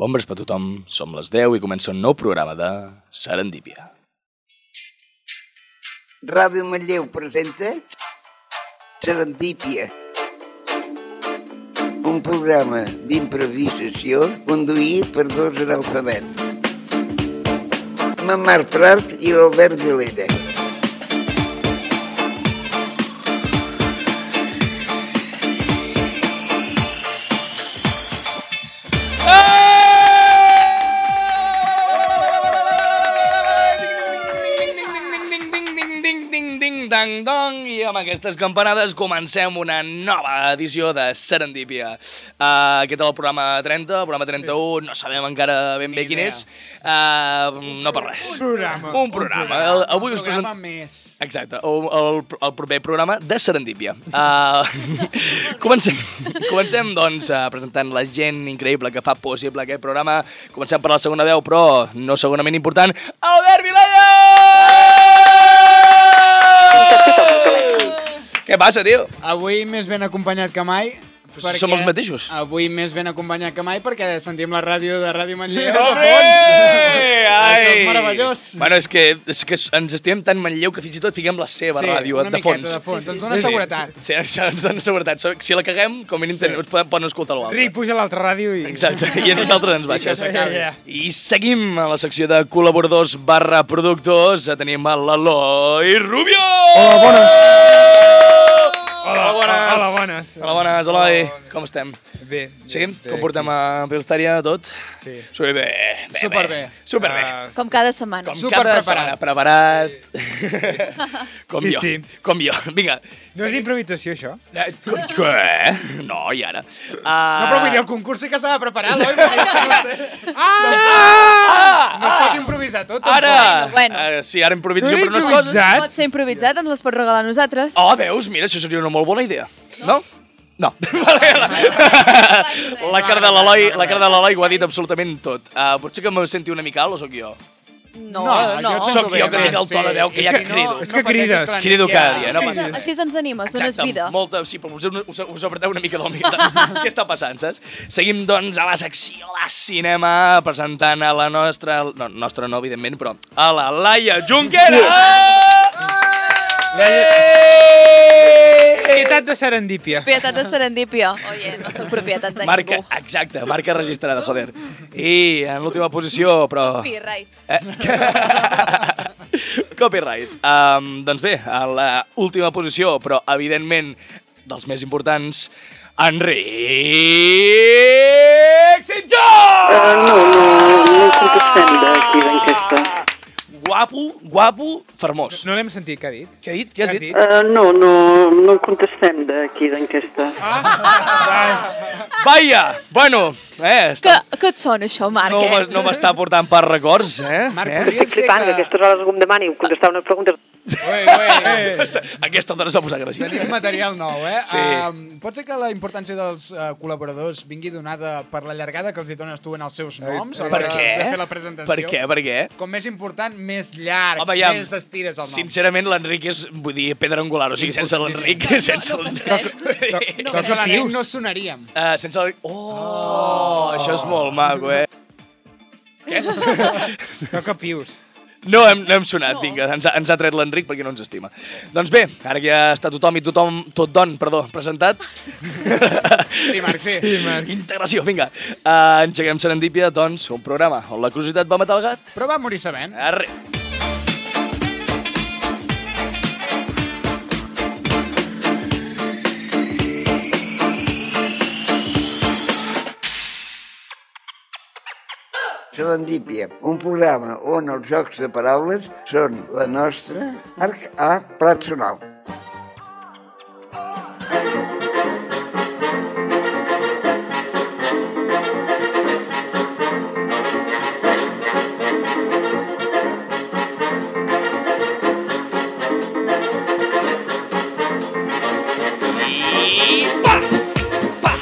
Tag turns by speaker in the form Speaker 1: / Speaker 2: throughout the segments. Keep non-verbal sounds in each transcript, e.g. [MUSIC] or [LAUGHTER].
Speaker 1: Bon vespre a tothom, som les 10 i comença un nou programa de Serendípia.
Speaker 2: Ràdio Manlleu presenta Serendípia. Un programa d'improvisació conduït per dos analfabets. Mamar Prat i l'Albert Vilera.
Speaker 1: Ding, dong, i amb aquestes campanades comencem una nova edició de Serendípia. Uh, aquest és el programa 30, el programa 31, no sabem encara ben bé quin és. Uh, no per res.
Speaker 3: Un programa.
Speaker 1: Un programa. El, avui us
Speaker 3: Un programa
Speaker 1: present...
Speaker 3: més.
Speaker 1: Exacte, el, el, el proper programa de Serendípia. Uh, [LAUGHS] comencem, comencem, doncs, uh, presentant la gent increïble que fa possible aquest programa. Comencem per la segona veu, però no segurament important, Albert Vilella! Què passa, tio?
Speaker 3: Avui més ben acompanyat que mai.
Speaker 1: Però si som els mateixos.
Speaker 3: Avui més ben acompanyat que mai perquè sentim la ràdio de Ràdio Manlleu.
Speaker 1: Ole!
Speaker 3: de fons.
Speaker 1: Ai!
Speaker 3: Això és meravellós.
Speaker 1: Bueno, és que, és que ens estimem tan Manlleu que fins i tot fiquem la seva
Speaker 3: Sí,
Speaker 1: ràdio
Speaker 3: una
Speaker 1: de
Speaker 3: miqueta
Speaker 1: fons.
Speaker 3: de fons. Ens dona seguretat.
Speaker 1: Sí, sí, això ens dona seguretat. So- Si la caguem, com a mínim sí. poden, poden escoltar l'altre.
Speaker 4: Ric puja a l'altra ràdio i...
Speaker 1: Exacte, i a nosaltres ens
Speaker 3: que
Speaker 1: baixes.
Speaker 3: s'acabi.
Speaker 1: I seguim a la secció de col·laboradors barra productors. Eh, Tenim a l'Eloi Rubio! Hola, bones! Hola, bones!
Speaker 4: hola, bones.
Speaker 1: Hola, bones, Eloi. Com estem?
Speaker 4: Bé, bé,
Speaker 1: Sí?
Speaker 4: bé.
Speaker 1: Com portem a Pilstària tot?
Speaker 4: Sí.
Speaker 1: Sí, bé, bé,
Speaker 3: Superbé.
Speaker 1: Bé. Superbé.
Speaker 4: Ah,
Speaker 5: Com cada setmana.
Speaker 1: Com
Speaker 3: Super
Speaker 1: cada
Speaker 3: preparat.
Speaker 1: setmana, preparat. com
Speaker 4: Sí,
Speaker 1: jo,
Speaker 4: sí.
Speaker 1: com jo. Vinga.
Speaker 4: no és improvisació, això?
Speaker 1: Eh, co- Què? No, i ara. Uh...
Speaker 3: No, però vull dir, el concurs sí que estava preparat, oi? Perquè és que no sé.
Speaker 1: Ah!
Speaker 3: No pot improvisar tot,
Speaker 1: Doncs
Speaker 3: tampoc.
Speaker 1: Ara!
Speaker 5: Bueno, bueno.
Speaker 1: Ara sí, ara improviso
Speaker 4: No he
Speaker 1: per unes coses.
Speaker 4: improvisat.
Speaker 5: Pot ser improvisat, ens les pot regalar a nosaltres.
Speaker 1: Oh, veus? Mira, això seria una molt bona idea. No? [LAUGHS] No. Vale, la- la cara de l'Eloi la cara de l'Eloi ho ha dit absolutament tot. Uh, potser que me senti una mica alt o sóc jo?
Speaker 5: No,
Speaker 3: No, jo
Speaker 5: no.
Speaker 3: et
Speaker 1: Sóc
Speaker 3: sento
Speaker 1: jo
Speaker 3: bé,
Speaker 1: que tinc
Speaker 3: Manlleu,
Speaker 1: el to de
Speaker 3: sí.
Speaker 1: veu que ja
Speaker 3: Si no-
Speaker 1: crido.
Speaker 3: no
Speaker 4: És
Speaker 3: pateixis
Speaker 4: que crides.
Speaker 3: la nit
Speaker 1: Crido
Speaker 3: ja-
Speaker 1: cada dia, no
Speaker 3: Sí,
Speaker 1: passa
Speaker 3: sí.
Speaker 1: res.
Speaker 5: Així ens animes, dones vida.
Speaker 1: molta, sí, però us, us, us apreteu una mica del mig. [LAUGHS] Què està passant, saps? Seguim, doncs, a la secció de cinema, presentant a la nostra... No, nostra no, evidentment, però a la Laia Junquera!
Speaker 4: Pietat de serendípia.
Speaker 5: Propietat de serendípia. Oye, no sóc propietat de
Speaker 1: Marca,
Speaker 5: ningú.
Speaker 1: exacte, marca registrada, joder. I en l'última posició, però...
Speaker 5: Copyright.
Speaker 1: Eh? [LAUGHS] Copyright. Um, doncs bé, a la última posició, però evidentment dels més importants, Enric Sitjó! No, no, no sembla aquí ben que està. Guapo, guapo, fermós.
Speaker 4: No l'hem sentit, què ha dit?
Speaker 1: Què ha dit? Què has
Speaker 4: Què ha
Speaker 1: dit?
Speaker 4: dit?
Speaker 6: Uh, no, no, no contestem d'aquí d'enquesta.
Speaker 1: Vaja! Bueno, eh,
Speaker 5: Que,
Speaker 1: està...
Speaker 5: que et sona això, Marc?
Speaker 1: No,
Speaker 5: eh?
Speaker 1: m'es- no m'està portant per records, eh?
Speaker 3: Marc,
Speaker 1: eh?
Speaker 3: podria ser
Speaker 6: Flipant, que a
Speaker 3: que...
Speaker 6: aquestes hores algú em demani contestar una pregunta.
Speaker 3: Ué, ué,
Speaker 1: Eh. Aquesta dona s'ha posat graciosa.
Speaker 3: Tenim material nou, eh?
Speaker 1: Sí.
Speaker 3: Um, pot ser que la importància dels uh, col·laboradors vingui donada per la llargada que els hi dones tu en els seus noms a
Speaker 1: Eh, Per
Speaker 3: l'hora
Speaker 1: què?
Speaker 3: de fer la presentació?
Speaker 1: Per què? Per què?
Speaker 3: Com més important, més llarg,
Speaker 1: Home, ja,
Speaker 3: més estires el nom.
Speaker 1: Sincerament, l'Enric és, vull dir, pedra angular, o sigui, sense l'Enric,
Speaker 5: No, no,
Speaker 1: [LAUGHS] sense
Speaker 5: no fem
Speaker 1: l'Enric...
Speaker 5: No,
Speaker 3: Sense la
Speaker 4: Pius.
Speaker 3: nit no sonaríem.
Speaker 1: Uh, sense l'Enric... Oh, oh, això és molt maco, eh?
Speaker 4: Toca pius.
Speaker 1: No hem, no hem sonat,
Speaker 5: No.
Speaker 1: vinga, ens ha, ens ha tret l'Enric perquè no ens estima. Doncs bé, ara que ja està tothom i tothom, tot don, perdó, presentat...
Speaker 3: [LAUGHS] Sí, Marc, sí.
Speaker 4: Marc.
Speaker 1: Integració, vinga. Uh, engeguem Serendípia, doncs, un programa on la curiositat va matar el gat.
Speaker 3: Però va morir sabent.
Speaker 1: Arre.
Speaker 2: Serendípia, un programa on els jocs de paraules són la nostra arc a plat sonal.
Speaker 1: I pa, pa,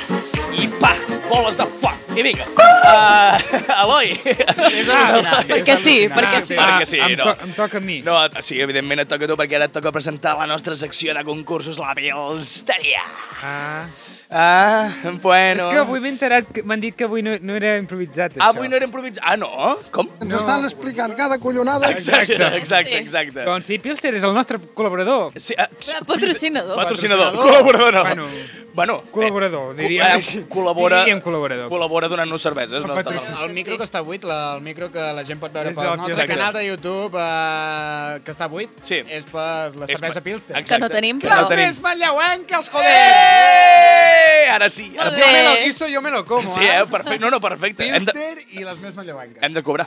Speaker 1: i pa, boles de foc. I vinga. Uh, [LAUGHS] Eloi!
Speaker 3: És
Speaker 7: Ah,
Speaker 3: al·lucinant.
Speaker 5: perquè
Speaker 3: és
Speaker 5: sí,
Speaker 3: al·lucinant.
Speaker 5: perquè sí.
Speaker 1: Perquè sí,
Speaker 4: em,
Speaker 1: no.
Speaker 4: to em toca a mi.
Speaker 1: No, et- sí, evidentment et toca a tu perquè ara et toca presentar la nostra secció de concursos, la Bilsteria.
Speaker 4: Ah.
Speaker 1: Ah, bueno...
Speaker 4: És que avui m'he enterat, que m'han dit que avui no, no era improvisat, això.
Speaker 1: Avui no era improvisat. Ah, no? Com?
Speaker 7: Ens estan explicant cada collonada.
Speaker 1: Exacte, exacte,
Speaker 5: Sí.
Speaker 1: exacte.
Speaker 4: Doncs sí, Pilster és el nostre col·laborador.
Speaker 1: Sí, ah, sí,
Speaker 5: Però Patrocinador.
Speaker 1: patrocinador.
Speaker 4: Patrocinador.
Speaker 1: Col·laborador. no.
Speaker 4: Bueno,
Speaker 1: bueno
Speaker 4: col·laborador,
Speaker 1: eh,
Speaker 4: diria.
Speaker 1: eh, col·labora,
Speaker 4: Diríem col·laborador.
Speaker 1: Col·labora donant-nos cerveses. No,
Speaker 4: Patrocinador.
Speaker 1: Està mal.
Speaker 3: El micro que està buit, la, el micro que la gent pot veure
Speaker 4: És
Speaker 3: pel
Speaker 4: del
Speaker 3: nostre
Speaker 1: quiosc.
Speaker 3: canal de YouTube eh, que està buit,
Speaker 1: Sí.
Speaker 3: és per la
Speaker 1: És
Speaker 3: cervesa
Speaker 1: per-
Speaker 3: Pilsen.
Speaker 1: Exacte.
Speaker 5: Que no tenim,
Speaker 1: Que
Speaker 5: però-
Speaker 1: no tenim.
Speaker 3: més manlleuenques, joder!
Speaker 1: Eh! Ara sí. Ara...
Speaker 5: Molt
Speaker 3: Yo me lo
Speaker 5: Bé.
Speaker 3: quiso, yo me lo como,
Speaker 1: Sí, eh? Perfecte. No, no, perfecte. Hem de,
Speaker 3: Pilster i les més manlleuenques.
Speaker 1: hem de cobrar.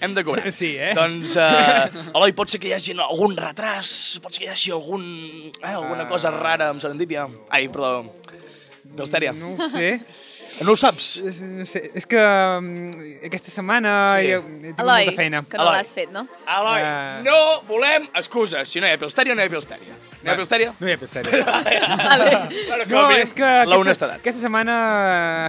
Speaker 1: hem de cobrar.
Speaker 4: Sí, eh?
Speaker 1: Doncs, uh, Eloi, pot ser que hi hagi algun retras, pot ser que hi hagi algun, eh, alguna cosa rara amb serendípia. Ai, perdó. Pilsteria. No,
Speaker 4: No ho sé.
Speaker 1: no ho saps?
Speaker 4: És, no sé. és que mm, aquesta setmana
Speaker 1: Sí.
Speaker 4: sí. he, he tingut
Speaker 5: Eloi,
Speaker 4: molta feina.
Speaker 5: que no
Speaker 1: Eloi.
Speaker 5: l'has fet, no?
Speaker 1: Eloi,
Speaker 4: Ah.
Speaker 1: no volem excuses. Si no hi ha Pilsteria, no hi ha Pilsteria. No hi ha Pilsteria?
Speaker 4: No hi ha Pilster.
Speaker 1: Claro,
Speaker 4: No, és que
Speaker 1: La
Speaker 4: aquesta,
Speaker 1: honestedat.
Speaker 4: aquesta setmana ha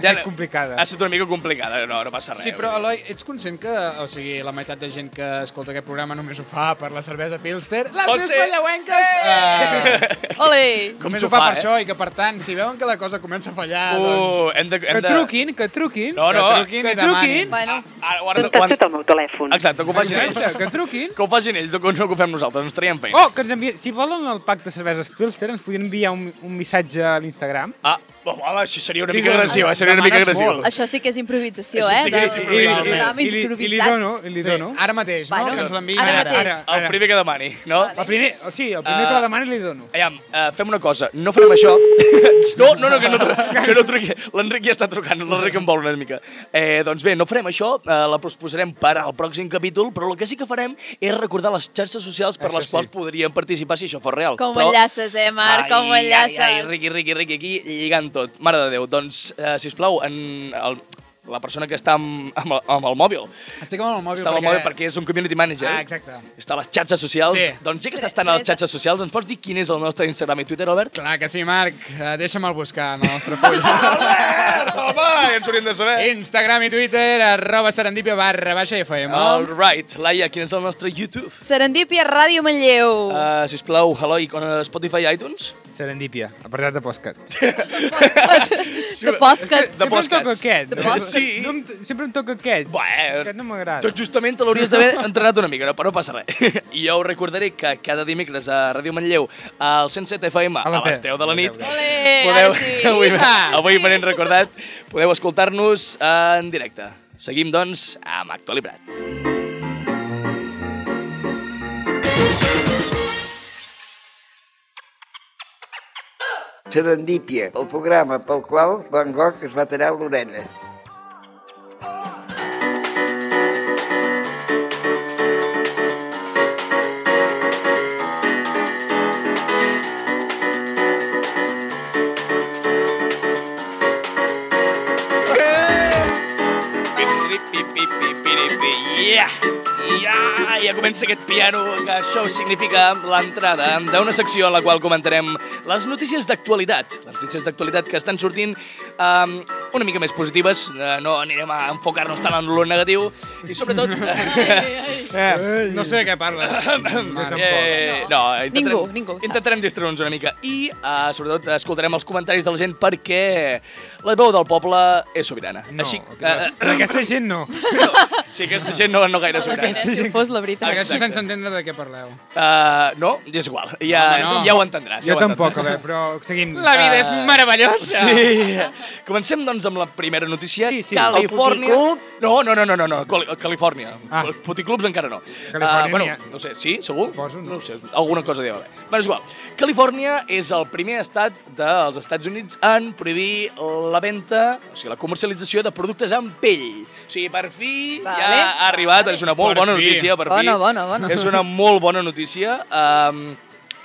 Speaker 1: Ja
Speaker 4: estat
Speaker 1: no-
Speaker 4: complicada.
Speaker 1: Ha estat una mica complicada, no, no passa res.
Speaker 3: Sí, però Eloi, ets conscient que o sigui, la meitat de gent que escolta aquest programa només ho fa per la cervesa Pilster? Les
Speaker 1: Pot
Speaker 3: més
Speaker 1: ser.
Speaker 3: manlleuenques! Eh,
Speaker 5: Ole!
Speaker 1: Com
Speaker 3: només
Speaker 1: s'ho
Speaker 3: ho fa
Speaker 1: fa,
Speaker 3: per
Speaker 1: eh?
Speaker 3: això i que, per tant, si veuen que la cosa comença a fallar,
Speaker 5: Ah,
Speaker 1: Uh,
Speaker 3: doncs...
Speaker 1: hem de...
Speaker 4: Que
Speaker 1: Hem de...
Speaker 4: truquin, que truquin.
Speaker 1: No, no.
Speaker 3: Que truquin
Speaker 4: que
Speaker 3: i demanin.
Speaker 4: truquin.
Speaker 5: Bueno,
Speaker 1: Ara, ho han- ho
Speaker 6: T'has
Speaker 1: han-
Speaker 6: fet el meu telèfon.
Speaker 1: Exacte, que ho facin
Speaker 4: Exacte,
Speaker 1: ells.
Speaker 4: que truquin.
Speaker 1: Que ho facin ells, que no que ho fem nosaltres, ens traiem feina.
Speaker 4: Oh, que ens envien... Si volen el pack de cerveses Pilster, ens podien enviar un, un missatge a l'Instagram.
Speaker 1: Ah, home, home, això seria una mica
Speaker 4: Digue'm.
Speaker 1: agressiva, seria una mica
Speaker 3: Demanes
Speaker 1: agressiu.
Speaker 3: molt.
Speaker 5: això sí que és improvisació,
Speaker 1: Això
Speaker 5: eh?
Speaker 1: sí que és
Speaker 5: Del-
Speaker 1: improvisació.
Speaker 5: del programa
Speaker 4: I li, i li
Speaker 5: improvisat.
Speaker 4: dono, i li
Speaker 3: Sí,
Speaker 4: dono.
Speaker 3: ara mateix,
Speaker 5: Bueno,
Speaker 3: no? Que ens l'enviïn
Speaker 5: ara mateix.
Speaker 4: Ara,
Speaker 1: El primer que demani, no?
Speaker 5: Vale.
Speaker 4: El primer, o sigui, el primer
Speaker 1: Ah.
Speaker 4: que la demani li dono.
Speaker 1: Aviam, eh, fem una cosa, no fem això. [LAUGHS] No, no, no, que no, tru- que no truqui. L'Enric ja està trucant, l'Enric em vol una mica. Eh, doncs bé, no farem això, eh, la posposarem per al pròxim capítol, però el que sí que farem és recordar les xarxes socials per
Speaker 4: Això
Speaker 1: les quals
Speaker 4: sí.
Speaker 1: podríem participar si això fos real.
Speaker 5: Com ho
Speaker 1: però...
Speaker 5: enllaces, eh, Marc? Com ho enllaces?
Speaker 1: Ai, ai, Riqui, Riqui, Riqui, aquí lligant tot. Mare de Déu, doncs, eh, sisplau, en el, la persona que està amb, amb, el, amb el mòbil,
Speaker 3: Estic amb el mòbil
Speaker 1: està amb el mòbil perquè és un community manager.
Speaker 3: Ah, exacte.
Speaker 1: Està a les xarxes socials.
Speaker 3: Sí.
Speaker 1: Doncs ja que estàs tant a les xarxes socials, ens pots dir quin és el nostre Instagram i Twitter, Albert?
Speaker 3: Clar que sí, Marc. Eh, Deixa'm el buscar en el nostre
Speaker 1: [LAUGHS]
Speaker 3: full.
Speaker 1: Home, ja ens hauríem de saber.
Speaker 3: Eh, Instagram i Twitter, arroba serendipia barra baixa FM.
Speaker 1: All right. Laia, quin és el nostre YouTube?
Speaker 5: Serendípia Ràdio Manlleu.
Speaker 1: Uh, si us plau, Eloi, on a Spotify i iTunes?
Speaker 4: Serendípia, apartat de podcast.
Speaker 5: De Postcat.
Speaker 1: De
Speaker 4: Sempre em toca
Speaker 1: podcast.
Speaker 4: aquest.
Speaker 5: De podcast.
Speaker 4: Sí. No, em t- sempre em toca aquest.
Speaker 1: Bé,
Speaker 4: Aquest no m'agrada.
Speaker 1: tot Doncs justament te l'hauries d'haver [LAUGHS] entrenat una mica, no? però no passa res. [LAUGHS] I jo us recordaré que cada dimecres a Ràdio Manlleu, al 107 FM, a les 10 de la nit,
Speaker 5: Ole,
Speaker 1: podeu,
Speaker 5: Eh, ara
Speaker 1: [LAUGHS]
Speaker 5: sí.
Speaker 1: avui, avui me n'hem recordat, podeu escoltar-nos en directe. Seguim, doncs, amb Actualibrat.
Speaker 2: Serendípia, el programa pel qual Van Gogh es va tallar l'orella.
Speaker 1: Yeah! Yeah! Ja comença aquest piano, que això significa l'entrada d'una secció en la qual comentarem les notícies d'actualitat. Les notícies d'actualitat que estan sortint um, una mica més positives, eh, no anirem a enfocar-nos tant en lo negatiu, i sobretot...
Speaker 4: Eh,
Speaker 3: No sé de què
Speaker 1: [LAUGHS]
Speaker 3: parles.
Speaker 1: Eh, no, intentarem,
Speaker 5: Ningú, ningú ho sap.
Speaker 1: intentarem distreure'ns una mica i eh, sobretot escoltarem els comentaris de la gent perquè la veu del poble és sobirana.
Speaker 4: no,
Speaker 1: Així,
Speaker 4: clar.
Speaker 1: eh, [LAUGHS]
Speaker 4: aquesta gent no.
Speaker 1: sí, aquesta gent no, no gaire
Speaker 5: No,
Speaker 1: sobirana.
Speaker 5: no, si fos la veritat.
Speaker 3: Segueixo sense entendre de què parleu.
Speaker 1: Uh, no, és igual. Ja,
Speaker 3: Home, no.
Speaker 1: ja ho entendràs.
Speaker 4: Jo
Speaker 1: ja ho
Speaker 4: tampoc, a
Speaker 1: entendràs.
Speaker 4: veure, però seguim.
Speaker 3: La vida és meravellosa.
Speaker 1: Sí. Comencem, doncs, amb la primera notícia.
Speaker 4: Sí, sí.
Speaker 1: Califòrnia...
Speaker 6: El puticlub.
Speaker 1: No, no, no, no, no, no. Cali Califòrnia. Ah.
Speaker 4: Ah.
Speaker 1: Puticlubs encara no.
Speaker 4: Califòrnia
Speaker 1: Ah, bueno,
Speaker 4: n'hi ha.
Speaker 1: no sé, sí, segur?
Speaker 4: Suposo, no.
Speaker 1: no ho sé, alguna cosa deu haver. Bueno, és igual. Califòrnia és el primer estat dels Estats Units en prohibir la venda, o sigui, la comercialització de productes amb pell. O sigui, per fi
Speaker 5: Vale.
Speaker 1: ja ha arribat,
Speaker 5: Vale.
Speaker 1: és una molt
Speaker 3: Per
Speaker 1: bona
Speaker 3: fi.
Speaker 1: notícia, per
Speaker 5: Bona,
Speaker 1: fi.
Speaker 5: bona, bona.
Speaker 4: Oh.
Speaker 1: És una molt bona notícia. Um,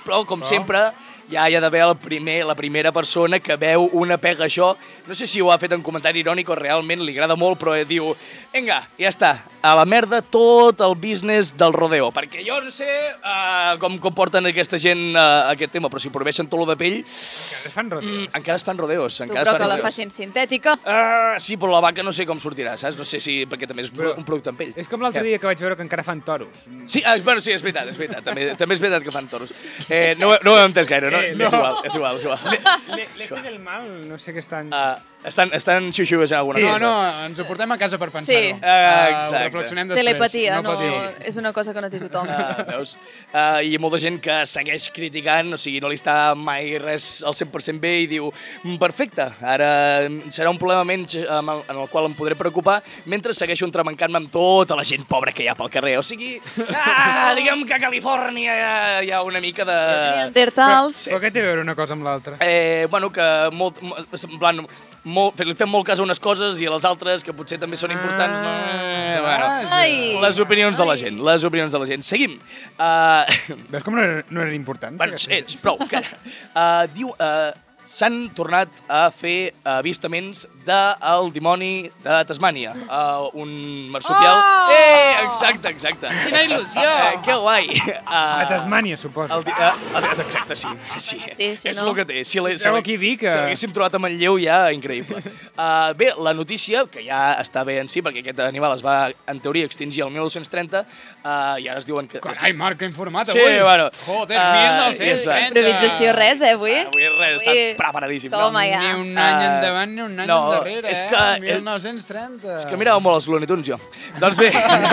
Speaker 1: però, com sempre, ja hi ha d'haver el primer, la primera persona que veu una pega això. No sé si ho ha fet en comentari irònic o realment li agrada molt, però diu, vinga, ja està, a la merda tot el business del rodeo, perquè jo no sé uh, com, com porten aquesta gent uh, aquest tema, però si prohibeixen tot lo de pell, mm,
Speaker 4: Es fan rodeos.
Speaker 1: encara es fan rodeos.
Speaker 5: Tu,
Speaker 1: Encara
Speaker 5: però
Speaker 1: es fan
Speaker 5: que la
Speaker 1: rodeos.
Speaker 5: facin sintètica.
Speaker 1: Ah, sí, però la vaca no sé com sortirà, saps? No sé si... Perquè també és pro- un producte amb pell.
Speaker 4: És com l'altre
Speaker 1: Què?
Speaker 4: dia que vaig veure que encara fan toros.
Speaker 1: Sí, ah, bueno, sí, és veritat, és veritat. També, també és veritat que fan toros. Eh, no, ho- no ho hem entès gaire, no?
Speaker 4: Eh,
Speaker 1: no. És igual, és igual, és igual.
Speaker 4: [LAUGHS] L'Eje del Mal, no sé què estan...
Speaker 1: Uh, estan, estan xuxuejant alguna
Speaker 3: No,
Speaker 1: cosa.
Speaker 3: no, ens ho portem a casa per pensar-ho.
Speaker 5: Sí.
Speaker 1: Ah,
Speaker 3: Eh,
Speaker 1: exacte.
Speaker 3: Ho reflexionem després.
Speaker 5: Telepatia, no,
Speaker 3: patiu.
Speaker 5: és una cosa que no té tothom.
Speaker 1: Ah, veus? Uh, I hi ha molta gent que segueix criticant, o sigui, no li està mai res al 100% bé i diu, "Mm, perfecte, ara mm, serà un problema menys eh, amb el, en el qual em podré preocupar mentre segueixo entrebancant-me amb tota la gent pobra que hi ha pel carrer. O sigui, ah, diguem que a Califòrnia hi ha- hi ha una mica de...
Speaker 5: Neandertals.
Speaker 4: Però què té a veure una cosa amb l'altra?
Speaker 1: Eh, bueno, que molt, molt- en plan, molt, li fem molt cas a unes coses i a les altres, que potser també són importants. No? Eh, bueno.
Speaker 5: Ai.
Speaker 1: Les opinions de la
Speaker 5: Ai.
Speaker 1: gent, les opinions de la gent. Seguim. Uh,
Speaker 4: Veus com no eren, no eren importants?
Speaker 1: [LAUGHS] Bueno,
Speaker 4: aquestes?
Speaker 1: ets, prou, calla. Uh, diu, uh, s'han tornat a fer avistaments del dimoni de Tasmània, uh, un marsupial...
Speaker 5: Oh!
Speaker 1: Eh, exacte, exacte.
Speaker 8: Quina il·lusió!
Speaker 1: [LAUGHS] Eh, que guai. Uh,
Speaker 4: A Tasmània, suposo.
Speaker 1: El, di- eh, el- exacte, sí. sí, sí.
Speaker 5: Sí, sí,
Speaker 1: és
Speaker 5: no?
Speaker 1: el que té. Si la-
Speaker 4: Treu aquí Vic, eh.
Speaker 1: Si l'haguéssim trobat a Manlleu, ja,
Speaker 4: [LAUGHS]
Speaker 1: increïble. Uh, bé, la notícia, que ja està bé en si, perquè aquest animal es va, en teoria, extingir el 1930, uh, i ara es diuen que...
Speaker 3: Carai, Marc, que informat
Speaker 1: Sí,
Speaker 3: avui.
Speaker 1: bueno.
Speaker 3: Joder,
Speaker 1: Ah, ja està.
Speaker 3: 1930.
Speaker 5: Improvisació res, eh, avui?
Speaker 1: Ah, Avui res, està preparadíssim.
Speaker 5: Toma, ja.
Speaker 3: Ni un any
Speaker 1: Ah,
Speaker 3: endavant ni un any
Speaker 1: no,
Speaker 3: endarrere,
Speaker 1: és
Speaker 3: eh?
Speaker 1: que-
Speaker 3: 1930.
Speaker 1: És que mirava molt els Looney Tunes, jo. Doncs bé...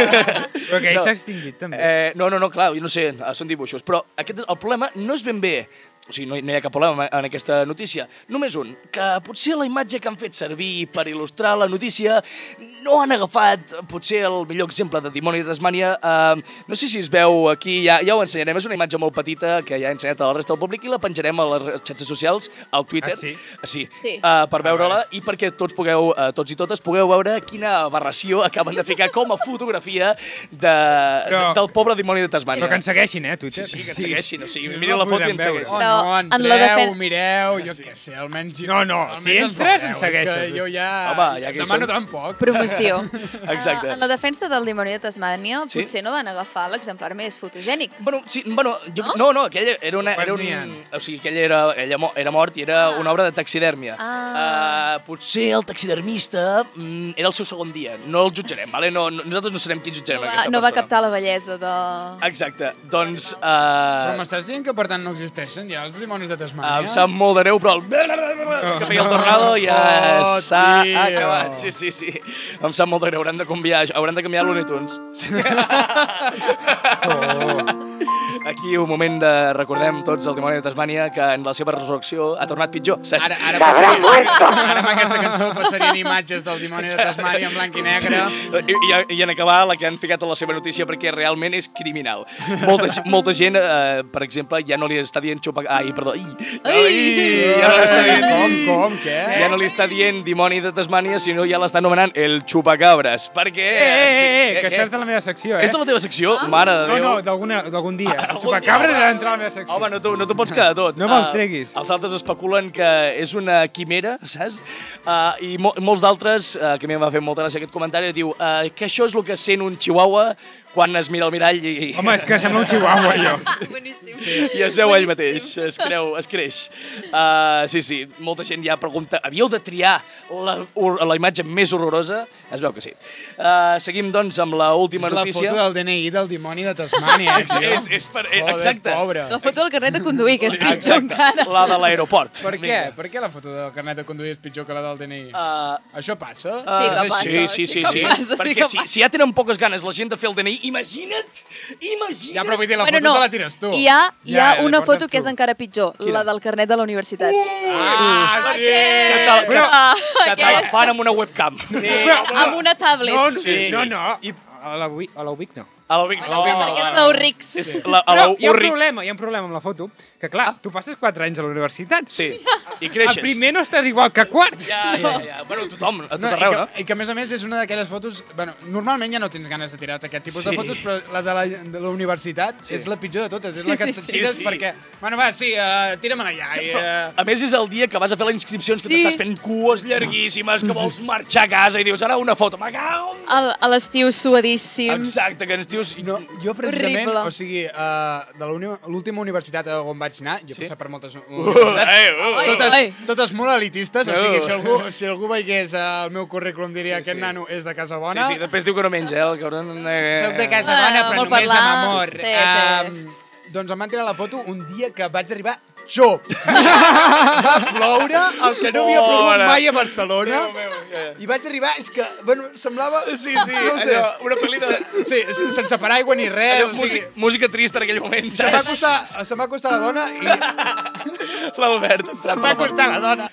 Speaker 4: [LAUGHS] Però que ell
Speaker 1: No.
Speaker 4: s'ha extingit, també.
Speaker 1: Eh, no, no, no, clar, jo no sé, eh, són dibuixos. Però aquest, el problema no és ben bé... O sigui, no, hi- no hi ha cap problema en aquesta notícia. Només un, que potser la imatge que han fet servir per il·lustrar la notícia no han agafat potser el millor exemple de Dimoni de Tasmània. Eh, no sé si es veu aquí, ja, ja ho ensenyarem. És una imatge molt petita que ja he ensenyat a la resta del públic i la penjarem a les xarxes socials, al Twitter.
Speaker 4: Ah, sí?
Speaker 1: Sí,
Speaker 5: Sí.
Speaker 1: Uh, per veure-la i perquè tots pugueu, uh, tots i totes pugueu veure quina aberració [LAUGHS] acaben de ficar com a fotografia de,
Speaker 5: Eh,
Speaker 1: Però...
Speaker 4: Però-
Speaker 1: del pobre dimoni de Tasmània.
Speaker 4: Però que ens segueixin, eh, a Twitter.
Speaker 1: Sí, que ens segueixin, o sigui,
Speaker 4: Sí,
Speaker 1: mirin
Speaker 4: no
Speaker 1: la foto i
Speaker 4: podrem
Speaker 1: ens
Speaker 4: veure.
Speaker 1: segueixin.
Speaker 3: Oh,
Speaker 5: Però
Speaker 3: no,
Speaker 5: en la
Speaker 3: entreu,
Speaker 5: defen-
Speaker 3: mireu, jo què sé, almenys...
Speaker 4: No, no,
Speaker 3: almenys
Speaker 4: si
Speaker 3: ens
Speaker 4: entres, ens
Speaker 3: veureu, és que
Speaker 4: segueixes.
Speaker 3: Jo ja...
Speaker 1: Home, ja que hi
Speaker 3: Demano
Speaker 1: som.
Speaker 3: tampoc.
Speaker 5: Promoció.
Speaker 1: [LAUGHS] Exacte.
Speaker 5: Ah, en la defensa del dimoni de Tasmània,
Speaker 1: Sí.
Speaker 5: potser no van agafar l'exemplar més fotogènic.
Speaker 1: Bueno, sí, bueno, jo, no? no, no, aquella era una...
Speaker 4: Quants
Speaker 1: Era
Speaker 4: n'hi
Speaker 1: un,
Speaker 4: ha?
Speaker 1: o sigui, aquella era, ella mo, era mort i era una obra de taxidèrmia.
Speaker 5: Ah.
Speaker 1: Uh, potser el taxidermista mm, era el seu segon dia, no el jutjarem, vale? no, no, nosaltres no serem qui jutjarem
Speaker 5: No va,
Speaker 1: aquesta
Speaker 5: no va
Speaker 1: persona.
Speaker 5: captar la bellesa
Speaker 1: Ah,
Speaker 5: de...
Speaker 1: Exacte, doncs...
Speaker 3: Però
Speaker 1: Uh,
Speaker 3: m'estàs dient que, per tant, no existeixen ja els dimonis de Tasmània?
Speaker 1: em sap molt de greu, però el... que feia el tornado ja
Speaker 3: Oh,
Speaker 1: s'ha
Speaker 3: tio.
Speaker 1: acabat. Sí, sí, sí. Em sap molt de greu, hauran de canviar, hauran de canviar Looney Tunes. Sí.
Speaker 3: Oh.
Speaker 1: Aquí un moment de recordem tots el dimoni de Tasmània que en la seva resurrecció ha tornat pitjor. Saps?
Speaker 3: Ara, ara passarien, ara amb aquesta cançó passarien imatges del dimoni de Tasmània en blanc i negre.
Speaker 1: I, i, I en acabar, la que han ficat a la seva notícia perquè realment és criminal. Molta, [LAUGHS] ge- molta gent, eh, per exemple, ja no li està dient xupa... Ai, perdó. Ai, ai, ja no li està dient...
Speaker 3: Eh, Com, com, què?
Speaker 4: Eh,
Speaker 1: Ja no li està dient dimoni de Tasmània, sinó ja l'està anomenant el xupacabres. Perquè...
Speaker 4: Eh, eh, eh,
Speaker 1: sí,
Speaker 4: que
Speaker 1: què?
Speaker 4: això és de la meva secció, eh?
Speaker 1: És de la teva secció? Mare de
Speaker 4: No,
Speaker 1: Déu.
Speaker 4: no, d'alguna- d'algun dia.
Speaker 1: Ah,
Speaker 4: Ah,
Speaker 1: algun
Speaker 4: Chupacabres
Speaker 1: dia.
Speaker 4: ha d'entrar a la meva secció.
Speaker 1: Home, no t'ho no t'ho pots quedar tot.
Speaker 4: No me'l
Speaker 1: Ah,
Speaker 4: treguis.
Speaker 1: els altres especulen que és una quimera, saps? Uh, I mo molts d'altres, uh, que a mi em va fer molta gràcia aquest comentari, diu uh, que això és el que sent un chihuahua quan es mira al mirall i,
Speaker 4: Home, és que sembla un chihuahua, jo.
Speaker 5: Ah, Boníssim.
Speaker 1: i es veu ell mateix, es creu, es creix. Uh, sí, sí, molta gent ja pregunta, havíeu de triar la, hor- la imatge més horrorosa? Es veu que sí. Uh, seguim, doncs, amb l'última
Speaker 3: És la
Speaker 1: notícia.
Speaker 3: foto del DNI del dimoni de Tasmània, eh, tio?
Speaker 1: És- és per- eh,
Speaker 3: Joder,
Speaker 1: exacte.
Speaker 3: Pobre.
Speaker 5: La foto del carnet de conduir, que és pitjor encara.
Speaker 1: La de l'aeroport.
Speaker 3: Per què?
Speaker 1: Vinga.
Speaker 3: Per què la foto del carnet de conduir és pitjor que la del DNI?
Speaker 1: Uh,
Speaker 3: Això passa?
Speaker 5: Sí que
Speaker 3: És
Speaker 5: passa.
Speaker 3: així?
Speaker 1: Sí, sí, sí,
Speaker 5: que
Speaker 1: sí.
Speaker 5: passa, sí
Speaker 1: Perquè
Speaker 5: que
Speaker 1: si,
Speaker 5: passa.
Speaker 1: si ja tenen poques ganes la gent de fer el DNI, imagina't, imagina't...
Speaker 3: Ja, però vull dir, la foto te la tires tu.
Speaker 5: Hi ha, hi ha
Speaker 4: Ja, ja,
Speaker 5: una
Speaker 4: la portes
Speaker 5: foto
Speaker 4: tu.
Speaker 5: que és encara pitjor, la del carnet de la universitat.
Speaker 3: Ah, sí!
Speaker 1: Que te, que,
Speaker 4: Però-
Speaker 1: que te la fan amb una webcam.
Speaker 3: Sí.
Speaker 5: Amb una tablet.
Speaker 4: No, no,
Speaker 3: Sí.
Speaker 4: no, no.
Speaker 3: I-
Speaker 4: A la Wii- a la Wii no.
Speaker 1: A la Big
Speaker 5: Oh, perquè sou rics.
Speaker 1: És la, a la
Speaker 4: Però hi ha un
Speaker 1: Urric.
Speaker 4: problema, hi ha un problema amb la foto, que clar, tu passes 4 anys a la universitat.
Speaker 1: Ah. Sí, i
Speaker 4: El
Speaker 1: creixes.
Speaker 4: primer no estàs igual que quart.
Speaker 1: Ja, ja, ja. Bueno, tothom, a tot
Speaker 3: No, i,
Speaker 1: arreu,
Speaker 3: que,
Speaker 1: no?
Speaker 3: I que, a més a més, és una d'aquelles fotos... Bueno, normalment ja no tens ganes de tirar-te aquest tipus
Speaker 1: Sí.
Speaker 3: de fotos, però la de la, de la universitat sí. és la pitjor de totes. És la que
Speaker 5: Sí,
Speaker 3: et
Speaker 5: sí, sí.
Speaker 3: tires
Speaker 1: Sí, sí.
Speaker 3: perquè... Bueno, va, sí, uh, tira'm allà. I, uh,
Speaker 1: A més, és el dia que vas a fer les inscripcions, que
Speaker 5: Sí.
Speaker 1: t'estàs fent cues llarguíssimes, que vols marxar a casa i dius, ara una foto, me cago! en-".
Speaker 5: Al- A l'estiu suadíssim.
Speaker 1: Exacte, que ens dius...
Speaker 3: no, jo precisament,
Speaker 5: Horrible.
Speaker 3: o sigui, uh, de la uni- l'última universitat on vaig anar, jo he
Speaker 1: Sí? Uh,
Speaker 3: passat per moltes universitats,
Speaker 1: Eh, Uh. eh, eh.
Speaker 3: totes,
Speaker 5: Ai.
Speaker 3: totes molt elitistes, o
Speaker 1: No.
Speaker 3: sigui, si algú, si algú veiés eh, el meu currículum diria sí, aquest nano és de casa
Speaker 1: Sí,
Speaker 3: tota bona,
Speaker 1: sí, després diu que no menja, eh, el cabron... Eh,
Speaker 3: Soc de casa
Speaker 5: Ah,
Speaker 3: bona, però
Speaker 5: vol
Speaker 3: només
Speaker 5: parlar.
Speaker 3: amb amor.
Speaker 5: Sí, sí.
Speaker 3: Em, doncs em van tirar la foto un dia que vaig arribar xop. [LAUGHS] Va ploure el que no havia plogut
Speaker 1: Hola.
Speaker 3: mai a Barcelona.
Speaker 1: Déu meu, ja, ja.
Speaker 3: I vaig arribar, és que, bueno, semblava...
Speaker 1: Sí, sí,
Speaker 3: no ho sé.
Speaker 1: allò, una pel·li de...
Speaker 3: Se- Sí, se- sense paraigua ni res,
Speaker 1: Allò,
Speaker 3: o sigui...
Speaker 1: música, música trista en aquell moment,
Speaker 3: Se'm va,
Speaker 1: saps?
Speaker 3: costar, se'm va costar la dona [LAUGHS] i...
Speaker 1: L'Albert.
Speaker 3: Se'm va costar la dona.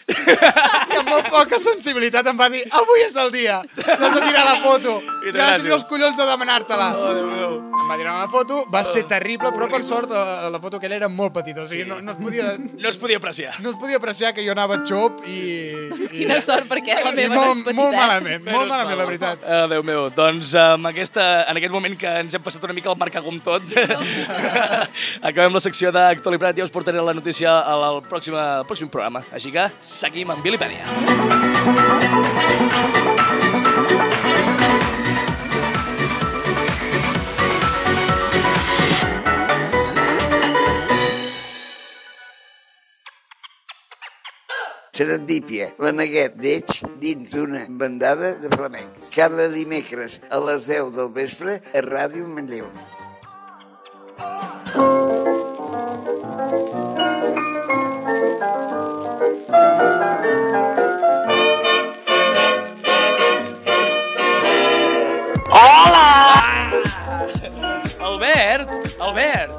Speaker 3: I amb molt poca sensibilitat em va dir avui és el dia, t'has de tirar la foto.
Speaker 1: I
Speaker 3: I ara
Speaker 1: gràcies.
Speaker 3: tenia els collons de demanar-te-la.
Speaker 1: Oh, Déu meu.
Speaker 3: Em va tirar una foto, va ser terrible, però per sort la, la foto aquella era molt petita, o sigui, no, no, es podia,
Speaker 1: No es podia apreciar.
Speaker 3: no es podia apreciar que jo anava xop i... i
Speaker 5: Quina sort, perquè la
Speaker 3: i
Speaker 5: meva no és
Speaker 3: molt,
Speaker 5: petita.
Speaker 3: molt
Speaker 5: eh?
Speaker 3: malament, molt
Speaker 1: Menos
Speaker 3: malament,
Speaker 1: mal.
Speaker 3: la veritat.
Speaker 1: Ah, Déu meu, doncs amb aquesta, en aquest moment que ens hem passat una mica el marcagum tot, [LAUGHS] acabem la secció d'actualitat i us portaré la notícia al, al, pròxim, al pròxim programa. Així que seguim amb Bilipèdia.
Speaker 2: Serendípia, la neguet d'Eix dins d'una bandada de flamenc. Cada dimecres a les 10 del vespre a Ràdio Manlleu.
Speaker 1: Albert, Albert,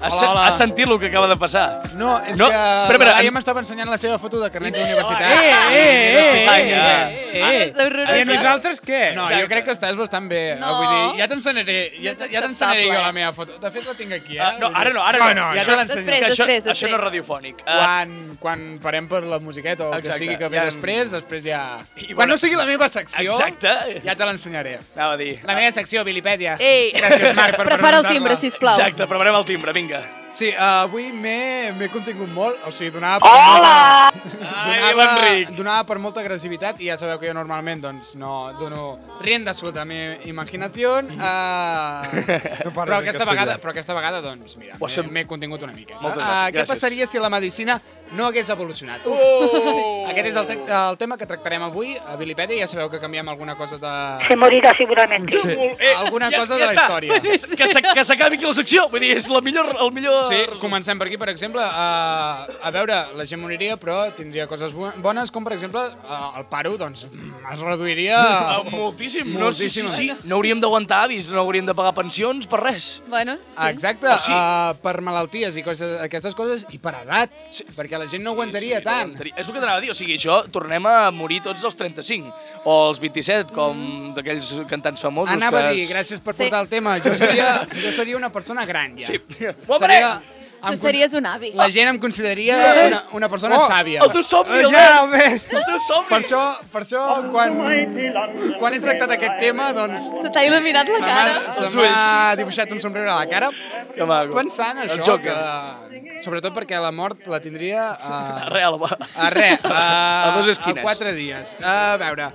Speaker 1: has,
Speaker 3: Hola, hola.
Speaker 1: has sentit el que acaba de passar?
Speaker 3: No, és
Speaker 1: No,
Speaker 3: que
Speaker 1: però, però,
Speaker 3: la Laia
Speaker 1: en-
Speaker 3: m'estava ensenyant la seva foto de carnet
Speaker 4: Eh,
Speaker 3: d'universitat.
Speaker 4: eh, eh, eh,
Speaker 1: Vinga.
Speaker 4: eh, eh,
Speaker 5: És horrorós.
Speaker 4: eh. I a nosaltres què?
Speaker 3: No, jo crec que estàs bastant bé. eh,
Speaker 5: No.
Speaker 3: Vull dir, ja t'ensenyaré, ja,
Speaker 5: No és
Speaker 3: ja t'ensenyaré jo
Speaker 5: acceptable.
Speaker 3: la meva foto. De fet, la tinc aquí, eh?
Speaker 1: Ah, no, ara no, ara no.
Speaker 4: No, no,
Speaker 3: Ja
Speaker 1: això,
Speaker 3: te l'ensenyo.
Speaker 5: Després,
Speaker 1: això,
Speaker 5: després,
Speaker 1: això no és
Speaker 5: després.
Speaker 1: radiofònic. Ah,
Speaker 3: Quan, quan parem per la musiqueta o el que
Speaker 1: Exacte,
Speaker 3: sigui que ve
Speaker 1: ja en-
Speaker 3: després, després ja...
Speaker 1: I
Speaker 3: Quan
Speaker 1: bueno-
Speaker 3: no sigui la meva secció,
Speaker 1: Exacte.
Speaker 3: ja te l'ensenyaré.
Speaker 1: Anava a dir.
Speaker 3: La meva secció, Vilipèdia.
Speaker 1: Ei.
Speaker 3: Gràcies, Marc, per
Speaker 5: Eh. Prepara el
Speaker 3: presentar-la.
Speaker 5: timbre, sisplau.
Speaker 1: Exacte, preparem el timbre, vinga.
Speaker 3: Sí, eh, avui m'he m'he contingut molt, o sigui, donava per Hola! molta...
Speaker 1: Ai, l'Enric.
Speaker 3: donava per molta agressivitat i ja sabeu que jo normalment doncs, no dono rienda suelta a mi imaginació, eh,
Speaker 4: No parles
Speaker 3: però,
Speaker 4: en
Speaker 3: aquesta
Speaker 4: castellà.
Speaker 3: vegada, però aquesta vegada, doncs, mira,
Speaker 1: Ho has fet-
Speaker 3: m'he- m'he contingut una mica.
Speaker 1: Moltes
Speaker 3: Eh,
Speaker 1: gràcies,
Speaker 3: què
Speaker 1: gràcies.
Speaker 3: passaria si la medicina no hagués evolucionat? Uf,
Speaker 1: Oh!
Speaker 3: Aquest és el, te el tema que tractarem avui a Vilipèdia, ja sabeu que canviem alguna cosa de...
Speaker 6: Se morirá seguramente.
Speaker 1: Eh,
Speaker 3: Alguna cosa de la
Speaker 1: està.
Speaker 3: història.
Speaker 1: [LAUGHS] Que s- Que s'ac- que s'acabi aquí la secció. Vull dir, és la millor, el millor...
Speaker 3: Sí,
Speaker 1: resum.
Speaker 3: comencem per aquí, per exemple, eh, a veure, la gent moriria, però tindria coses bo- bones, com per exemple eh, el paro, doncs, mm, es reduiria...
Speaker 1: [LAUGHS] Ah, moltíssim. No, sí, sí,
Speaker 3: Moltíssim.
Speaker 1: sí. No hauríem d'aguantar avis, no hauríem de pagar pensions per res.
Speaker 5: Bueno, sí.
Speaker 3: Exacte,
Speaker 1: Ah, sí?
Speaker 3: eh, per malalties i coses, aquestes coses, i per edat, perquè la gent no aguantaria
Speaker 1: Sí, sí, no
Speaker 3: tant.
Speaker 1: aguantaria. És el que t'anava a dir, o sigui, això tornem a morir tots els 35 o els 27, com d'aquells cantants famosos
Speaker 3: Anava
Speaker 1: que...
Speaker 3: a dir,
Speaker 1: es-
Speaker 3: gràcies per
Speaker 5: Sí.
Speaker 3: portar el tema,
Speaker 1: [LAUGHS]
Speaker 3: jo seria, jo seria una persona gran, ja.
Speaker 1: Sí.
Speaker 3: Seria,
Speaker 1: Seria...
Speaker 3: em
Speaker 5: Tu
Speaker 3: con-
Speaker 5: series un avi.
Speaker 3: La gent em consideraria una, una persona
Speaker 4: Oh,
Speaker 3: sàvia.
Speaker 1: El teu somni,
Speaker 4: Eh,
Speaker 1: Albert!
Speaker 4: Ja, Albert.
Speaker 1: El teu somni!
Speaker 3: Per això, per això quan, quan he tractat aquest tema, doncs,
Speaker 5: Se t'ha il·luminat la
Speaker 3: Se
Speaker 5: cara.
Speaker 3: m'ha-
Speaker 1: Els
Speaker 3: Se
Speaker 1: ulls.
Speaker 3: m'ha dibuixat un somriure a la cara
Speaker 1: Que maco.
Speaker 3: pensant en
Speaker 1: El
Speaker 3: això,
Speaker 1: Joker.
Speaker 3: que, sobretot perquè la mort la tindria a,
Speaker 1: Real, va. [LAUGHS]
Speaker 3: a re, a,
Speaker 1: A dos esquines.
Speaker 3: a quatre dies. A veure,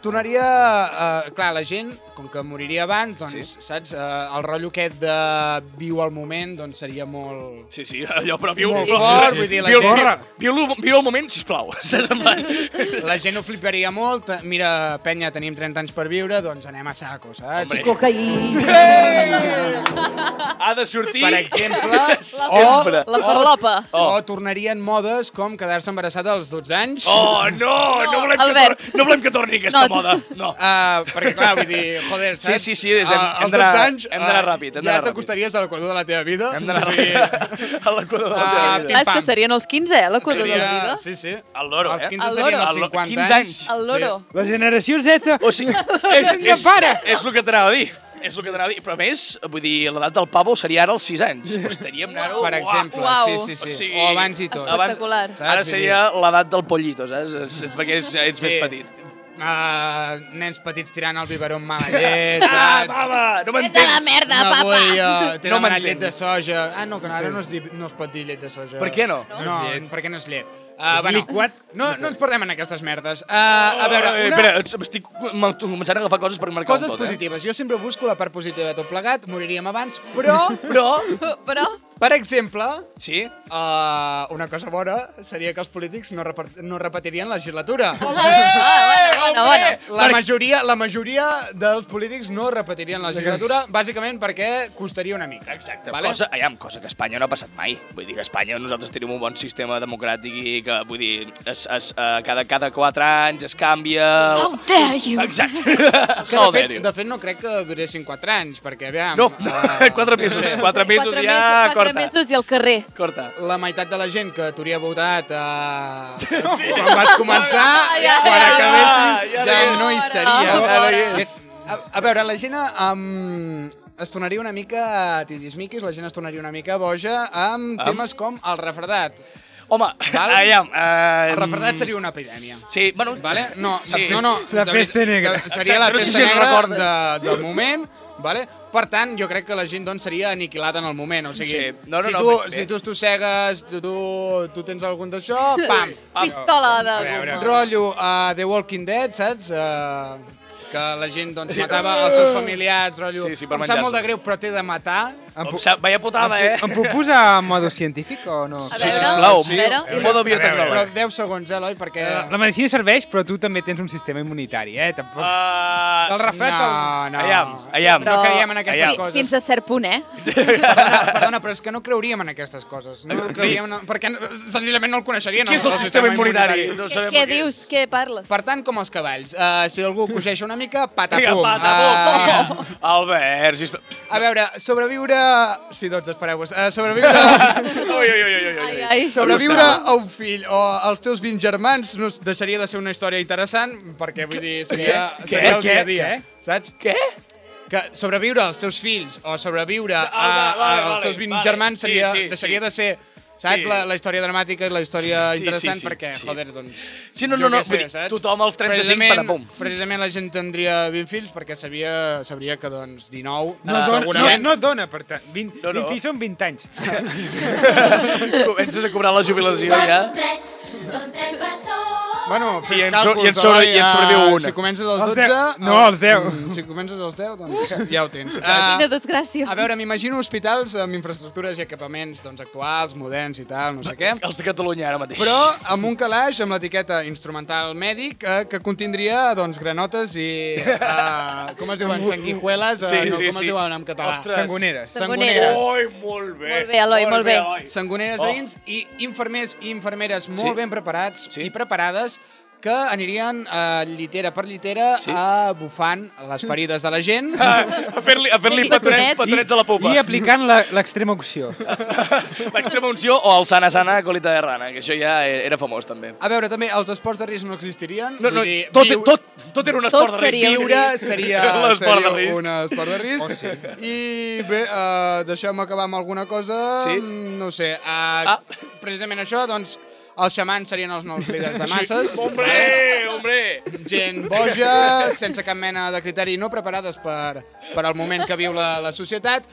Speaker 3: tornaria... Uh, clar, la gent, com que moriria abans, doncs,
Speaker 1: Sí.
Speaker 3: saps, uh, el rotllo aquest de viu al moment, doncs seria molt...
Speaker 1: Sí, sí, allò, però viu...
Speaker 3: molt
Speaker 1: viu-
Speaker 3: fort, vull dir, la
Speaker 1: viu-
Speaker 3: gent-
Speaker 1: viu- Viu, viu el moment, sisplau. [LAUGHS] Saps? En plan,
Speaker 3: La gent ho fliparia molt. Mira, penya, tenim 30 anys per viure, doncs anem a saco, saps?
Speaker 1: Hombre.
Speaker 6: Cocaïna.
Speaker 1: ha de sortir...
Speaker 3: Per exemple, o
Speaker 1: Sempre.
Speaker 5: La farlopa.
Speaker 1: Oh.
Speaker 3: Oh. O tornarien modes com quedar-se embarassada als 12 anys.
Speaker 1: [LAUGHS] Oh, no! No,
Speaker 5: No,
Speaker 1: volem,
Speaker 5: Albert.
Speaker 1: que, tor no volem que torni aquesta
Speaker 5: No.
Speaker 1: moda. No.
Speaker 3: Uh, perquè, clar, vull dir, joder,
Speaker 1: Sí,
Speaker 3: saps?
Speaker 1: sí, sí, és- hem-
Speaker 3: Ah,
Speaker 1: hem
Speaker 3: als
Speaker 1: d'anar-
Speaker 3: 12 anys,
Speaker 1: hem d'anar
Speaker 3: ah,
Speaker 1: ràpid, hem d'anar
Speaker 3: Ja t'acostaries a l'equador de la teva vida.
Speaker 1: Hem d'anar
Speaker 3: o sigui,
Speaker 1: a la cua de la
Speaker 3: Ah,
Speaker 1: teva vida.
Speaker 5: Clar, és que
Speaker 3: pam.
Speaker 5: serien els 15, eh, la coda de la vida.
Speaker 3: Sí, sí.
Speaker 1: Al loro,
Speaker 3: Als
Speaker 1: eh?
Speaker 3: 15
Speaker 5: Al
Speaker 3: serien
Speaker 5: loro.
Speaker 3: els
Speaker 1: Al loro,
Speaker 3: 50
Speaker 1: 15 anys.
Speaker 5: El loro.
Speaker 4: La generació Z.
Speaker 3: [LAUGHS]
Speaker 1: O sigui, és,
Speaker 4: És el meu
Speaker 1: és,
Speaker 4: pare.
Speaker 1: és el que t'anava a dir. És el que t'anava a dir. Però a més, vull dir, l'edat del pavo seria ara els 6 anys. Estaríem anant-ho...
Speaker 3: Per exemple,
Speaker 5: Uau.
Speaker 3: sí, sí, sí. O abans i tot.
Speaker 5: Abans- Espectacular.
Speaker 1: Ara seria l'edat del pollito, saps? És, és, perquè és, ets
Speaker 3: Sí.
Speaker 1: sí. més petit.
Speaker 3: Uh, nens petits tirant el biberó
Speaker 1: [LAUGHS]
Speaker 3: amb mala llet,
Speaker 1: Ah,
Speaker 3: saps?
Speaker 1: pava! No
Speaker 5: Ets a la
Speaker 1: m'entens!
Speaker 5: merda,
Speaker 3: no
Speaker 5: papa.
Speaker 3: vull, uh, t'he
Speaker 1: No
Speaker 3: demanat
Speaker 1: m'entenc.
Speaker 3: llet de soja. Ah, no, que ara no es, di, no es pot dir llet de soja.
Speaker 1: Per què no?
Speaker 3: No,
Speaker 4: llet.
Speaker 3: perquè no és llet. Uh,
Speaker 4: És liquat.
Speaker 3: No, no ens perdem en aquestes merdes. Uh, a veure,
Speaker 1: Eh,
Speaker 3: una...
Speaker 1: Espera, ets- m'estic m'estic començant a agafar coses per marcar
Speaker 3: Coses
Speaker 1: un tot, eh?
Speaker 3: positives. Jo sempre busco la part positiva de tot plegat, moriríem abans, però,
Speaker 1: eh? Però,
Speaker 5: Però...
Speaker 3: per exemple,
Speaker 1: sí,
Speaker 3: uh, una cosa bona seria que els polítics no, repart- no repetirien la legislatura.
Speaker 5: Ah,
Speaker 1: Eh,
Speaker 5: bueno, bueno, bueno.
Speaker 3: La majoria, la majoria dels polítics no repetirien la legislatura, bàsicament perquè costaria una mica.
Speaker 1: Exacte, vale.
Speaker 3: Vale?
Speaker 1: cosa, aviam, cosa que a Espanya no ha passat mai. Vull dir que a Espanya nosaltres tenim un bon sistema democràtic i que, vull dir, es, es, eh, cada, cada quatre anys es canvia...
Speaker 5: How dare you!
Speaker 1: Exacte. [LAUGHS]
Speaker 3: Que
Speaker 1: How
Speaker 3: de, fet,
Speaker 1: dare you.
Speaker 3: de fet, no crec que duressin 4 anys, perquè, aviam...
Speaker 1: No,
Speaker 3: eh,
Speaker 1: [LAUGHS] quatre
Speaker 3: no
Speaker 1: mesos,
Speaker 3: sé,
Speaker 1: quatre mesos
Speaker 5: Quatre
Speaker 1: ja,
Speaker 5: mesos, quatre
Speaker 1: corta.
Speaker 5: mesos i al carrer.
Speaker 1: Corta.
Speaker 3: La meitat de la gent que t'hauria votat eh, sí. quan vas començar,
Speaker 5: Ja, ja,
Speaker 3: quan
Speaker 5: ja,
Speaker 3: acabessis,
Speaker 1: ja,
Speaker 3: ja,
Speaker 1: ja no
Speaker 3: no hi
Speaker 5: és.
Speaker 3: seria.
Speaker 5: Ara no hi
Speaker 1: és.
Speaker 3: A, a veure, la gent um, es tornaria una mica titismiquis, la gent es tornaria una mica boja amb
Speaker 1: Amb?
Speaker 3: temes com el refredat.
Speaker 1: Home,
Speaker 3: Val.
Speaker 1: [LAUGHS] aviam... Eh,
Speaker 3: El refredat seria una epidèmia.
Speaker 1: Sí, bueno...
Speaker 3: Vale? No,
Speaker 1: Sí.
Speaker 3: no, no.
Speaker 4: La
Speaker 3: de
Speaker 4: peste
Speaker 3: veritat,
Speaker 4: negra.
Speaker 3: de- Seria la
Speaker 1: Exacte, no sé
Speaker 3: peste
Speaker 1: si en recordes.
Speaker 3: negra de, del moment, vale? Per tant, jo crec que la gent doncs, seria aniquilada en el moment. O sigui,
Speaker 1: Sí. No, no,
Speaker 3: si,
Speaker 1: no,
Speaker 3: tu,
Speaker 1: bé, bé.
Speaker 3: si tu estossegues, tu, tu, tu tens algun d'això, pam!
Speaker 1: Ah,
Speaker 5: Pistola de goma.
Speaker 3: Rotllo uh, The Walking Dead, saps? Uh, que la gent doncs, matava els seus familiars, rotllo...
Speaker 1: Sí, sí, per
Speaker 3: em sap molt
Speaker 1: venjar-se.
Speaker 3: de greu, però t'he de matar.
Speaker 4: Em,
Speaker 1: Em
Speaker 4: pu-
Speaker 1: sap, vaya putada, eh?
Speaker 4: em puc posar en modo científic o no?
Speaker 5: A
Speaker 1: Sí,
Speaker 5: veure,
Speaker 1: sisplau,
Speaker 5: a veure.
Speaker 1: en modo
Speaker 3: Però
Speaker 1: biotecnològic.
Speaker 3: 10 segons, eh, Eloi, perquè...
Speaker 4: La medicina serveix, però tu també tens un sistema immunitari, eh? Tampoc...
Speaker 1: Uh,
Speaker 4: El refred...
Speaker 3: No,
Speaker 4: segur.
Speaker 3: no.
Speaker 1: Aviam, aviam.
Speaker 3: No creiem en aquestes
Speaker 1: Aviam.
Speaker 3: coses.
Speaker 5: Fins a cert punt, eh?
Speaker 3: Perdona, perdona, però és que no creuríem en aquestes coses. No creuríem, en- perquè no- senzillament no el coneixerien.
Speaker 1: Què és el sistema immunitari? No
Speaker 5: Què,
Speaker 1: sabem el que
Speaker 5: què
Speaker 1: és.
Speaker 5: dius? Què parles?
Speaker 3: Per tant, com els cavalls. Uh, si algú coixeix una mica,
Speaker 1: Vinga,
Speaker 3: patapum.
Speaker 1: patapum. Albert, sisplau.
Speaker 3: Eh, a veure, sobreviure... Sí, doncs, espereu-vos. Eh,
Speaker 1: [LAUGHS]
Speaker 3: sobreviure...
Speaker 1: Ui, ui, ui, ui, ui.
Speaker 5: Ai, ai.
Speaker 3: Sobreviure a un fill o als teus 20 germans no es- deixaria de ser una història interessant perquè, vull dir, seria,
Speaker 1: Què?
Speaker 3: seria el
Speaker 1: Què?
Speaker 3: dia a dia,
Speaker 1: Què?
Speaker 3: saps?
Speaker 1: Què?
Speaker 3: Que sobreviure als teus fills o sobreviure a,
Speaker 1: Ah, va,
Speaker 3: a,
Speaker 1: vale,
Speaker 3: als teus 20
Speaker 1: vale.
Speaker 3: germans
Speaker 1: Sí,
Speaker 3: seria,
Speaker 1: sí,
Speaker 3: deixaria
Speaker 1: sí.
Speaker 3: de ser Saps?
Speaker 1: Sí.
Speaker 3: La, la història dramàtica i la
Speaker 1: Sí,
Speaker 3: història
Speaker 1: sí, sí,
Speaker 3: interessant
Speaker 1: sí,
Speaker 3: perquè,
Speaker 1: sí.
Speaker 3: joder, doncs...
Speaker 1: Sí, no,
Speaker 3: jo
Speaker 1: no, no,
Speaker 3: què sé,
Speaker 1: vull dir,
Speaker 3: saps?
Speaker 1: tothom als 35
Speaker 3: Precisament-
Speaker 1: patapum.
Speaker 3: Precisament la gent tindria 20 fills perquè sabia, sabria que, doncs, 19...
Speaker 4: No,
Speaker 1: Ah,
Speaker 4: dona, no,
Speaker 3: segurament.
Speaker 4: no dona, per tant. 20,
Speaker 1: No,
Speaker 4: no,
Speaker 1: no.
Speaker 4: no. 20 fills són 20 anys.
Speaker 1: Comences a cobrar la jubilació ja.
Speaker 8: tres, són tres bessons.
Speaker 3: Bueno, fes
Speaker 1: I en so-
Speaker 3: càlculs,
Speaker 1: i en sobre-
Speaker 3: Eloi,
Speaker 1: i en
Speaker 3: eh,
Speaker 1: sobreviu una.
Speaker 3: Si comences als
Speaker 4: Els
Speaker 3: 12...
Speaker 4: deu. No, els deu.
Speaker 3: mm, Si comences als 10, doncs ja ho tens.
Speaker 5: Quina
Speaker 3: Uh,
Speaker 5: desgràcia.
Speaker 3: a veure, m'imagino hospitals amb infraestructures i equipaments doncs, actuals, moderns i tal, no sé què.
Speaker 1: Els de Catalunya ara mateix.
Speaker 3: Però amb un calaix amb l'etiqueta instrumental mèdic eh, que contindria doncs, granotes i... Eh, com es diuen? Sanguijueles? Eh,
Speaker 1: Sí,
Speaker 3: no,
Speaker 1: sí,
Speaker 3: com
Speaker 1: sí.
Speaker 3: es diuen en català?
Speaker 1: Ostres.
Speaker 4: Sangoneres.
Speaker 5: Sangoneres.
Speaker 1: Ui, molt bé.
Speaker 5: Molt bé, Eloi, molt bé.
Speaker 1: Eloi.
Speaker 3: sangoneres
Speaker 1: Oh.
Speaker 3: a dins i infermers i infermeres molt
Speaker 1: Sí.
Speaker 3: ben preparats
Speaker 1: Sí.
Speaker 3: i preparades que anirien eh, llitera per llitera
Speaker 1: Sí. Mm.
Speaker 3: eh, bufant les ferides de la gent.
Speaker 1: Ah, A fer-li a fer
Speaker 5: I
Speaker 1: petonet,
Speaker 5: petonet.
Speaker 1: petonets a la pupa.
Speaker 4: I aplicant la- l'extrema [LAUGHS] opció.
Speaker 1: L'extrema unció o el sana sana a colita de rana, que això ja era famós també.
Speaker 3: A veure, també, els esports de risc no existirien.
Speaker 1: No, no,
Speaker 3: vull dir,
Speaker 1: tot,
Speaker 3: viu-
Speaker 1: tot, tot era un
Speaker 5: Tot
Speaker 1: esport de risc.
Speaker 5: seria un
Speaker 3: Viure seria,
Speaker 1: [LAUGHS] L'esport de
Speaker 3: seria
Speaker 1: risc.
Speaker 3: un esport de risc.
Speaker 4: Oh, sí.
Speaker 3: I bé, uh, deixeu-me acabar amb alguna cosa,
Speaker 1: Sí?
Speaker 3: mm, no ho sé. Uh, ah. Precisament això, doncs, els xamans serien els nous líders de masses.
Speaker 1: Hombre, hombre.
Speaker 3: gent boja, sense cap mena de criteri, no preparades per, per al moment que viu la, la societat.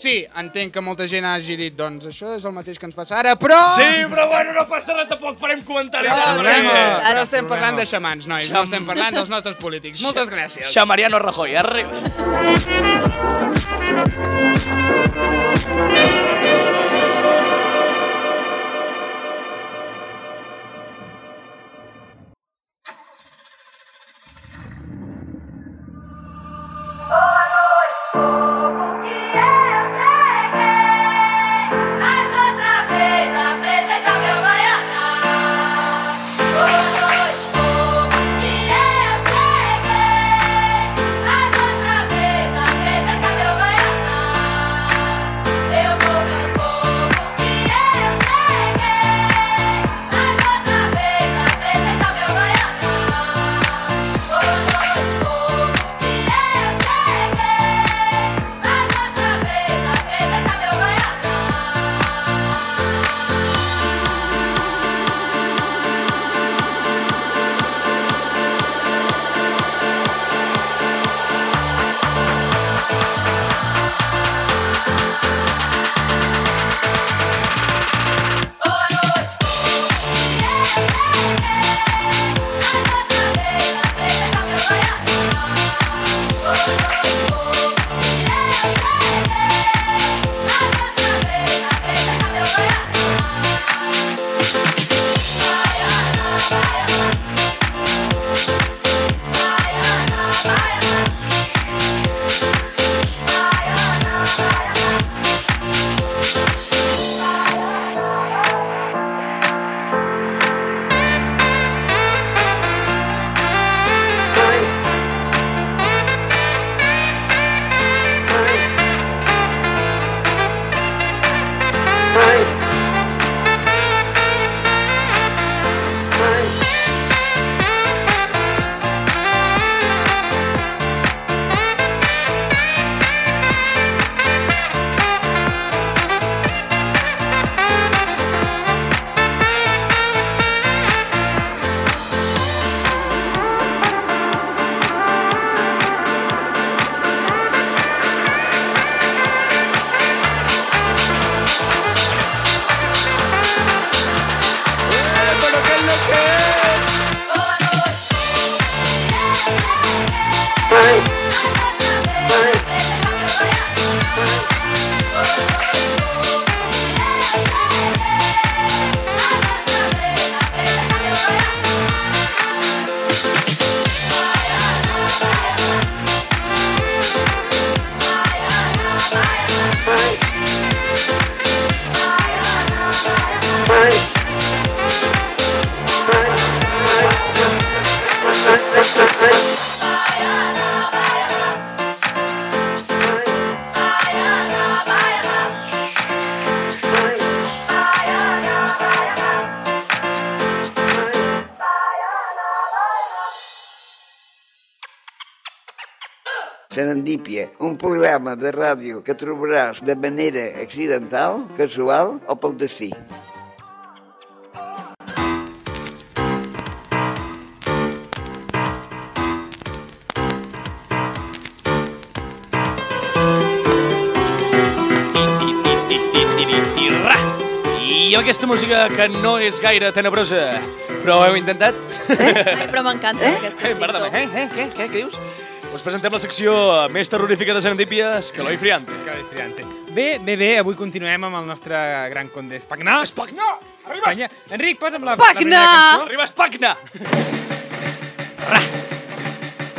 Speaker 3: Sí, entenc que molta gent hagi dit, doncs això és el mateix que ens passa ara, però...
Speaker 1: Sí, però bueno, no passa res, tampoc farem comentaris.
Speaker 3: Però,
Speaker 1: ara,
Speaker 3: estem,
Speaker 1: perquè-
Speaker 4: Problema.
Speaker 3: però estem parlant de xamans, nois,
Speaker 1: Xam-
Speaker 3: no estem parlant dels nostres polítics. Moltes gràcies.
Speaker 1: Xamariano Rajoy, arriba.
Speaker 8: Mas outra vez apresenta meu baianá. Hoje como que eu cheguei. Mas outra vez apresenta meu baianá. Eu vou
Speaker 2: Serendípia, un programa de ràdio que trobaràs de manera accidental, casual o pel destí.
Speaker 1: Ra! I amb aquesta música que no és gaire tenebrosa, però ho hem intentat. [LAUGHS]
Speaker 5: Ai, però m'encanta eh? aquesta
Speaker 1: Eh, perdó, eh,
Speaker 5: sinto.
Speaker 1: eh, què, què, què dius? Us presentem la secció més terrorífica de Serendípia, Escaló i Friante.
Speaker 4: Bé, bé, bé, avui continuem amb el nostre gran conde Spagnar.
Speaker 1: Espagna! Arriba,
Speaker 4: Espanya. Enric, posa'm la, la
Speaker 5: Spagnar!
Speaker 4: primera cançó.
Speaker 1: arriba Espagna!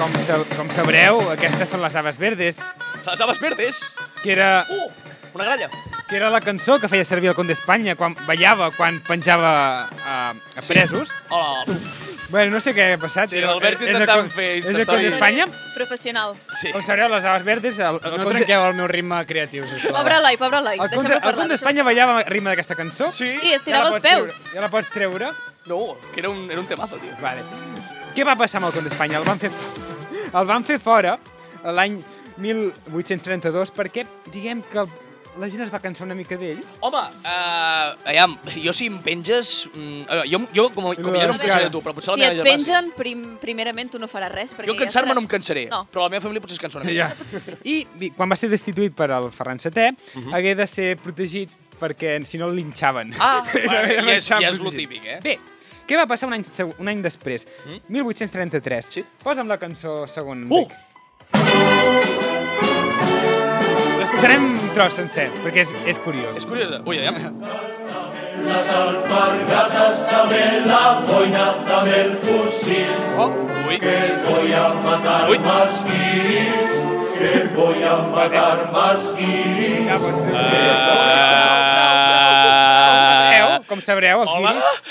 Speaker 4: Com, sa com sabreu, aquestes són les Aves Verdes,
Speaker 1: Les aves verdes.
Speaker 4: que era,
Speaker 1: Uh, una gralla.
Speaker 4: que era la cançó que feia servir el conde Espanya quan ballava, quan penjava a, a presos.
Speaker 1: Hola.
Speaker 4: Bueno, no sé què ha passat.
Speaker 1: Sí,
Speaker 4: Era-
Speaker 1: l'Albert
Speaker 4: és el
Speaker 1: intentant
Speaker 4: con-
Speaker 1: fer
Speaker 4: És el conde
Speaker 1: històries.
Speaker 4: Espanya.
Speaker 5: Professional.
Speaker 1: Sí.
Speaker 4: Com sabreu, les Aves Verdes... El, el
Speaker 3: No
Speaker 4: conde-
Speaker 3: trenqueu el meu ritme creatiu, sisplau.
Speaker 5: Pobre Eloi, pobre Eloi,
Speaker 4: El conde, el
Speaker 5: deixa'm parlar.
Speaker 4: conde
Speaker 5: deixa'm-
Speaker 4: Espanya ballava al ritme d'aquesta cançó.
Speaker 1: Sí.
Speaker 5: Sí, estirava
Speaker 4: la pots
Speaker 5: els peus.
Speaker 4: Treure, ja la pots treure.
Speaker 1: No, que era un, era un temazo, tio.
Speaker 4: Vale. Què va passar amb el conde Espanya? El van fer, [LAUGHS] el van fer fora l'any 1832 perquè, diguem que el, la gent es va cansar una mica d'ell.
Speaker 1: Home, uh, aviam, jo si em penges... Mm, eh, jo, jo com, a- com
Speaker 4: No,
Speaker 1: jo no
Speaker 4: a
Speaker 1: em cansaré
Speaker 4: veure,
Speaker 1: de tu, però potser
Speaker 5: Si
Speaker 1: la meva
Speaker 5: et
Speaker 1: germana... sí.
Speaker 5: pengen, prim, primerament tu no faràs res. Perquè
Speaker 1: Jo
Speaker 5: ja
Speaker 1: cansar-me no em
Speaker 5: estaràs-
Speaker 1: cansaré,
Speaker 5: No.
Speaker 1: però la meva família potser es cansa una mica.
Speaker 4: I vi- quan va ser destituït per al Ferran VII,
Speaker 1: Mhm.
Speaker 4: hagué de ser protegit perquè si no el linxaven. [LAUGHS]
Speaker 1: Ah, vale,
Speaker 4: Hagué de
Speaker 1: ja és-
Speaker 4: marxar
Speaker 1: ja és lo
Speaker 4: protegit.
Speaker 1: típic, eh? Mhm.
Speaker 4: Bé, què va passar un any, seg- un any després? 1833.
Speaker 1: Sí.
Speaker 4: Posa'm la cançó segon,
Speaker 1: Uh!
Speaker 4: Enric. L'escoltarem un tros sencer, perquè és, és curiós.
Speaker 1: És curiosa. Ui, aviam.
Speaker 3: Oh,
Speaker 1: Ui. Ui. Ah.
Speaker 4: Ja pots dir.
Speaker 1: Uh...
Speaker 4: Sabreu, com sabreu, els
Speaker 1: Hola.
Speaker 4: guiris,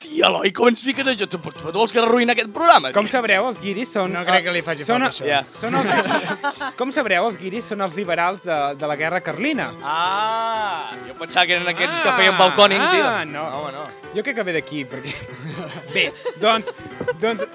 Speaker 1: Tia, Eloi, com ens fiques a jo? Tu, tu vols que arruïna aquest programa?
Speaker 4: com sabreu, els guiris són...
Speaker 3: No crec que li faci
Speaker 4: són,
Speaker 3: falta això.
Speaker 1: Ja.
Speaker 4: Són els, com sabreu, els guiris són els liberals de, de la guerra carlina.
Speaker 1: Ah, jo pensava que eren aquests que feien balcòning,
Speaker 4: ah,
Speaker 1: tio.
Speaker 4: Ah, no. Home, no. Jo crec que ve d'aquí, perquè... Bé, doncs... doncs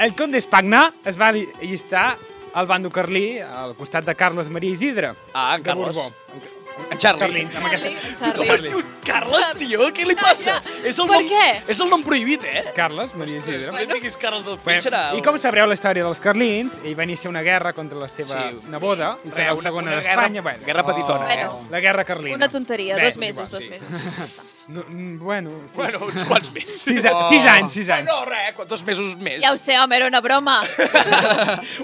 Speaker 4: el conde Espagna es va alli- allistar al bando carlí, al costat de Carles Maria Isidre.
Speaker 1: Ah, en
Speaker 4: de
Speaker 1: Carles.
Speaker 4: Borbó.
Speaker 1: En Charlie.
Speaker 4: Carlins, amb
Speaker 5: Charlie,
Speaker 4: aquesta...
Speaker 1: Com es
Speaker 5: Charlie.
Speaker 1: diu Carles, tio? Què li passa?
Speaker 5: Ja,
Speaker 1: És el
Speaker 5: per
Speaker 1: nom,
Speaker 5: què?
Speaker 1: És el nom prohibit, eh?
Speaker 4: Carles Maria Isidre.
Speaker 1: Bueno. diguis Carles del Puig,
Speaker 4: Bueno,
Speaker 1: serà...
Speaker 4: I com sabreu la història dels carlins, ell va iniciar una guerra contra la seva
Speaker 1: Sí.
Speaker 4: neboda, i serà la segona d'Espanya. Bueno,
Speaker 1: Guerra petitona, eh?
Speaker 5: Bueno,
Speaker 4: La guerra carlina.
Speaker 5: una tonteria,
Speaker 4: Bé,
Speaker 5: dos
Speaker 4: és
Speaker 5: mesos,
Speaker 4: igual,
Speaker 5: dos mesos.
Speaker 4: No, mm, bueno, sí.
Speaker 1: Bueno, Oh. uns quants més.
Speaker 4: Sis, a- sis anys, sis anys.
Speaker 1: No, res, quan- dos mesos més.
Speaker 5: Ja ho sé, home, era una
Speaker 1: [LAUGHS]
Speaker 5: broma.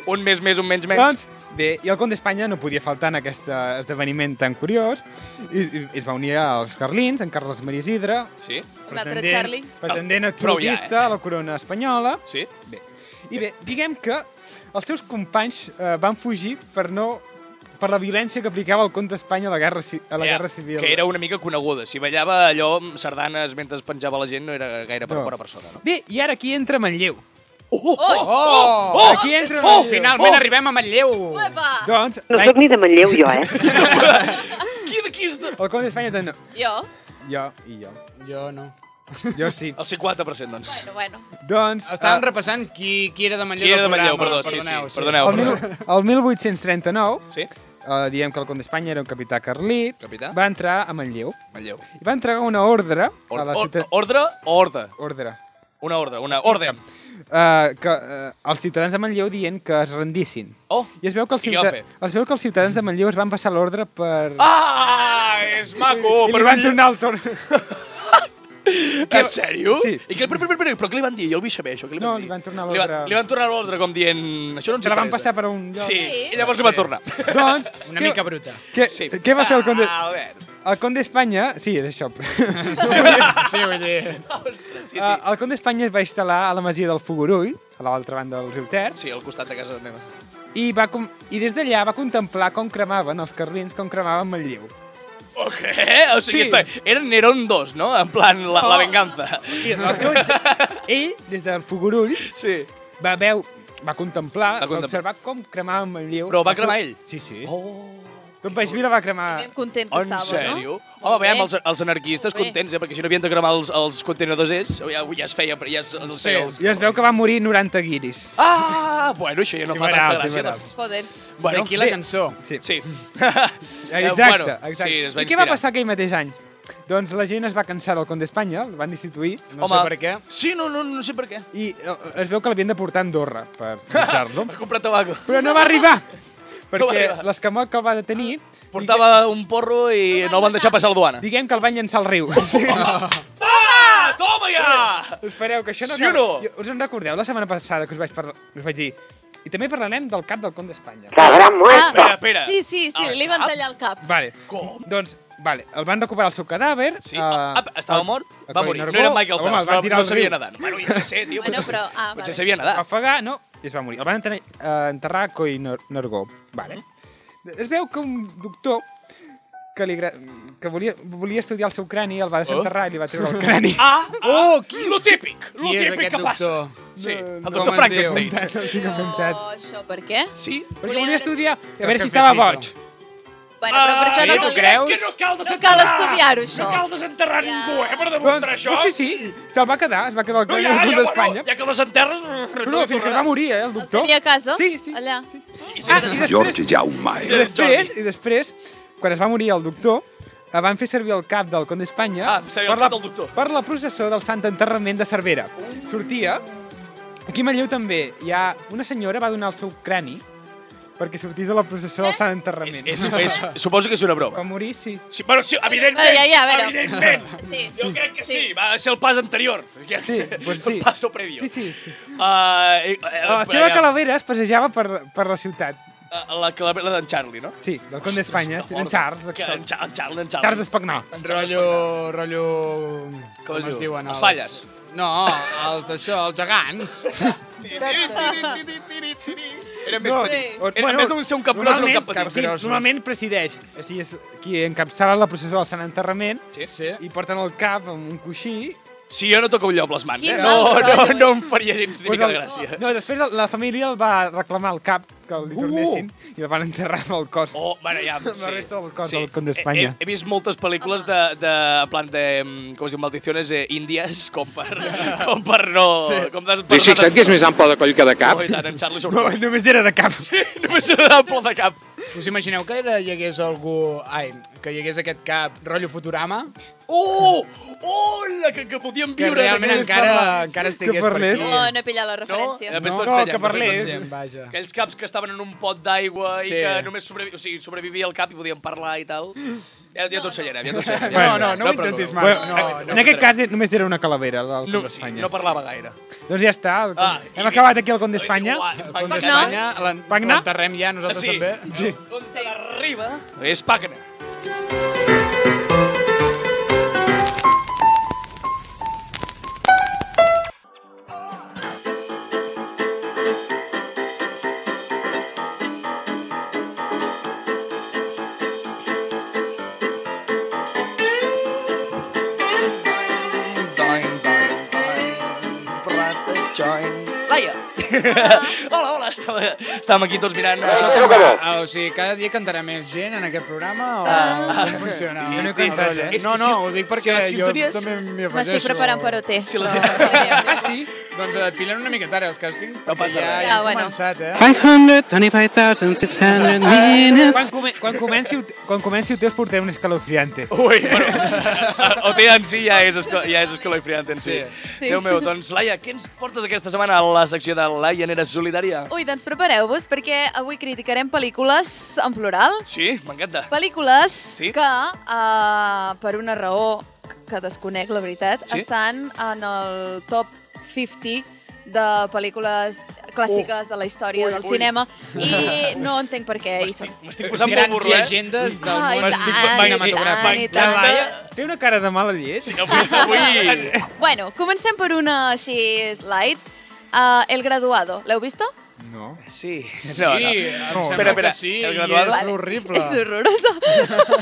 Speaker 1: un mes més, un menys menys.
Speaker 4: Doncs, bé, i el conde d'Espanya no podia faltar en aquest eh, esdeveniment tan curiós i, i es va unir als carlins, en Carles Maria Isidre,
Speaker 1: Sí,
Speaker 5: Un altre
Speaker 4: pretendent-
Speaker 5: Charlie.
Speaker 4: pretendent
Speaker 1: prou Ah, ja, eh?
Speaker 4: absolutista a la corona espanyola.
Speaker 1: sí.
Speaker 4: Bé. I bé, diguem que els seus companys eh, van fugir per no per la violència que aplicava el conde d'Espanya a la guerra, ci- a la
Speaker 1: Ja,
Speaker 4: guerra civil.
Speaker 1: Que era una mica coneguda. Si ballava allò amb sardanes mentre penjava la gent no era gaire per
Speaker 4: No.
Speaker 1: bona persona, no?
Speaker 4: Bé, i ara aquí entra Manlleu.
Speaker 1: Oh, oh,
Speaker 3: Oh!
Speaker 1: oh,
Speaker 4: aquí entra
Speaker 1: oh,
Speaker 4: Manlleu.
Speaker 3: Finalment arribem a Manlleu.
Speaker 5: Uepa!
Speaker 4: Doncs,
Speaker 6: No
Speaker 4: l'any-
Speaker 6: soc ni de Manlleu, jo, [LAUGHS] eh?
Speaker 1: [LAUGHS] Qui d'aquí és de...
Speaker 4: el conde d'Espanya... tant- No,
Speaker 5: Jo?
Speaker 4: jo i jo.
Speaker 3: Jo no.
Speaker 1: [LAUGHS]
Speaker 4: Jo sí.
Speaker 1: El 50%, doncs.
Speaker 5: Bueno, bueno.
Speaker 4: doncs...
Speaker 3: Estàvem
Speaker 4: eh,
Speaker 3: repassant qui, qui era de
Speaker 1: Ah.
Speaker 3: Manlleu
Speaker 1: Qui era de
Speaker 3: del
Speaker 1: Manlleu, perdó,
Speaker 3: programa.
Speaker 1: sí, sí,
Speaker 3: Perdoneu,
Speaker 1: perdoneu,
Speaker 4: el, mil,
Speaker 1: perdoneu.
Speaker 4: el 1839,
Speaker 1: Sí?
Speaker 4: eh, diem que el conde d'Espanya era un capità carlí,
Speaker 1: Capità?
Speaker 4: va entrar a Manlleu
Speaker 1: Manlleu.
Speaker 4: i va entregar una ordre
Speaker 1: Or
Speaker 4: a la
Speaker 1: or
Speaker 4: ciutat...
Speaker 1: ordre o ordre?
Speaker 4: Ordre.
Speaker 1: Una ordre, una ordre.
Speaker 4: Uh, que, uh, els ciutadans de Manlleu dient que es rendissin.
Speaker 1: Oh!
Speaker 4: I es veu que els,
Speaker 1: I què van
Speaker 4: ciuta... es veu que els ciutadans de Manlleu es van passar l'ordre per...
Speaker 1: Ah, és maco!
Speaker 4: I
Speaker 1: però
Speaker 4: li van
Speaker 1: ell-
Speaker 4: tornar el torn. [LAUGHS]
Speaker 1: En sèrio?
Speaker 4: Sí.
Speaker 1: I que, però, però, però, però què li van dir? Jo el vull saber, això. Què li van
Speaker 4: No,
Speaker 1: dir?
Speaker 4: li van tornar
Speaker 1: Li, va,
Speaker 4: l'ordre.
Speaker 1: li van tornar l'ordre com dient... Això no ens
Speaker 4: Se la van
Speaker 1: interessa.
Speaker 4: passar per un lloc.
Speaker 1: Sí,
Speaker 5: Sí.
Speaker 1: i llavors li va tornar. [LAUGHS]
Speaker 4: Doncs...
Speaker 3: Una mica bruta.
Speaker 4: Què,
Speaker 1: Sí.
Speaker 4: què va fer el conde...
Speaker 1: Ah, Albert.
Speaker 4: El conde d'Espanya... Sí, és això. [LAUGHS]
Speaker 3: Sí, vull dir...
Speaker 1: Ostres, sí, sí.
Speaker 4: Uh, el conde d'Espanya es va instal·lar a la masia del Fogorull, a l'altra banda del riu Ter,
Speaker 1: Sí, al costat de casa meva.
Speaker 4: i, va com... i des d'allà va contemplar com cremaven els carlins, com cremaven Manlleu.
Speaker 1: Ok, o sigui,
Speaker 4: Sí.
Speaker 1: sí. era Nerón 2, no? En plan, la, la venganza.
Speaker 4: I el seu...
Speaker 1: [LAUGHS]
Speaker 4: Ell, des del Fogorull,
Speaker 1: Sí.
Speaker 4: va veu,
Speaker 1: Va
Speaker 4: va contemplar, va,
Speaker 1: contemplar.
Speaker 4: contemplar. va observar com cremaven Manlleu.
Speaker 1: Però ho va
Speaker 4: El seu-
Speaker 1: cremar ell?
Speaker 4: Sí, sí.
Speaker 1: Oh.
Speaker 4: Tot Baixvila va cremar...
Speaker 5: Ben content que
Speaker 1: Ah, En
Speaker 5: estava,
Speaker 1: sèrio?
Speaker 5: no?
Speaker 1: Home, veiem
Speaker 5: bé.
Speaker 1: els, els anarquistes
Speaker 5: Molt bé.
Speaker 1: contents, eh? perquè si no havien de cremar els, els contenedors ells, ja, ja es feia... Ja es, els
Speaker 3: Sí.
Speaker 1: feia els...
Speaker 4: I es veu que van morir 90 guiris.
Speaker 1: Ah, bueno, això ja no fa
Speaker 4: Liberals,
Speaker 1: tanta gràcia.
Speaker 4: liberals.
Speaker 1: Doncs.
Speaker 5: Joder.
Speaker 1: Bueno,
Speaker 3: D'aquí la
Speaker 1: bé,
Speaker 3: cançó.
Speaker 4: Sí.
Speaker 1: Sí.
Speaker 4: Mm.
Speaker 1: [LAUGHS]
Speaker 4: Exacte,
Speaker 1: Eh,
Speaker 4: exacte.
Speaker 1: Sí, es va
Speaker 4: I què va
Speaker 1: inspirar.
Speaker 4: passar aquell mateix any? Doncs la gent es va cansar del Conde Espanya, el van destituir,
Speaker 3: No sé per què.
Speaker 1: Sí, no, no, no sé per què.
Speaker 4: i eh, es veu que l'havien de portar a Andorra per
Speaker 1: [LAUGHS]
Speaker 4: utilitzar-lo.
Speaker 1: Va comprar tabaco.
Speaker 4: Però no va arribar, perquè
Speaker 1: arribar.
Speaker 4: l'escamó que el va detenir,
Speaker 1: Portava un porro i no el van deixar passar la duana.
Speaker 4: diguem que el van llançar al
Speaker 1: [LAUGHS]
Speaker 4: riu. Sí.
Speaker 1: Toma! Toma ja!
Speaker 4: [LAUGHS] Espereu, que això no...
Speaker 1: Sí o no?
Speaker 4: Jo- Us en recordeu la setmana passada que us vaig, parlar, us vaig dir i també parlarem del cap del Conde Espanya.
Speaker 1: Espera, espera.
Speaker 5: Ah,
Speaker 1: Ah,
Speaker 5: Sí, sí, sí, li van tallar el cap.
Speaker 4: Vale. Com? Doncs, vale, el van recuperar el seu cadàver. eh,
Speaker 1: Sí? Ah, ah, estava
Speaker 4: el-
Speaker 1: mort?
Speaker 4: el
Speaker 1: Va
Speaker 4: Coll
Speaker 1: morir. No
Speaker 4: Nargó,
Speaker 1: era Michael
Speaker 4: home,
Speaker 1: Phelps,
Speaker 4: el van
Speaker 1: no,
Speaker 4: tirar
Speaker 1: no
Speaker 4: al
Speaker 1: sabia
Speaker 4: riu.
Speaker 1: nedar. Bueno, ja no sé, tio.
Speaker 5: Bueno, però... Ah,
Speaker 1: Potser
Speaker 5: vale.
Speaker 1: sabia nedar.
Speaker 4: Va ofegar, no, i es va morir. El van enterrar, eh, enterrar a Coll Nar- Nargó. Vale. Es veu que un doctor que, li, gra- que volia, volia estudiar el seu crani el va desenterrar i li va treure el crani.
Speaker 1: [LAUGHS] Ah,
Speaker 3: Oh, qui-
Speaker 1: Lo típic, lo
Speaker 3: qui és
Speaker 1: típic
Speaker 3: aquest
Speaker 1: que passa.
Speaker 3: doctor?
Speaker 1: Sí, el
Speaker 3: no
Speaker 1: doctor
Speaker 3: me'n
Speaker 1: Frankenstein.
Speaker 4: No el tinc apuntat.
Speaker 5: Però Oh, això per què?
Speaker 1: Sí?
Speaker 4: Perquè
Speaker 5: Volia
Speaker 4: volia
Speaker 5: veure-
Speaker 4: estudiar, a veure si
Speaker 3: que
Speaker 4: estava
Speaker 3: flipa.
Speaker 4: boig.
Speaker 5: Bueno,
Speaker 1: Ah,
Speaker 5: però per això
Speaker 3: sí,
Speaker 5: no
Speaker 3: ho
Speaker 5: cal...
Speaker 3: creus?
Speaker 1: Que no cal
Speaker 5: No cal
Speaker 1: desenterrar.
Speaker 5: estudiar-ho, això.
Speaker 1: No cal desenterrar
Speaker 5: Ja.
Speaker 1: ningú, eh, per demostrar
Speaker 4: Doncs,
Speaker 1: això.
Speaker 4: No, sí, sí, se'l va quedar, es va quedar el
Speaker 1: No,
Speaker 4: crani
Speaker 1: ja,
Speaker 4: del
Speaker 1: ja,
Speaker 4: Conde
Speaker 1: bueno,
Speaker 4: d'Espanya.
Speaker 1: ja que les enterres... No,
Speaker 4: No, no, fins que es va morir, eh, el
Speaker 5: El
Speaker 4: doctor.
Speaker 5: tenia a casa?
Speaker 4: Sí, sí.
Speaker 5: Allà. Sí.
Speaker 4: Ah, i després,
Speaker 9: Jaume.
Speaker 4: i després, i després, quan es va morir el doctor, eh, van fer servir el cap del Conde d'Espanya
Speaker 1: Ah, em sabia, el cap del doctor.
Speaker 4: per la processó del Sant Enterrament de Cervera. Sortia... Aquí a Manlleu també hi ha... Una senyora va donar el seu crani perquè sortís a la processó
Speaker 5: Eh?
Speaker 4: del Sant
Speaker 1: És,
Speaker 4: Enterrament.
Speaker 1: és, és, suposo que és una broma.
Speaker 4: Va morir, sí.
Speaker 1: Sí, bueno, sí, evidentment,
Speaker 5: Ja, ja, a veure.
Speaker 1: evidentment.
Speaker 5: Sí.
Speaker 1: Jo crec que sí.
Speaker 5: Sí.
Speaker 1: va ser el pas anterior.
Speaker 4: Sí, pues sí.
Speaker 1: [LAUGHS] El paso previo.
Speaker 4: Sí, sí, sí.
Speaker 1: Ah, eh, eh,
Speaker 4: La
Speaker 1: però
Speaker 4: seva
Speaker 1: ja-
Speaker 4: calavera es passejava per, per la ciutat.
Speaker 1: Ah, La calavera d'en Charlie, no?
Speaker 4: Sí, del Conde d'Espanya.
Speaker 1: que
Speaker 4: En
Speaker 1: forta.
Speaker 4: Charles.
Speaker 1: Que En
Speaker 4: Charles,
Speaker 1: Cha- en Charles, en Charles.
Speaker 4: Charles d'Espagnar.
Speaker 3: Rotllo... rotllo...
Speaker 1: Com es
Speaker 3: es
Speaker 1: diu?
Speaker 3: diuen?
Speaker 1: Els falles.
Speaker 3: No, els, això, els gegants.
Speaker 1: Era més
Speaker 4: No,
Speaker 1: petit.
Speaker 4: o-
Speaker 1: Era més d'un ser un capgròs en un
Speaker 4: normalment-
Speaker 1: cap petit.
Speaker 3: cap-
Speaker 4: Sí,
Speaker 3: Grossos.
Speaker 4: normalment presideix. O sigui, és qui encapçala la processó del Sant Enterrament
Speaker 1: Sí.
Speaker 3: Sí.
Speaker 4: i porten el cap amb un coixí.
Speaker 1: Si jo no toco un llop les mans,
Speaker 5: Quin
Speaker 1: eh?
Speaker 5: mal
Speaker 1: No, no,
Speaker 5: rotllo.
Speaker 1: no em faria gens ni
Speaker 4: Pues
Speaker 1: mica
Speaker 4: el-
Speaker 1: de gràcia. Uh!
Speaker 4: No, després la família el va reclamar el cap, que li tornessin, i el van enterrar amb el cos.
Speaker 1: Oh, bueno, ja, sí.
Speaker 4: La resta del cos del Conde d'Espanya.
Speaker 1: He, he, vist moltes pel·lícules de, de, en plan de, mm, com es diu, maldiciones eh, índies, com per,
Speaker 4: [LAUGHS]
Speaker 1: com per no... Sí. Com des, per
Speaker 10: Deixa't que és més ample de coll que de cap.
Speaker 1: Oh, i tant, en Charlie [LAUGHS]
Speaker 4: No,
Speaker 1: sobre... No,
Speaker 4: només era de cap.
Speaker 1: sí, només se n'ample de cap.
Speaker 3: Us imagineu que era, hi hagués algú... Ai, que hi hagués aquest cap rotllo Futurama?
Speaker 1: Oh! Hola, que, que podíem
Speaker 3: Que
Speaker 1: viure...
Speaker 3: realment
Speaker 1: d'aquells-
Speaker 3: encara,
Speaker 4: parlés.
Speaker 3: encara
Speaker 4: Que
Speaker 3: estigués per
Speaker 4: parlés.
Speaker 3: aquí.
Speaker 5: Oh, no he pillat la referència.
Speaker 1: No, eh,
Speaker 5: No,
Speaker 1: Després
Speaker 4: No,
Speaker 1: t'ensenyem,
Speaker 4: que
Speaker 1: després
Speaker 4: parlés.
Speaker 1: t'ensenyem.
Speaker 3: Vaja.
Speaker 1: Aquells caps que estaven en un pot d'aigua
Speaker 3: Sí.
Speaker 1: i que només sobrevi... o sigui, sobrevivia el cap i podien parlar i tal. Ja, ja t'ho ensenyaré, ja t'ho ensenyaré.
Speaker 3: No, no, no ho
Speaker 1: però-
Speaker 3: intentis,
Speaker 1: no,
Speaker 3: Marc,
Speaker 1: no,
Speaker 3: no,
Speaker 1: no,
Speaker 4: en aquest cas només era una calavera, el Conde
Speaker 1: No, sí,
Speaker 4: d'Espanya.
Speaker 1: no parlava gaire.
Speaker 4: Doncs ja està, el...
Speaker 1: Ah,
Speaker 4: Conde-
Speaker 1: i-
Speaker 4: hem acabat aquí el Conde d'Espanya.
Speaker 3: Com
Speaker 1: M'encanta.
Speaker 3: d'Espanya,
Speaker 4: Pagna?
Speaker 3: l'enterrem ja nosaltres
Speaker 1: Sí.
Speaker 3: també.
Speaker 1: sí. Conte d'arriba és Pagna. Laia! [LAUGHS] hola, hola, estava, estàvem aquí tots mirant... eh,
Speaker 3: Això com va? Ah, o sigui, cada dia cantarà més gent en aquest programa o
Speaker 5: Ah.
Speaker 3: com funciona?
Speaker 4: Jo no he
Speaker 3: el
Speaker 4: cantat,
Speaker 3: rotllo?
Speaker 4: eh?
Speaker 1: És
Speaker 3: No,
Speaker 1: que
Speaker 3: no,
Speaker 1: si-
Speaker 3: ho dic
Speaker 1: si
Speaker 3: perquè
Speaker 1: les
Speaker 3: jo
Speaker 1: sintonías-
Speaker 3: també m'hi afegeixo.
Speaker 5: M'estic preparant
Speaker 3: [LAUGHS]
Speaker 5: per OT.
Speaker 1: Si les-
Speaker 5: Ah,
Speaker 4: Sí,
Speaker 3: Doncs et pillen una miqueta ara els càstings,
Speaker 1: No
Speaker 3: perquè
Speaker 1: passa
Speaker 3: ja,
Speaker 1: res.
Speaker 3: ja
Speaker 5: Ja,
Speaker 3: hem
Speaker 5: Ah, bueno.
Speaker 3: començat, eh?
Speaker 10: 525,600
Speaker 4: quan,
Speaker 10: minutes.
Speaker 4: come, quan, comenci, quan comenci el teu us portaré un escalofriante.
Speaker 1: Ui, bueno, o té en si ja és, esco- ja és escalofriant en si.
Speaker 3: Sí.
Speaker 1: Sí.
Speaker 5: Sí.
Speaker 1: Déu meu, doncs Laia, què ens portes aquesta setmana a la secció de Laia Nera Solidària?
Speaker 5: Ui, doncs prepareu-vos perquè avui criticarem pel·lícules en plural.
Speaker 1: Sí, m'encanta.
Speaker 5: Pel·lícules
Speaker 1: Sí.
Speaker 5: que, uh, per una raó que desconec, la veritat,
Speaker 1: Sí.
Speaker 5: estan en el top 50 de pel·lícules clàssiques de la història
Speaker 1: Ui,
Speaker 5: del
Speaker 1: ui.
Speaker 5: cinema
Speaker 1: [LAUGHS]
Speaker 5: i no entenc per què hi són.
Speaker 1: M'estic- M'estic posant molt
Speaker 3: Grans
Speaker 1: burla, eh?
Speaker 3: llegendes del
Speaker 5: Ai,
Speaker 3: món
Speaker 5: i tant,
Speaker 3: cinematogràfic.
Speaker 5: i tant,
Speaker 4: La
Speaker 5: i tant.
Speaker 4: Laia té una cara de mala llet.
Speaker 1: Sí, avui, avui...
Speaker 5: Bueno, comencem per una així light. Uh, el graduado, l'heu vist?
Speaker 4: No.
Speaker 1: Sí.
Speaker 3: Sí,
Speaker 1: No, no.
Speaker 3: em
Speaker 4: No.
Speaker 1: Espera,
Speaker 3: sembla
Speaker 1: espera,
Speaker 3: que sí,
Speaker 1: el
Speaker 3: i
Speaker 1: graduat-
Speaker 3: és horrible.
Speaker 5: És horroroso.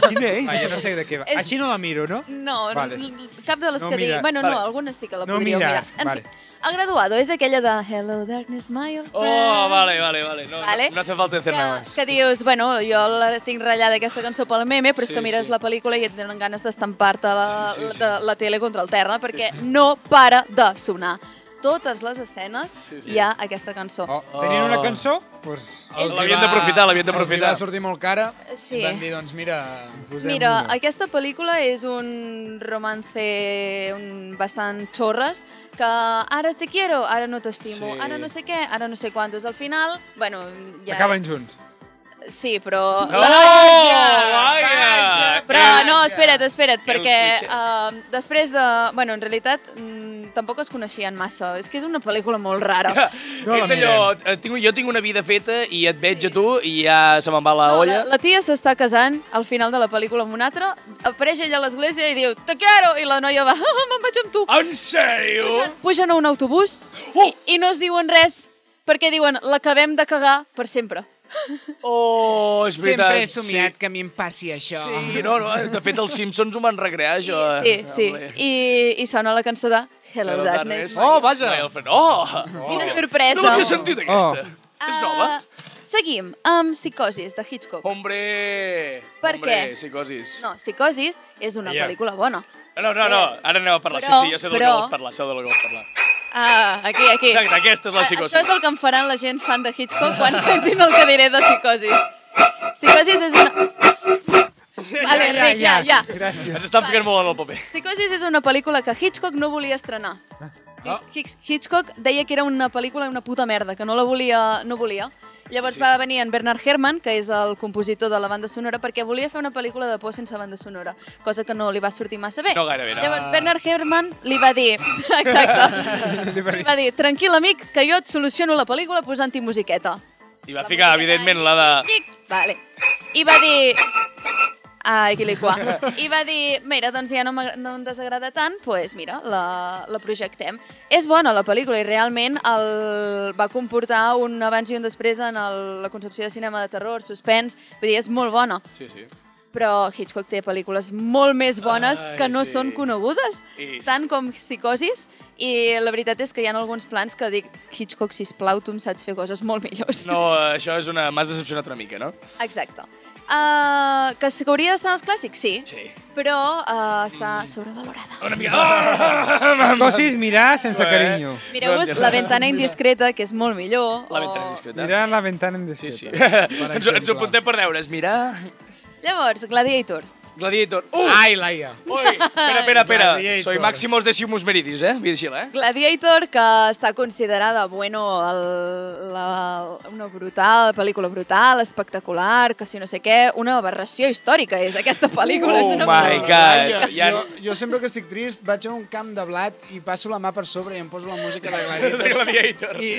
Speaker 4: Quina és? Ah, jo no sé de què va.
Speaker 5: És-
Speaker 4: Així no la miro, no?
Speaker 5: No,
Speaker 4: Vale.
Speaker 5: vale. cap de les
Speaker 4: No
Speaker 5: que digui...
Speaker 4: mirar,
Speaker 5: Bueno,
Speaker 1: vale.
Speaker 5: no, algunes sí que la
Speaker 4: No
Speaker 5: podríeu
Speaker 4: mirar,
Speaker 5: mirar. En
Speaker 4: vale.
Speaker 5: fi, el graduado és aquella de Hello darkness, my old
Speaker 1: Oh,
Speaker 5: friend.
Speaker 1: vale, vale, vale. No, no,
Speaker 5: ¿vale?
Speaker 1: No hace falta decir nada más.
Speaker 5: que, que dius, bueno, jo la tinc ratllada aquesta cançó pel meme, però és
Speaker 1: Sí,
Speaker 5: que mires
Speaker 1: sí.
Speaker 5: la pel·lícula i et donen ganes d'estampar-te la,
Speaker 1: Sí,
Speaker 5: sí,
Speaker 1: sí,
Speaker 5: sí,
Speaker 1: sí.
Speaker 5: la, la tele contra el terra, perquè sí, sí. no para de sonar. Totes les escenes
Speaker 1: Sí,
Speaker 5: sí,
Speaker 1: sí.
Speaker 5: sí. hi ha aquesta cançó.
Speaker 4: Oh, tenien una cançó, doncs...
Speaker 5: És-
Speaker 1: L'havien d'aprofitar, l'havien
Speaker 3: Els hi
Speaker 1: d'aprofitar.
Speaker 3: va sortir molt cara.
Speaker 5: Sí.
Speaker 3: Van dir, doncs mira...
Speaker 4: posem
Speaker 5: Mira,
Speaker 4: una.
Speaker 5: aquesta pel·lícula és un romance un, bastant xorres, que ara te quiero, ara no t'estimo,
Speaker 1: Sí.
Speaker 5: sí. ara no sé què, ara no sé quantos. Al final, bueno... Ja...
Speaker 4: Acaben junts.
Speaker 5: Sí, però...
Speaker 1: No!
Speaker 5: La noia!
Speaker 1: Vaja!
Speaker 5: Però no, espera't, espera't,
Speaker 1: El
Speaker 5: perquè
Speaker 1: cliché.
Speaker 5: uh, després de... Bueno, en realitat mm, tampoc es coneixien massa. És que és una pel·lícula molt rara.
Speaker 1: No
Speaker 3: No la
Speaker 1: és allò, eh, tinc, jo tinc una vida feta i et veig a tu i ja se me'n va la
Speaker 5: No,
Speaker 1: olla.
Speaker 5: La, la tia s'està casant al final de la pel·lícula amb una altra, apareix ella a l'església i diu te quiero, i la noia va, "Ah, me'n vaig amb tu.
Speaker 1: En sèrio?
Speaker 5: Pugen, pugen a un autobús
Speaker 1: Oh.
Speaker 5: i, i no es diuen res perquè diuen l'acabem de cagar per sempre.
Speaker 1: Oh, és veritat.
Speaker 3: Sempre he somiat que a mi em passi això.
Speaker 1: Sí, no, no, de fet els Simpsons ho van recrear, eh. això.
Speaker 5: Sí, sí. I, i sona la cançó de Hello,
Speaker 1: Hello,
Speaker 5: Darkness.
Speaker 1: darkness.
Speaker 3: Oh, vaja.
Speaker 1: Noel Fred- Oh!
Speaker 5: Quina sorpresa.
Speaker 1: No l'havia sentit, aquesta. És nova?
Speaker 5: Uh, seguim amb Psicosis, de Hitchcock.
Speaker 1: Hombre!
Speaker 5: Per
Speaker 1: Hombre,
Speaker 5: què?
Speaker 1: psicosis.
Speaker 5: No, Psicosis és una
Speaker 1: Ja.
Speaker 5: pel·lícula bona.
Speaker 1: no, no, no, ara anem a parlar.
Speaker 5: Però-
Speaker 1: sí, sí, ja sé del
Speaker 5: però-
Speaker 1: que vols parlar, sé del que vols parlar.
Speaker 5: Ah, aquí, aquí.
Speaker 1: Exacte, aquesta és la
Speaker 5: Ah,
Speaker 1: psicosis.
Speaker 5: Això és el que em faran la gent fan de Hitchcock quan [LAUGHS] sentin el que diré de Psicosis. Psicosis és una... Vale, ja, ja, ja.
Speaker 4: Gràcies.
Speaker 1: Ens estan ficant molt en el paper.
Speaker 5: Psicosis és una pel·lícula que Hitchcock no volia estrenar. Hitch- Hitchcock deia que era una pel·lícula una puta merda, que no la volia... No volia. Llavors
Speaker 1: Sí,
Speaker 5: sí,
Speaker 1: sí.
Speaker 5: sí. va venir en Bernard Herrmann, que és el compositor de la banda sonora, perquè volia fer una pel·lícula de por sense banda sonora, cosa que no li va sortir massa bé.
Speaker 1: No gairebé, no.
Speaker 5: Llavors Bernard Herrmann li va dir... [LAUGHS] Exacte.
Speaker 4: Li va dir-
Speaker 5: li va dir, tranquil, amic, que jo et soluciono la pel·lícula posant-hi musiqueta.
Speaker 1: I va ficar,
Speaker 5: musiqueta,
Speaker 1: evidentment, la de...
Speaker 5: llic, llic. Vale. I va dir... Ai, quiliquà. I va dir, mira, doncs ja no, m'agra- no em desagrada tant, doncs pues mira, la, la projectem. És bona la pel·lícula i realment el, va comportar un abans i un després en el, la concepció de cinema de terror, suspens, vull dir, és molt bona.
Speaker 1: Sí, sí.
Speaker 5: Però Hitchcock té pel·lícules molt més bones
Speaker 1: Ai,
Speaker 5: que no
Speaker 1: sí.
Speaker 5: són conegudes,
Speaker 1: I sí.
Speaker 5: tant com Psicosis, i la veritat és que hi ha alguns plans que dic, Hitchcock, sisplau, tu em saps fer coses molt millors.
Speaker 1: No, això és una... M'has decepcionat una mica, no?
Speaker 5: Exacte. Uh, que sí que hauria d'estar en els clàssics, sí,
Speaker 1: Sí.
Speaker 5: però uh, està sobrevalorada.
Speaker 1: Una mica... Ah!
Speaker 4: Cosis mirar sense
Speaker 1: Eh.
Speaker 4: carinyo.
Speaker 5: Mireu-vos La ventana indiscreta, que és molt millor.
Speaker 1: La ventana
Speaker 5: o-
Speaker 1: indiscreta.
Speaker 4: Mirar la ventana en
Speaker 1: Sí,
Speaker 4: discreta.
Speaker 1: sí. ens, ens ho apuntem per deures. Mirar...
Speaker 5: Llavors, Gladiator.
Speaker 1: Gladiator. Uh!
Speaker 3: Ai, Laia.
Speaker 1: Ui, espera, espera, espera.
Speaker 3: Gladiator.
Speaker 1: Soy Máximos Decimus Meridius, eh? Vigila, eh?
Speaker 5: Gladiator, que està considerada, bueno, el, la, una brutal, pel·lícula brutal, espectacular, que si no sé què, una aberració històrica és aquesta pel·lícula.
Speaker 1: Oh
Speaker 5: és una
Speaker 1: my
Speaker 5: aberració.
Speaker 1: God.
Speaker 3: Laia,
Speaker 1: Ja-
Speaker 3: jo, jo sempre que estic trist vaig a un camp de blat i passo la mà per sobre i em poso la música de
Speaker 1: [LAUGHS]
Speaker 3: Gladiator.
Speaker 1: Gladiator.
Speaker 3: I,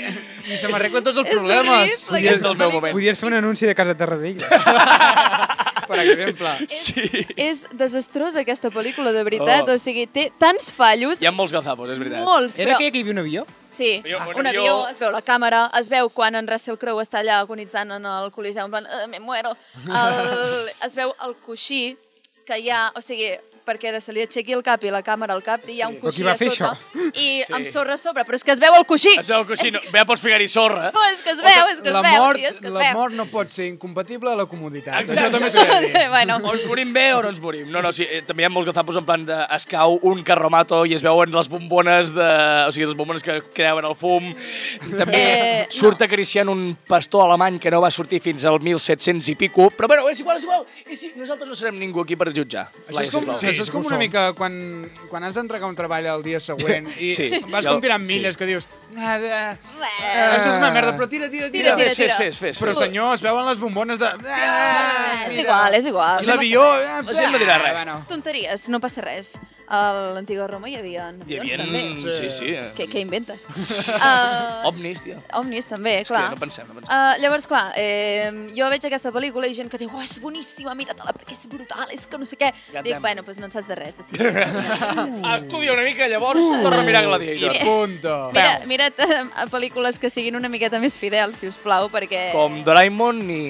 Speaker 3: i se m'arreglen tots els
Speaker 5: És
Speaker 3: problemes.
Speaker 5: horrible,
Speaker 1: I és el
Speaker 5: aquesta
Speaker 1: meu
Speaker 5: pel·lícula.
Speaker 1: moment.
Speaker 4: Podies fer un anunci de Casa [LAUGHS] Terradellas.
Speaker 3: Per exemple.
Speaker 1: Sí.
Speaker 5: [LAUGHS] És desastrosa aquesta pel·lícula, de veritat. Oh. O sigui, té tants fallos,
Speaker 1: Hi ha molts gazapos, és veritat.
Speaker 5: molts, però...
Speaker 4: que hi havia un avió?
Speaker 5: Sí, ah,
Speaker 1: Veieu, un
Speaker 5: un
Speaker 1: avió.
Speaker 5: avió, es veu la càmera, es veu quan en Russell Crowe està allà agonitzant en el Coliseu, en plan, "Eh, me muero. El,
Speaker 1: [LAUGHS]
Speaker 5: es veu el coixí que hi ha, o sigui, perquè se li aixequi el cap i la càmera al cap, i hi ha un
Speaker 4: Però qui
Speaker 5: coixí
Speaker 4: va
Speaker 5: a
Speaker 4: fer
Speaker 5: sota, i
Speaker 1: Sí.
Speaker 5: sí. amb sorra a sobre, però és que es veu el coixí!
Speaker 1: Es veu que així, no, ja pots ficar-hi sorra.
Speaker 5: No, és que es veu, és que es
Speaker 3: La
Speaker 5: veu,
Speaker 3: mort,
Speaker 5: tio, és que es
Speaker 3: la
Speaker 5: veu.
Speaker 3: mort no pot ser incompatible a la comoditat.
Speaker 1: Exacte.
Speaker 5: [LAUGHS]
Speaker 3: Això també t'ho he de dir.
Speaker 5: bueno,
Speaker 1: O ens morim bé o no ens morim. No, no, sí, eh, també hi ha molts gazapos en plan de es cau un carromato i es veuen les bombones de... O sigui, les bombones que creuen el fum. També
Speaker 5: Eh,
Speaker 1: surt acariciant un pastor alemany que no va sortir fins al 1700 i pico. Però bueno, és igual, és igual. I si nosaltres no serem ningú aquí per jutjar.
Speaker 3: Això és, com,
Speaker 1: Laia, sisplau.
Speaker 3: això és com una mica quan, quan has d'entregar un treball al dia
Speaker 1: [LAUGHS]
Speaker 3: següent i
Speaker 1: Sí,
Speaker 3: sí, vas
Speaker 1: jo-
Speaker 3: com tirant
Speaker 1: sí.
Speaker 3: milles que dius ah, de,
Speaker 5: Bé.
Speaker 3: això és una merda, però tira, tira, tira.
Speaker 5: Tira, tira,
Speaker 1: Fes, fes, fes, fes.
Speaker 3: Però senyor, es veuen les bombones de... Ah,
Speaker 5: és
Speaker 3: mira.
Speaker 5: igual, és igual.
Speaker 3: I l'avió... ah,
Speaker 1: La gent no dirà res.
Speaker 3: Bueno,
Speaker 5: Tonteries, no passa res. A l'antiga Roma hi havia avions,
Speaker 1: Hi havia...
Speaker 5: Doncs també.
Speaker 1: Sí, sí. eh,
Speaker 5: Què, què
Speaker 1: [LAUGHS]
Speaker 5: inventes? uh,
Speaker 1: Ovnis,
Speaker 5: [LAUGHS]
Speaker 1: tio.
Speaker 5: Omnis també, clar.
Speaker 1: no pensem, no pensem.
Speaker 5: Uh, llavors, clar, eh, jo veig aquesta pel·lícula i gent que diu oh, és boníssima, mira-te-la, perquè és brutal, és que no sé què.
Speaker 1: Goddamn.
Speaker 5: Dic, bueno, doncs no en saps de res. De cinema.
Speaker 1: [LAUGHS] Estudia una mica, llavors
Speaker 5: Mm.
Speaker 1: torna a mirar
Speaker 3: i
Speaker 1: Gladiator.
Speaker 3: punto.
Speaker 4: [LAUGHS]
Speaker 1: [LAUGHS]
Speaker 5: Mira, mira't eh, a pel·lícules que siguin una miqueta més fidels, si us plau, perquè...
Speaker 1: Com Doraemon i...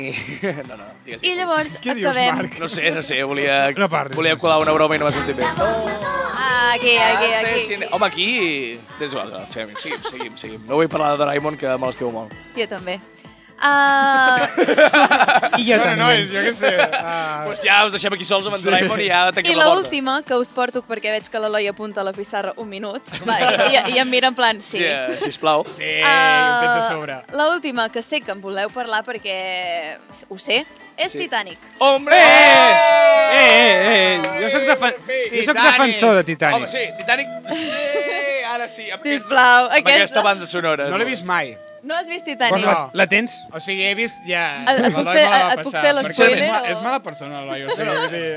Speaker 1: [LAUGHS] No, no, digues,
Speaker 5: I
Speaker 1: digues.
Speaker 5: llavors
Speaker 3: Què dius,
Speaker 5: acabem...
Speaker 3: Marc?
Speaker 1: No sé, no sé, volia,
Speaker 4: [LAUGHS] No parlis.
Speaker 1: volia colar una broma i no m'ha sortit bé.
Speaker 5: Ah, aquí, aquí, aquí.
Speaker 1: Cine- Home, aquí... [LAUGHS] És igual, seguim, seguim, seguim, seguim. No vull parlar de Doraemon, que me l'estimo molt.
Speaker 5: Jo també. Uh,
Speaker 4: I jo
Speaker 3: Bueno,
Speaker 4: també.
Speaker 3: nois, jo què sé.
Speaker 1: [LAUGHS]
Speaker 3: Uh,
Speaker 1: Pues ja us deixem aquí sols amb en Doraemon i ja
Speaker 5: I
Speaker 1: tanquem la porta.
Speaker 5: l'última, que us porto perquè veig que l'Eloi apunta a la pissarra un minut, va, i, i, i em mira en plan, sí.
Speaker 1: Sí, eh, sisplau.
Speaker 3: sí,
Speaker 5: Eh,
Speaker 3: ho tens
Speaker 1: ah,
Speaker 3: a sobre.
Speaker 5: L'última, que sé que en voleu parlar perquè ho sé, és sí. Titanic.
Speaker 1: Hombre!
Speaker 4: Eh, eh, eh, jo sóc, defen... jo sóc
Speaker 3: Titanic.
Speaker 4: defensor de Titanic.
Speaker 1: Home, sí, Titanic... Sí, ara sí. Amb
Speaker 5: Sisplau,
Speaker 1: Amb
Speaker 5: aquesta-
Speaker 1: aquesta banda sonora.
Speaker 3: No l'he vist mai.
Speaker 5: No has vist
Speaker 4: Però
Speaker 5: Titanic?
Speaker 4: la,
Speaker 3: No.
Speaker 4: la tens?
Speaker 3: O sigui, he vist ja...
Speaker 1: Ah,
Speaker 5: Et- et
Speaker 3: l'Eloi
Speaker 5: puc fer-
Speaker 3: me la va
Speaker 5: et puc
Speaker 3: passar,
Speaker 5: fer
Speaker 3: perquè
Speaker 5: l'espoiler,
Speaker 3: És, ma,
Speaker 5: o-
Speaker 3: és mala persona, l'Eloi, o sigui, vull dir,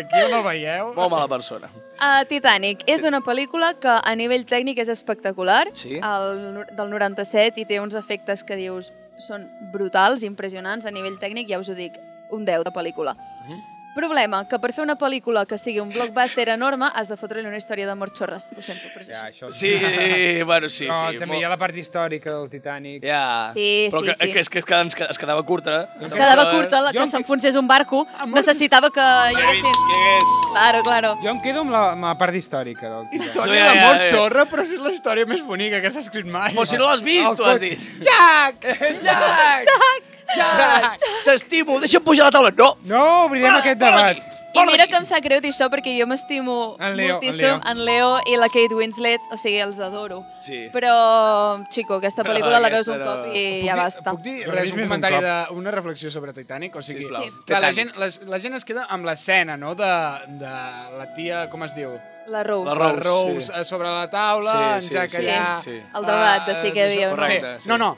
Speaker 3: aquí on el veieu...
Speaker 1: Molt mala persona.
Speaker 5: Uh, Titanic és una pel·lícula que a nivell tècnic és espectacular,
Speaker 1: Sí.
Speaker 5: el, nu- del 97, i té uns efectes que dius són brutals, impressionants, a nivell tècnic, ja us ho dic, un 10 de pel·lícula. Problema, que per fer una pel·lícula que sigui un blockbuster enorme has de fotre-li una història d'amor xorres. Ho sento, però és
Speaker 4: Ja,
Speaker 5: així.
Speaker 4: això...
Speaker 1: Sí, [LAUGHS] bueno, sí,
Speaker 4: no,
Speaker 1: sí.
Speaker 4: també hi ha la part històrica del Titanic.
Speaker 1: Ja.
Speaker 5: Sí,
Speaker 1: Però
Speaker 5: sí,
Speaker 1: que,
Speaker 5: sí.
Speaker 1: que, és que es quedava, es quedava curta. eh?
Speaker 5: Es quedava curta, la,
Speaker 4: Jo
Speaker 5: que
Speaker 4: em-
Speaker 5: s'enfonsés un barco, necessitava que
Speaker 1: Hi
Speaker 5: hi
Speaker 1: hagués,
Speaker 5: haguessin...
Speaker 1: hi hagués.
Speaker 5: Claro, claro.
Speaker 4: Jo em quedo amb la, amb la part històrica del Titanic.
Speaker 1: Ja,
Speaker 3: Història
Speaker 1: ja,
Speaker 3: d'amor
Speaker 1: ja.
Speaker 3: xorra, però si és la història més bonica que s'ha escrit mai.
Speaker 1: Però si no l'has vist, tu has dit.
Speaker 3: Jack!
Speaker 1: Jack!
Speaker 3: Jack!
Speaker 1: T'estimo, deixa'm pujar a la taula. No!
Speaker 4: No, obrirem
Speaker 1: Fora,
Speaker 4: aquest
Speaker 1: fora
Speaker 4: debat.
Speaker 1: d'aquí,
Speaker 5: I
Speaker 1: fora
Speaker 5: mira
Speaker 1: d'aquí.
Speaker 5: que em sap greu dir això perquè jo m'estimo
Speaker 4: En Leo, en
Speaker 5: moltíssim
Speaker 4: Leo.
Speaker 5: en Leo i la Kate Winslet, o sigui, els adoro.
Speaker 1: Sí.
Speaker 5: Però, xico, aquesta
Speaker 1: Però
Speaker 5: pel·lícula la veus
Speaker 1: aquesta
Speaker 5: un
Speaker 1: no.
Speaker 5: cop i
Speaker 3: Puc
Speaker 5: ja
Speaker 3: dir-
Speaker 5: basta.
Speaker 3: Puc dir
Speaker 4: Però
Speaker 3: res,
Speaker 4: vist
Speaker 3: un
Speaker 4: més d'un
Speaker 3: comentari
Speaker 4: cop.
Speaker 3: de, una reflexió sobre Titanic? O sigui,
Speaker 1: Sisplau.
Speaker 5: Sí.
Speaker 3: clar, la,
Speaker 1: Titanic.
Speaker 3: gent, les, la gent es queda amb l'escena, no?, de, de la tia, com es diu?
Speaker 5: La Rose.
Speaker 1: La
Speaker 3: La
Speaker 1: Rose,
Speaker 3: Rose
Speaker 1: sí.
Speaker 3: eh, sobre la taula,
Speaker 1: Sí,
Speaker 3: en
Speaker 1: sí,
Speaker 3: Jack
Speaker 1: sí,
Speaker 3: allà...
Speaker 1: sí.
Speaker 5: El daurat de
Speaker 3: eh,
Speaker 5: sí que hi havia,
Speaker 3: no?
Speaker 1: no?
Speaker 3: sé.
Speaker 1: Ah, Correcte, sí. Ah.
Speaker 3: No, no,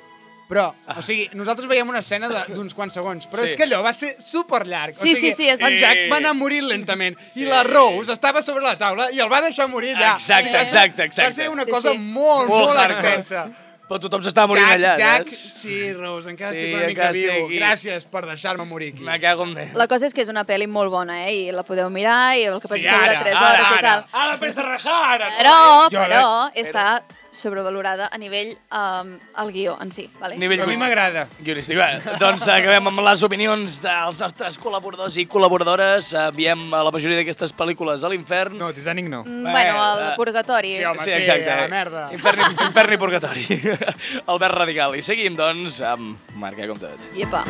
Speaker 3: però, o sigui, nosaltres veiem una escena de- d'uns quants segons, però
Speaker 1: Sí.
Speaker 3: és que allò va ser superllarg.
Speaker 5: Sí,
Speaker 3: o sigui,
Speaker 5: sí, sí, és-
Speaker 3: en Jack
Speaker 1: Sí.
Speaker 3: va anar morint lentament i la Rose estava sobre la taula i el va deixar morir allà.
Speaker 1: Exacte,
Speaker 3: O sigui, va ser-
Speaker 1: exacte, exacte.
Speaker 3: Va ser una
Speaker 5: Sí,
Speaker 3: cosa
Speaker 5: sí.
Speaker 3: molt,
Speaker 1: Molt
Speaker 3: molt
Speaker 1: hardcore.
Speaker 3: extensa.
Speaker 1: Però tothom s'estava morint
Speaker 3: Jack,
Speaker 1: allà,
Speaker 3: Jack,
Speaker 1: saps?
Speaker 3: sí, Rose, encara
Speaker 1: Sí,
Speaker 3: estic una mica
Speaker 1: encara estic
Speaker 3: viu.
Speaker 1: aquí.
Speaker 3: Gràcies per deixar-me morir aquí.
Speaker 1: Me cago en Déu.
Speaker 5: La cosa és que és una pel·li molt bona, eh? I la podeu mirar i el que passa
Speaker 3: Sí,
Speaker 5: és que dura
Speaker 3: ara,
Speaker 5: 3
Speaker 3: ara,
Speaker 5: hores i
Speaker 3: ara.
Speaker 5: tal.
Speaker 1: Ara pes de rajar, ara!
Speaker 5: Però,
Speaker 4: Jo eh, la-
Speaker 5: però, està sobrevalorada a nivell um, el guió en si, vale?
Speaker 1: Nivell
Speaker 4: Però a mi m'agrada.
Speaker 1: Guionístic, va. Doncs acabem amb les opinions dels nostres col·laboradors i col·laboradores. Enviem a la majoria d'aquestes pel·lícules a l'infern.
Speaker 4: No, Titanic no.
Speaker 5: Mm,
Speaker 1: Bé,
Speaker 5: bueno, el
Speaker 1: eh,
Speaker 5: purgatori.
Speaker 3: sí, home.
Speaker 1: sí, exacte.
Speaker 3: a la merda.
Speaker 1: Infern, i- infern i purgatori. [LAUGHS] Albert Radical. I seguim, doncs, amb Marca com tot.
Speaker 5: Iepa.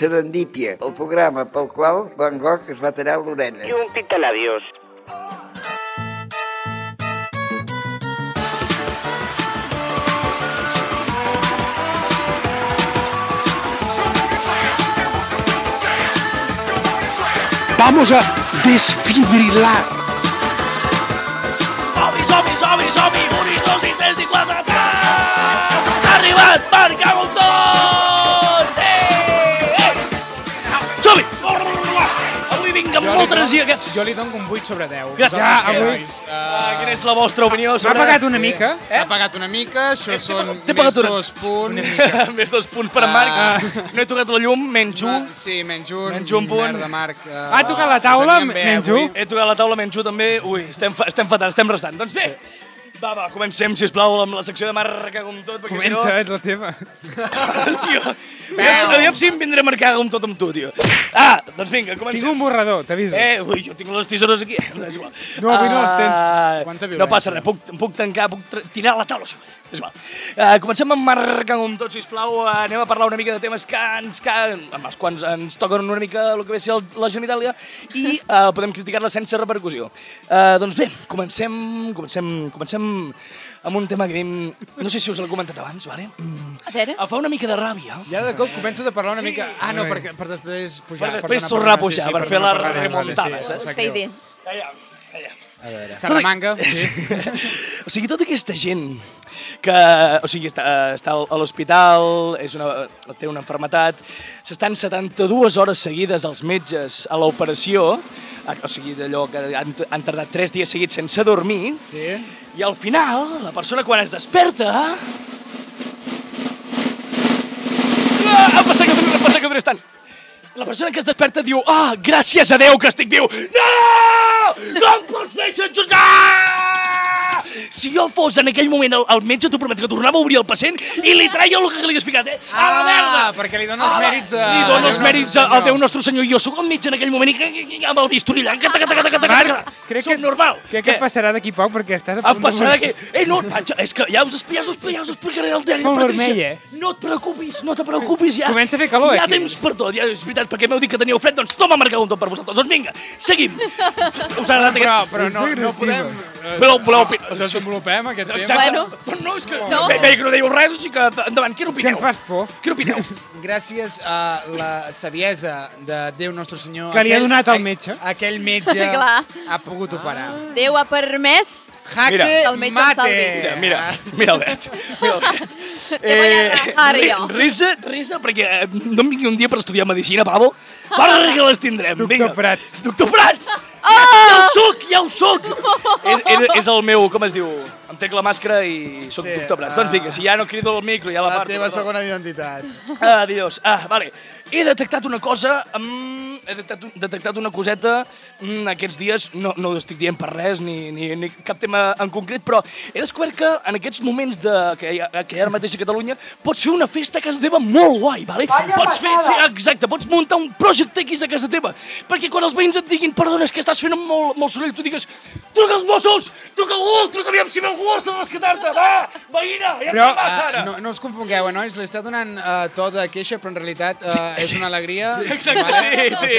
Speaker 2: Serendípia, el programa pel qual Van Gogh es va tallar l'orella.
Speaker 6: Y un pintalabios.
Speaker 7: Vamos a desfibrilar.
Speaker 1: Som-hi, som-hi, som-hi, som-hi! Un, i dos, i tres, i quatre, tant! Ha arribat Marca com tot! Sí! Som-hi! Avui vinc amb
Speaker 3: Jo li
Speaker 1: molta
Speaker 3: dono-
Speaker 1: energia. Que...
Speaker 3: Jo li dono un 8 sobre 10.
Speaker 1: Gràcies,
Speaker 3: Vosaltres
Speaker 4: avui.
Speaker 3: què, nois?
Speaker 1: Ah, quina és la vostra opinió
Speaker 4: M'ha
Speaker 1: sobre...
Speaker 4: pagat una mica.
Speaker 3: Eh? T'ha pagat una mica, això són
Speaker 1: t'he
Speaker 3: més
Speaker 1: pagat una-
Speaker 3: dos punts.
Speaker 1: [LAUGHS] Més dos punts per en Marc.
Speaker 4: Ah.
Speaker 1: No he tocat la llum, menys un.
Speaker 3: Ah, Sí, menys un.
Speaker 1: Menys un eh, punt.
Speaker 3: Merda, Marc. Uh,
Speaker 4: Ha tocat la taula, menys un.
Speaker 1: He tocat la taula, menys un també. Ui, estem, fa estem fatal, estem restant. Doncs bé, va, va, comencem, sisplau, amb la secció de Marca com tot, perquè
Speaker 4: Comença, eh? és la teva.
Speaker 1: si no... [LAUGHS] Tio, aviam, aviam si em vindré a marcar com tot amb tu, tio. Ah, doncs vinga,
Speaker 4: Tinc
Speaker 1: comencem.
Speaker 4: un borrador, t'aviso.
Speaker 1: Eh, ui, jo tinc les tisores aquí. [LAUGHS] No, és igual.
Speaker 4: No, avui no les tens.
Speaker 1: Ah,
Speaker 3: Quanta
Speaker 1: no
Speaker 3: violència.
Speaker 1: passa res, puc, em puc tancar, puc tra- tirar la taula. sobre. És igual. Uh, comencem amb marcar com tot, sisplau. Uh, anem a parlar una mica de temes que ens, que, amb els quals ens toquen una mica el que ve a ser el, la genitàlia
Speaker 4: [LAUGHS]
Speaker 1: i uh, podem criticar-la sense repercussió. Uh, doncs bé, comencem, comencem, comencem amb un tema que a mi, no sé si us l'he comentat abans, vale? Mm,
Speaker 5: A veure.
Speaker 1: em fa una mica de ràbia.
Speaker 3: Ja de cop comences a parlar una mica... Ah, no, per, per després pujar.
Speaker 1: Per després
Speaker 3: anar
Speaker 1: tornar a
Speaker 3: parlant,
Speaker 1: pujar, per fer
Speaker 3: anar
Speaker 1: la
Speaker 3: parlant, sí,
Speaker 1: remuntada,
Speaker 3: sí,
Speaker 1: saps?
Speaker 3: em sap greu.
Speaker 5: Fade in.
Speaker 1: Allà, allà.
Speaker 3: Salamanca. Sí.
Speaker 1: [LAUGHS] O sigui, tota aquesta gent que, o sigui, està, està a l'hospital, és una, té una enfermetat, s'estan 72 hores seguides els metges a l'operació, a- o sigui, d'allò que han, han tardat 3 dies seguits sense dormir,
Speaker 3: sí.
Speaker 1: i al final, la persona quan es desperta... Ah, em passa que em passa que durés tant. La persona que es desperta diu, ah, gràcies a Déu que estic viu. No! Com pots fer això, Josep? Si jo fos en aquell moment el, el metge, t'ho prometo, que tornava a obrir el pacient i li traia el que li hagués ficat, eh? A la
Speaker 3: Ah,
Speaker 1: merda!
Speaker 3: perquè li dona els
Speaker 1: Ah,
Speaker 3: mèrits a-
Speaker 1: Li
Speaker 3: a
Speaker 1: dona els
Speaker 3: eh, Déu
Speaker 1: mèrits
Speaker 3: Nostre
Speaker 1: a, a
Speaker 3: Senyor.
Speaker 1: Déu Nostre Senyor. I jo sóc el metge en aquell moment i, i, i amb el bisturí allà... Taca, taca, taca, taca, taca,
Speaker 4: crec
Speaker 1: Soc
Speaker 4: que,
Speaker 1: normal. Eh,
Speaker 4: Crec que
Speaker 1: Què?
Speaker 4: passarà d'aquí poc perquè estàs a
Speaker 1: Em
Speaker 4: punt
Speaker 1: passarà
Speaker 4: de...
Speaker 1: que... Ei, no, vaig, és que ja us, expli- ja us, expli- ja us explicaré el diari de
Speaker 4: Molt
Speaker 1: Patricia.
Speaker 4: vermell, eh?
Speaker 1: No et preocupis, no te preocupis, ja.
Speaker 4: Comença a fer calor,
Speaker 1: ja
Speaker 4: aquí.
Speaker 1: Hi ha temps per tot, ja, és veritat, perquè m'heu dit que teníeu fred, doncs toma, marcador un tot per vosaltres. Doncs vinga,
Speaker 5: [LAUGHS]
Speaker 1: seguim. Us ha agradat aquest...
Speaker 3: Però, però no,
Speaker 4: És
Speaker 3: no
Speaker 4: agressiva.
Speaker 3: podem... eh,
Speaker 1: Però voleu opi-
Speaker 3: eh, Desenvolupem aquest tema.
Speaker 1: Exacte.
Speaker 5: Bueno.
Speaker 1: Però no, és que...
Speaker 5: No.
Speaker 1: Bé, bé, que no dèieu res, així que endavant, què
Speaker 4: Que
Speaker 1: n'opineu?
Speaker 4: em fas por.
Speaker 1: Què n'opineu?
Speaker 4: [LAUGHS]
Speaker 3: Gràcies a la saviesa de Déu Nostre Senyor...
Speaker 4: Que li ha
Speaker 3: aquell-
Speaker 4: donat
Speaker 3: a-
Speaker 4: al metge.
Speaker 3: Aquell metge
Speaker 5: Clar.
Speaker 3: ha pogut operar.
Speaker 5: Déu ha permès
Speaker 3: Jaque
Speaker 1: Mira.
Speaker 3: mate!
Speaker 5: El metge el salvi.
Speaker 1: Mira, mira, [LAUGHS] mira Albert. Mira Albert.
Speaker 5: Eh, [LAUGHS]
Speaker 1: Eh,
Speaker 5: Te voy a rajar
Speaker 1: ri-
Speaker 5: jo.
Speaker 1: Risa, risa, perquè eh, no em vingui un dia per estudiar medicina, pavo.
Speaker 5: [LAUGHS]
Speaker 1: Parla que les tindrem.
Speaker 4: Doctor Prats.
Speaker 1: Doctor Prats!
Speaker 5: Oh!
Speaker 1: Ja ho soc, ja ho soc! És, és, és el meu, com es diu, em trec la màscara i soc
Speaker 3: Sí,
Speaker 1: doctor Prats.
Speaker 3: ah.
Speaker 1: Doncs vinga, si ja no crido el micro, ja la,
Speaker 3: La
Speaker 1: parto.
Speaker 3: teva
Speaker 1: perdó.
Speaker 3: segona identitat.
Speaker 1: Adiós. Ah, vale. He detectat una cosa, mm, he detectat, un- detectat una coseta mm, aquests dies, no, no ho estic dient per res, ni, ni, ni cap tema en concret, però he descobert que en aquests moments de, que, hi ha, que hi ha ara mateix a Catalunya pots fer una festa a casa teva molt guai, vale? pots fer, sí, exacte, pots muntar un Project X a casa teva, perquè quan els veïns et diguin, perdona, és que estàs fent molt, molt soroll, tu digues, truca als Mossos, truca algú, truca aviam si ve algú, has de rescatar-te, va, veïna, ja
Speaker 4: Però,
Speaker 1: què passa
Speaker 3: Ah,
Speaker 1: ara?
Speaker 3: no, no us confongueu, eh, nois? Li està donant uh, to de queixa, però en realitat uh, és una alegria.
Speaker 1: Exacte, sí, sí.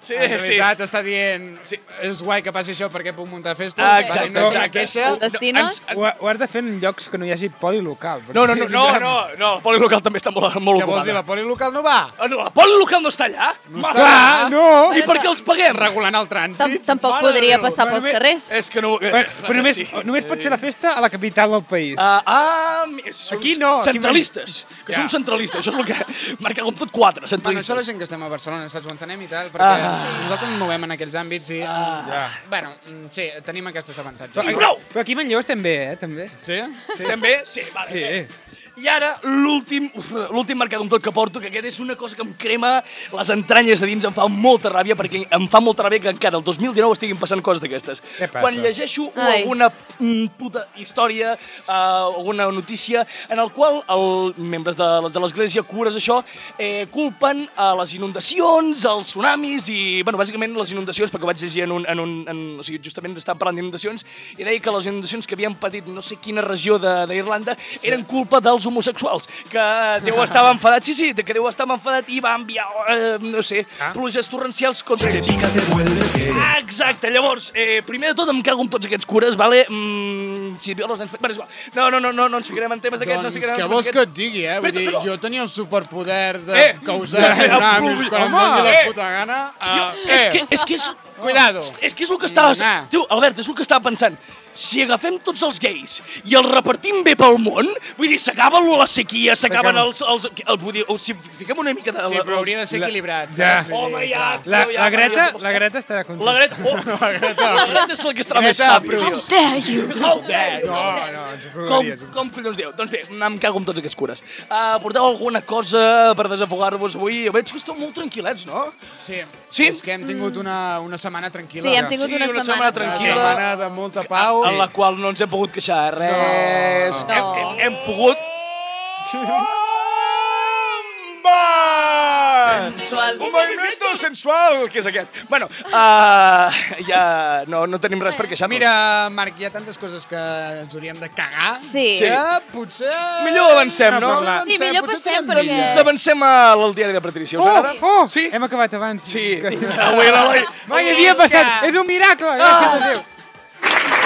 Speaker 1: Sí,
Speaker 3: en
Speaker 1: sí.
Speaker 3: realitat està dient
Speaker 1: Sí.
Speaker 3: és guai que passi això perquè puc muntar festes.
Speaker 1: Ah, exacte,
Speaker 3: no és una
Speaker 1: exacte.
Speaker 3: queixa.
Speaker 5: els destinos.
Speaker 1: ens-
Speaker 4: Ho, ha- ho has de fer en llocs que no hi hagi poli local. perquè-
Speaker 1: No, no,
Speaker 4: [LAUGHS]
Speaker 1: no, no, no, no, el poli local també està molt, molt
Speaker 3: Què vols dir,
Speaker 1: ocupada.
Speaker 3: la poli local no va?
Speaker 1: Ah, no, el poli local no està allà? No
Speaker 4: Ah, no!
Speaker 1: I per què els paguem?
Speaker 3: Regulant el
Speaker 5: Tam
Speaker 3: trànsit.
Speaker 5: Tampoc
Speaker 4: Mare de
Speaker 5: podria
Speaker 4: Déu,
Speaker 5: passar
Speaker 4: però
Speaker 5: pels
Speaker 4: bé-
Speaker 5: carrers.
Speaker 1: És que no...
Speaker 4: Però, però només, només pots fer la festa a la capital del país.
Speaker 1: Ah, ah, mi- són
Speaker 4: Aquí no, aquí
Speaker 1: centralistes, que
Speaker 4: Ja.
Speaker 1: són centralistes, això és el que marca com tot quatre,
Speaker 3: Bueno, això la
Speaker 1: centralistes.
Speaker 3: gent que estem a Barcelona, saps, ho entenem i tal, perquè
Speaker 1: Ah.
Speaker 3: nosaltres ens movem en aquells àmbits i...
Speaker 4: Ja.
Speaker 3: Bueno, mm, sí, tenim aquestes avantatges.
Speaker 1: I prou!
Speaker 4: Però aquí a Manlleu estem bé, eh, també.
Speaker 3: Sí?
Speaker 1: Estem bé? Sí, vale.
Speaker 4: Sí.
Speaker 1: bé. I ara, l'últim uf, l'últim marcat com tot que porto, que aquest és una cosa que em crema les entranyes de dins, em fa molta ràbia, perquè em fa molta ràbia que encara el 2019 estiguin passant coses d'aquestes.
Speaker 4: Què passa?
Speaker 1: Quan llegeixo
Speaker 5: Ai.
Speaker 1: alguna mm, puta història, eh, alguna notícia, en el qual els membres de, de l'Església, cures, això, eh, culpen a les inundacions, els tsunamis i, bueno, bàsicament les inundacions, perquè ho vaig llegir en un... En un en, o sigui, justament estàvem parlant d'inundacions i deia que les inundacions que havien patit no sé quina regió de- d'Irlanda eren culpa dels homosexuals, que Déu estava enfadat, sí, sí, que Déu estava enfadat i va enviar, eh, no sé,
Speaker 4: Ah.
Speaker 1: pluges torrencials contra ells. Ah, Exacte, llavors, eh, primer de tot em cago amb tots aquests cures, vale? Mm, si violes ens... Bueno, és igual. no, no, no, no, no ens ficarem en temes d'aquests, no ens
Speaker 3: Doncs
Speaker 1: ficarem
Speaker 3: què
Speaker 1: en temes
Speaker 3: vols que et
Speaker 1: d'aquests.
Speaker 3: digui, eh? Vull
Speaker 1: Però,
Speaker 3: dir,
Speaker 1: però-
Speaker 3: jo tenia el superpoder de
Speaker 1: Eh,
Speaker 3: causar
Speaker 1: de fer [LAUGHS] el
Speaker 3: tsunamis
Speaker 1: pluvi-
Speaker 3: quan em
Speaker 1: Home,
Speaker 3: doni la
Speaker 1: eh.
Speaker 3: puta gana.
Speaker 1: Jo,
Speaker 3: Uh,
Speaker 1: és
Speaker 3: eh,
Speaker 1: que, és que és...
Speaker 3: Cuidado.
Speaker 1: És que és el que estaves...
Speaker 3: Nah.
Speaker 1: Tu, Albert, és el que estava pensant. Si agafem tots els gais i els repartim bé pel món, vull dir, s'acaba lo- la sequia, s'acaben
Speaker 4: S'acaba.
Speaker 1: els... els, el, vull dir, o si fiquem una mica de...
Speaker 3: Sí, però hauria de ser
Speaker 1: la-
Speaker 3: equilibrat.
Speaker 4: Ja.
Speaker 3: saps? Vull
Speaker 1: Home,
Speaker 3: dir,
Speaker 1: ja...
Speaker 4: La,
Speaker 1: tio, ja,
Speaker 4: la Greta,
Speaker 1: ja,
Speaker 4: la Greta estarà
Speaker 1: La
Speaker 4: contenta.
Speaker 1: Greta... Oh, la Greta... La Greta és la que estarà més
Speaker 3: Greta,
Speaker 1: sàvia.
Speaker 3: approve.
Speaker 5: Dare you!
Speaker 1: How dare you!
Speaker 4: No, no, ens ho
Speaker 1: Com,
Speaker 4: provaries.
Speaker 1: com collons dieu? Doncs bé, em cago amb tots aquests cures. Uh, porteu alguna cosa per desafogar-vos avui? Veig que esteu molt tranquil·lets, no?
Speaker 3: Sí.
Speaker 1: Sí?
Speaker 3: És que hem tingut una, una setmana tranquil·la.
Speaker 5: Sí, hem tingut
Speaker 1: Sí,
Speaker 5: una,
Speaker 1: una setmana
Speaker 5: setmana,
Speaker 3: Una
Speaker 1: tranquil·la.
Speaker 3: setmana de molta pau.
Speaker 1: En la qual no ens hem pogut queixar de res.
Speaker 5: No.
Speaker 1: Hem, hem, hem pogut...
Speaker 5: Sensual.
Speaker 1: Un movimiento sensual, que és aquest. Bueno, uh, ja no, no tenim res per queixar-nos.
Speaker 3: Mira, Marc, hi ha tantes coses que ens hauríem de cagar.
Speaker 5: Sí.
Speaker 3: Que potser...
Speaker 1: Millor avancem, no?
Speaker 4: parlar.
Speaker 5: Sí, millor
Speaker 3: potser
Speaker 5: passem,
Speaker 3: tirem
Speaker 5: perquè-
Speaker 3: milles.
Speaker 1: S'avancem a l'Aldiari de Patricia. Us agrada?
Speaker 4: Oh, oh,
Speaker 1: Sí?
Speaker 4: hem acabat abans.
Speaker 1: Sí.
Speaker 4: Que sí.
Speaker 1: Avui l'Eloi...
Speaker 4: Mai havia passat. És un miracle,
Speaker 1: Ah!
Speaker 4: gràcies a Déu.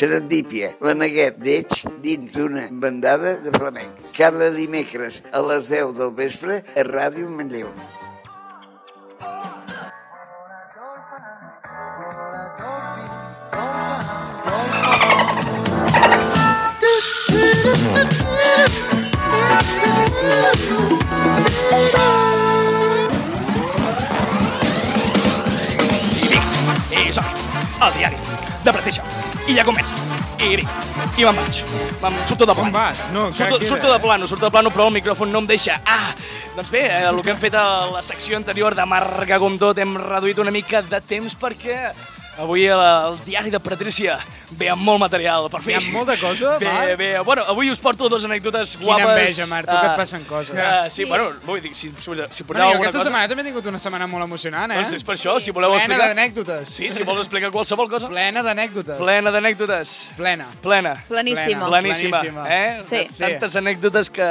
Speaker 2: Serendípia, la neguet d'Eix dins d'una bandada de flamenc. Cada dimecres a les 10 del vespre a Ràdio Manlleu.
Speaker 1: Sí, sí, soc. al diari de Prateja. I ja comença. I vinc. I me'n vaig. Me'n surto de plano.
Speaker 4: vas? No, encara
Speaker 1: surto,
Speaker 4: queda,
Speaker 1: surto de
Speaker 4: eh?
Speaker 1: plano, surto de plano, però el micròfon no em deixa. Ah! Doncs bé, eh, el que hem fet a la secció anterior de Marga com tot, hem reduït una mica de temps perquè avui el, el diari de Patrícia ve amb molt material, per fi.
Speaker 3: Hi ha molta cosa,
Speaker 1: Bé,
Speaker 3: Marc.
Speaker 1: bé, bueno, avui us porto dues anècdotes
Speaker 3: Quina
Speaker 1: guapes.
Speaker 3: enveja, Marc, tu que et passen coses.
Speaker 1: Uh, sí,
Speaker 5: Sí.
Speaker 1: bueno, vull dir, si, si, si porteu
Speaker 3: Bueno, jo
Speaker 1: alguna
Speaker 3: aquesta
Speaker 1: cosa...
Speaker 3: setmana també he tingut una setmana molt emocionant, eh?
Speaker 1: Doncs és per això, si voleu
Speaker 3: Plena
Speaker 1: explicar...
Speaker 3: d'anècdotes.
Speaker 1: Sí, si vols explicar qualsevol cosa.
Speaker 3: Plena d'anècdotes.
Speaker 1: Plena d'anècdotes.
Speaker 3: Plena.
Speaker 1: Plena.
Speaker 5: Planíssima.
Speaker 3: Plena.
Speaker 1: Planíssima.
Speaker 3: Planíssima.
Speaker 1: Eh?
Speaker 5: Sí.
Speaker 1: Tantes anècdotes que...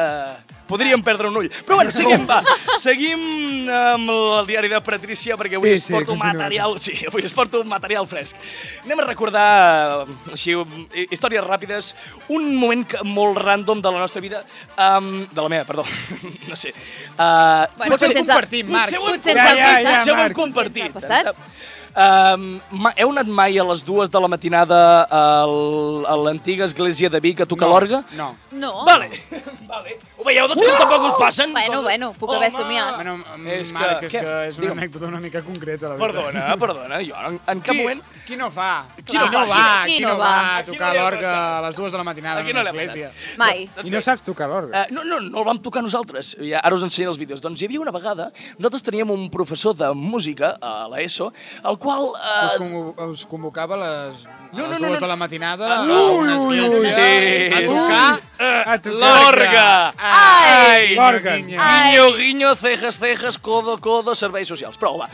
Speaker 1: Podríem perdre un ull. Però bueno, seguim, va. Seguim amb el diari de Patrícia, perquè avui
Speaker 4: Sí,
Speaker 1: es
Speaker 4: sí,
Speaker 1: porto
Speaker 4: continua.
Speaker 1: material... Sí, avui es porto material fresc. Anem a recordar, eh, així, hi- històries ràpides, un moment que, molt random de la nostra vida, um, de la meva, perdó, [LAUGHS] no sé. Uh,
Speaker 3: Potser
Speaker 5: Bueno, potser ens ha-
Speaker 3: compartim, Marc.
Speaker 1: Potser ho
Speaker 5: Potser
Speaker 1: hem
Speaker 5: ens ha
Speaker 1: compartit.
Speaker 5: passat.
Speaker 1: Potser ho hem
Speaker 4: Marc.
Speaker 1: compartit.
Speaker 5: Potser ens ha passat.
Speaker 1: Um, ma- heu anat mai a les dues de la matinada al, a l'antiga església de Vic a tocar l'orgue?
Speaker 3: No.
Speaker 5: No.
Speaker 1: Vale, [LAUGHS] vale. Ho veieu, doncs que tampoc us passen.
Speaker 5: Bueno, bueno, puc haver somiat.
Speaker 3: Bueno,
Speaker 1: Ah, És
Speaker 3: és
Speaker 1: que-
Speaker 3: Marc, és
Speaker 1: què?
Speaker 3: que, és una
Speaker 1: Digue'm.
Speaker 3: anècdota una mica concreta, la veritat.
Speaker 1: [LAUGHS] Perdona, perdona, jo en, en cap
Speaker 3: Qui,
Speaker 1: moment...
Speaker 3: qui no fa? Qui
Speaker 1: no
Speaker 3: no,
Speaker 1: fa?
Speaker 3: va?
Speaker 5: Qui
Speaker 3: Qui,
Speaker 5: no
Speaker 3: no, va,
Speaker 5: va?
Speaker 3: a tocar
Speaker 1: Aquí no hi ha
Speaker 3: l'orga
Speaker 1: passat.
Speaker 3: a les dues de la matinada
Speaker 1: Aquí
Speaker 3: en
Speaker 1: no
Speaker 3: una
Speaker 1: l'he
Speaker 3: església?
Speaker 5: Mai.
Speaker 1: Doncs
Speaker 4: I
Speaker 1: bé.
Speaker 4: no saps tocar l'orgue.
Speaker 1: Eh, no, no, no el vam tocar nosaltres. Ja, ara us ensenyo els vídeos. Doncs hi havia una vegada, nosaltres teníem un professor de música eh, a l'ESO, el qual... Eh,
Speaker 3: Us, convo us convocava a les,
Speaker 1: No,
Speaker 3: a
Speaker 1: no,
Speaker 3: les
Speaker 1: no,
Speaker 3: dues
Speaker 1: no.
Speaker 3: de la matinada
Speaker 1: Ah,
Speaker 3: a una església
Speaker 1: sí,
Speaker 3: a tocar
Speaker 4: A Ah, tocar.
Speaker 1: Eh, L'orgue!
Speaker 5: Ai.
Speaker 4: L'orgue.
Speaker 3: guinyo, guinyo.
Speaker 5: Ai.
Speaker 1: Guinyo, guinyo, cejas, cejas, codo, codo, serveis socials. Prou, va.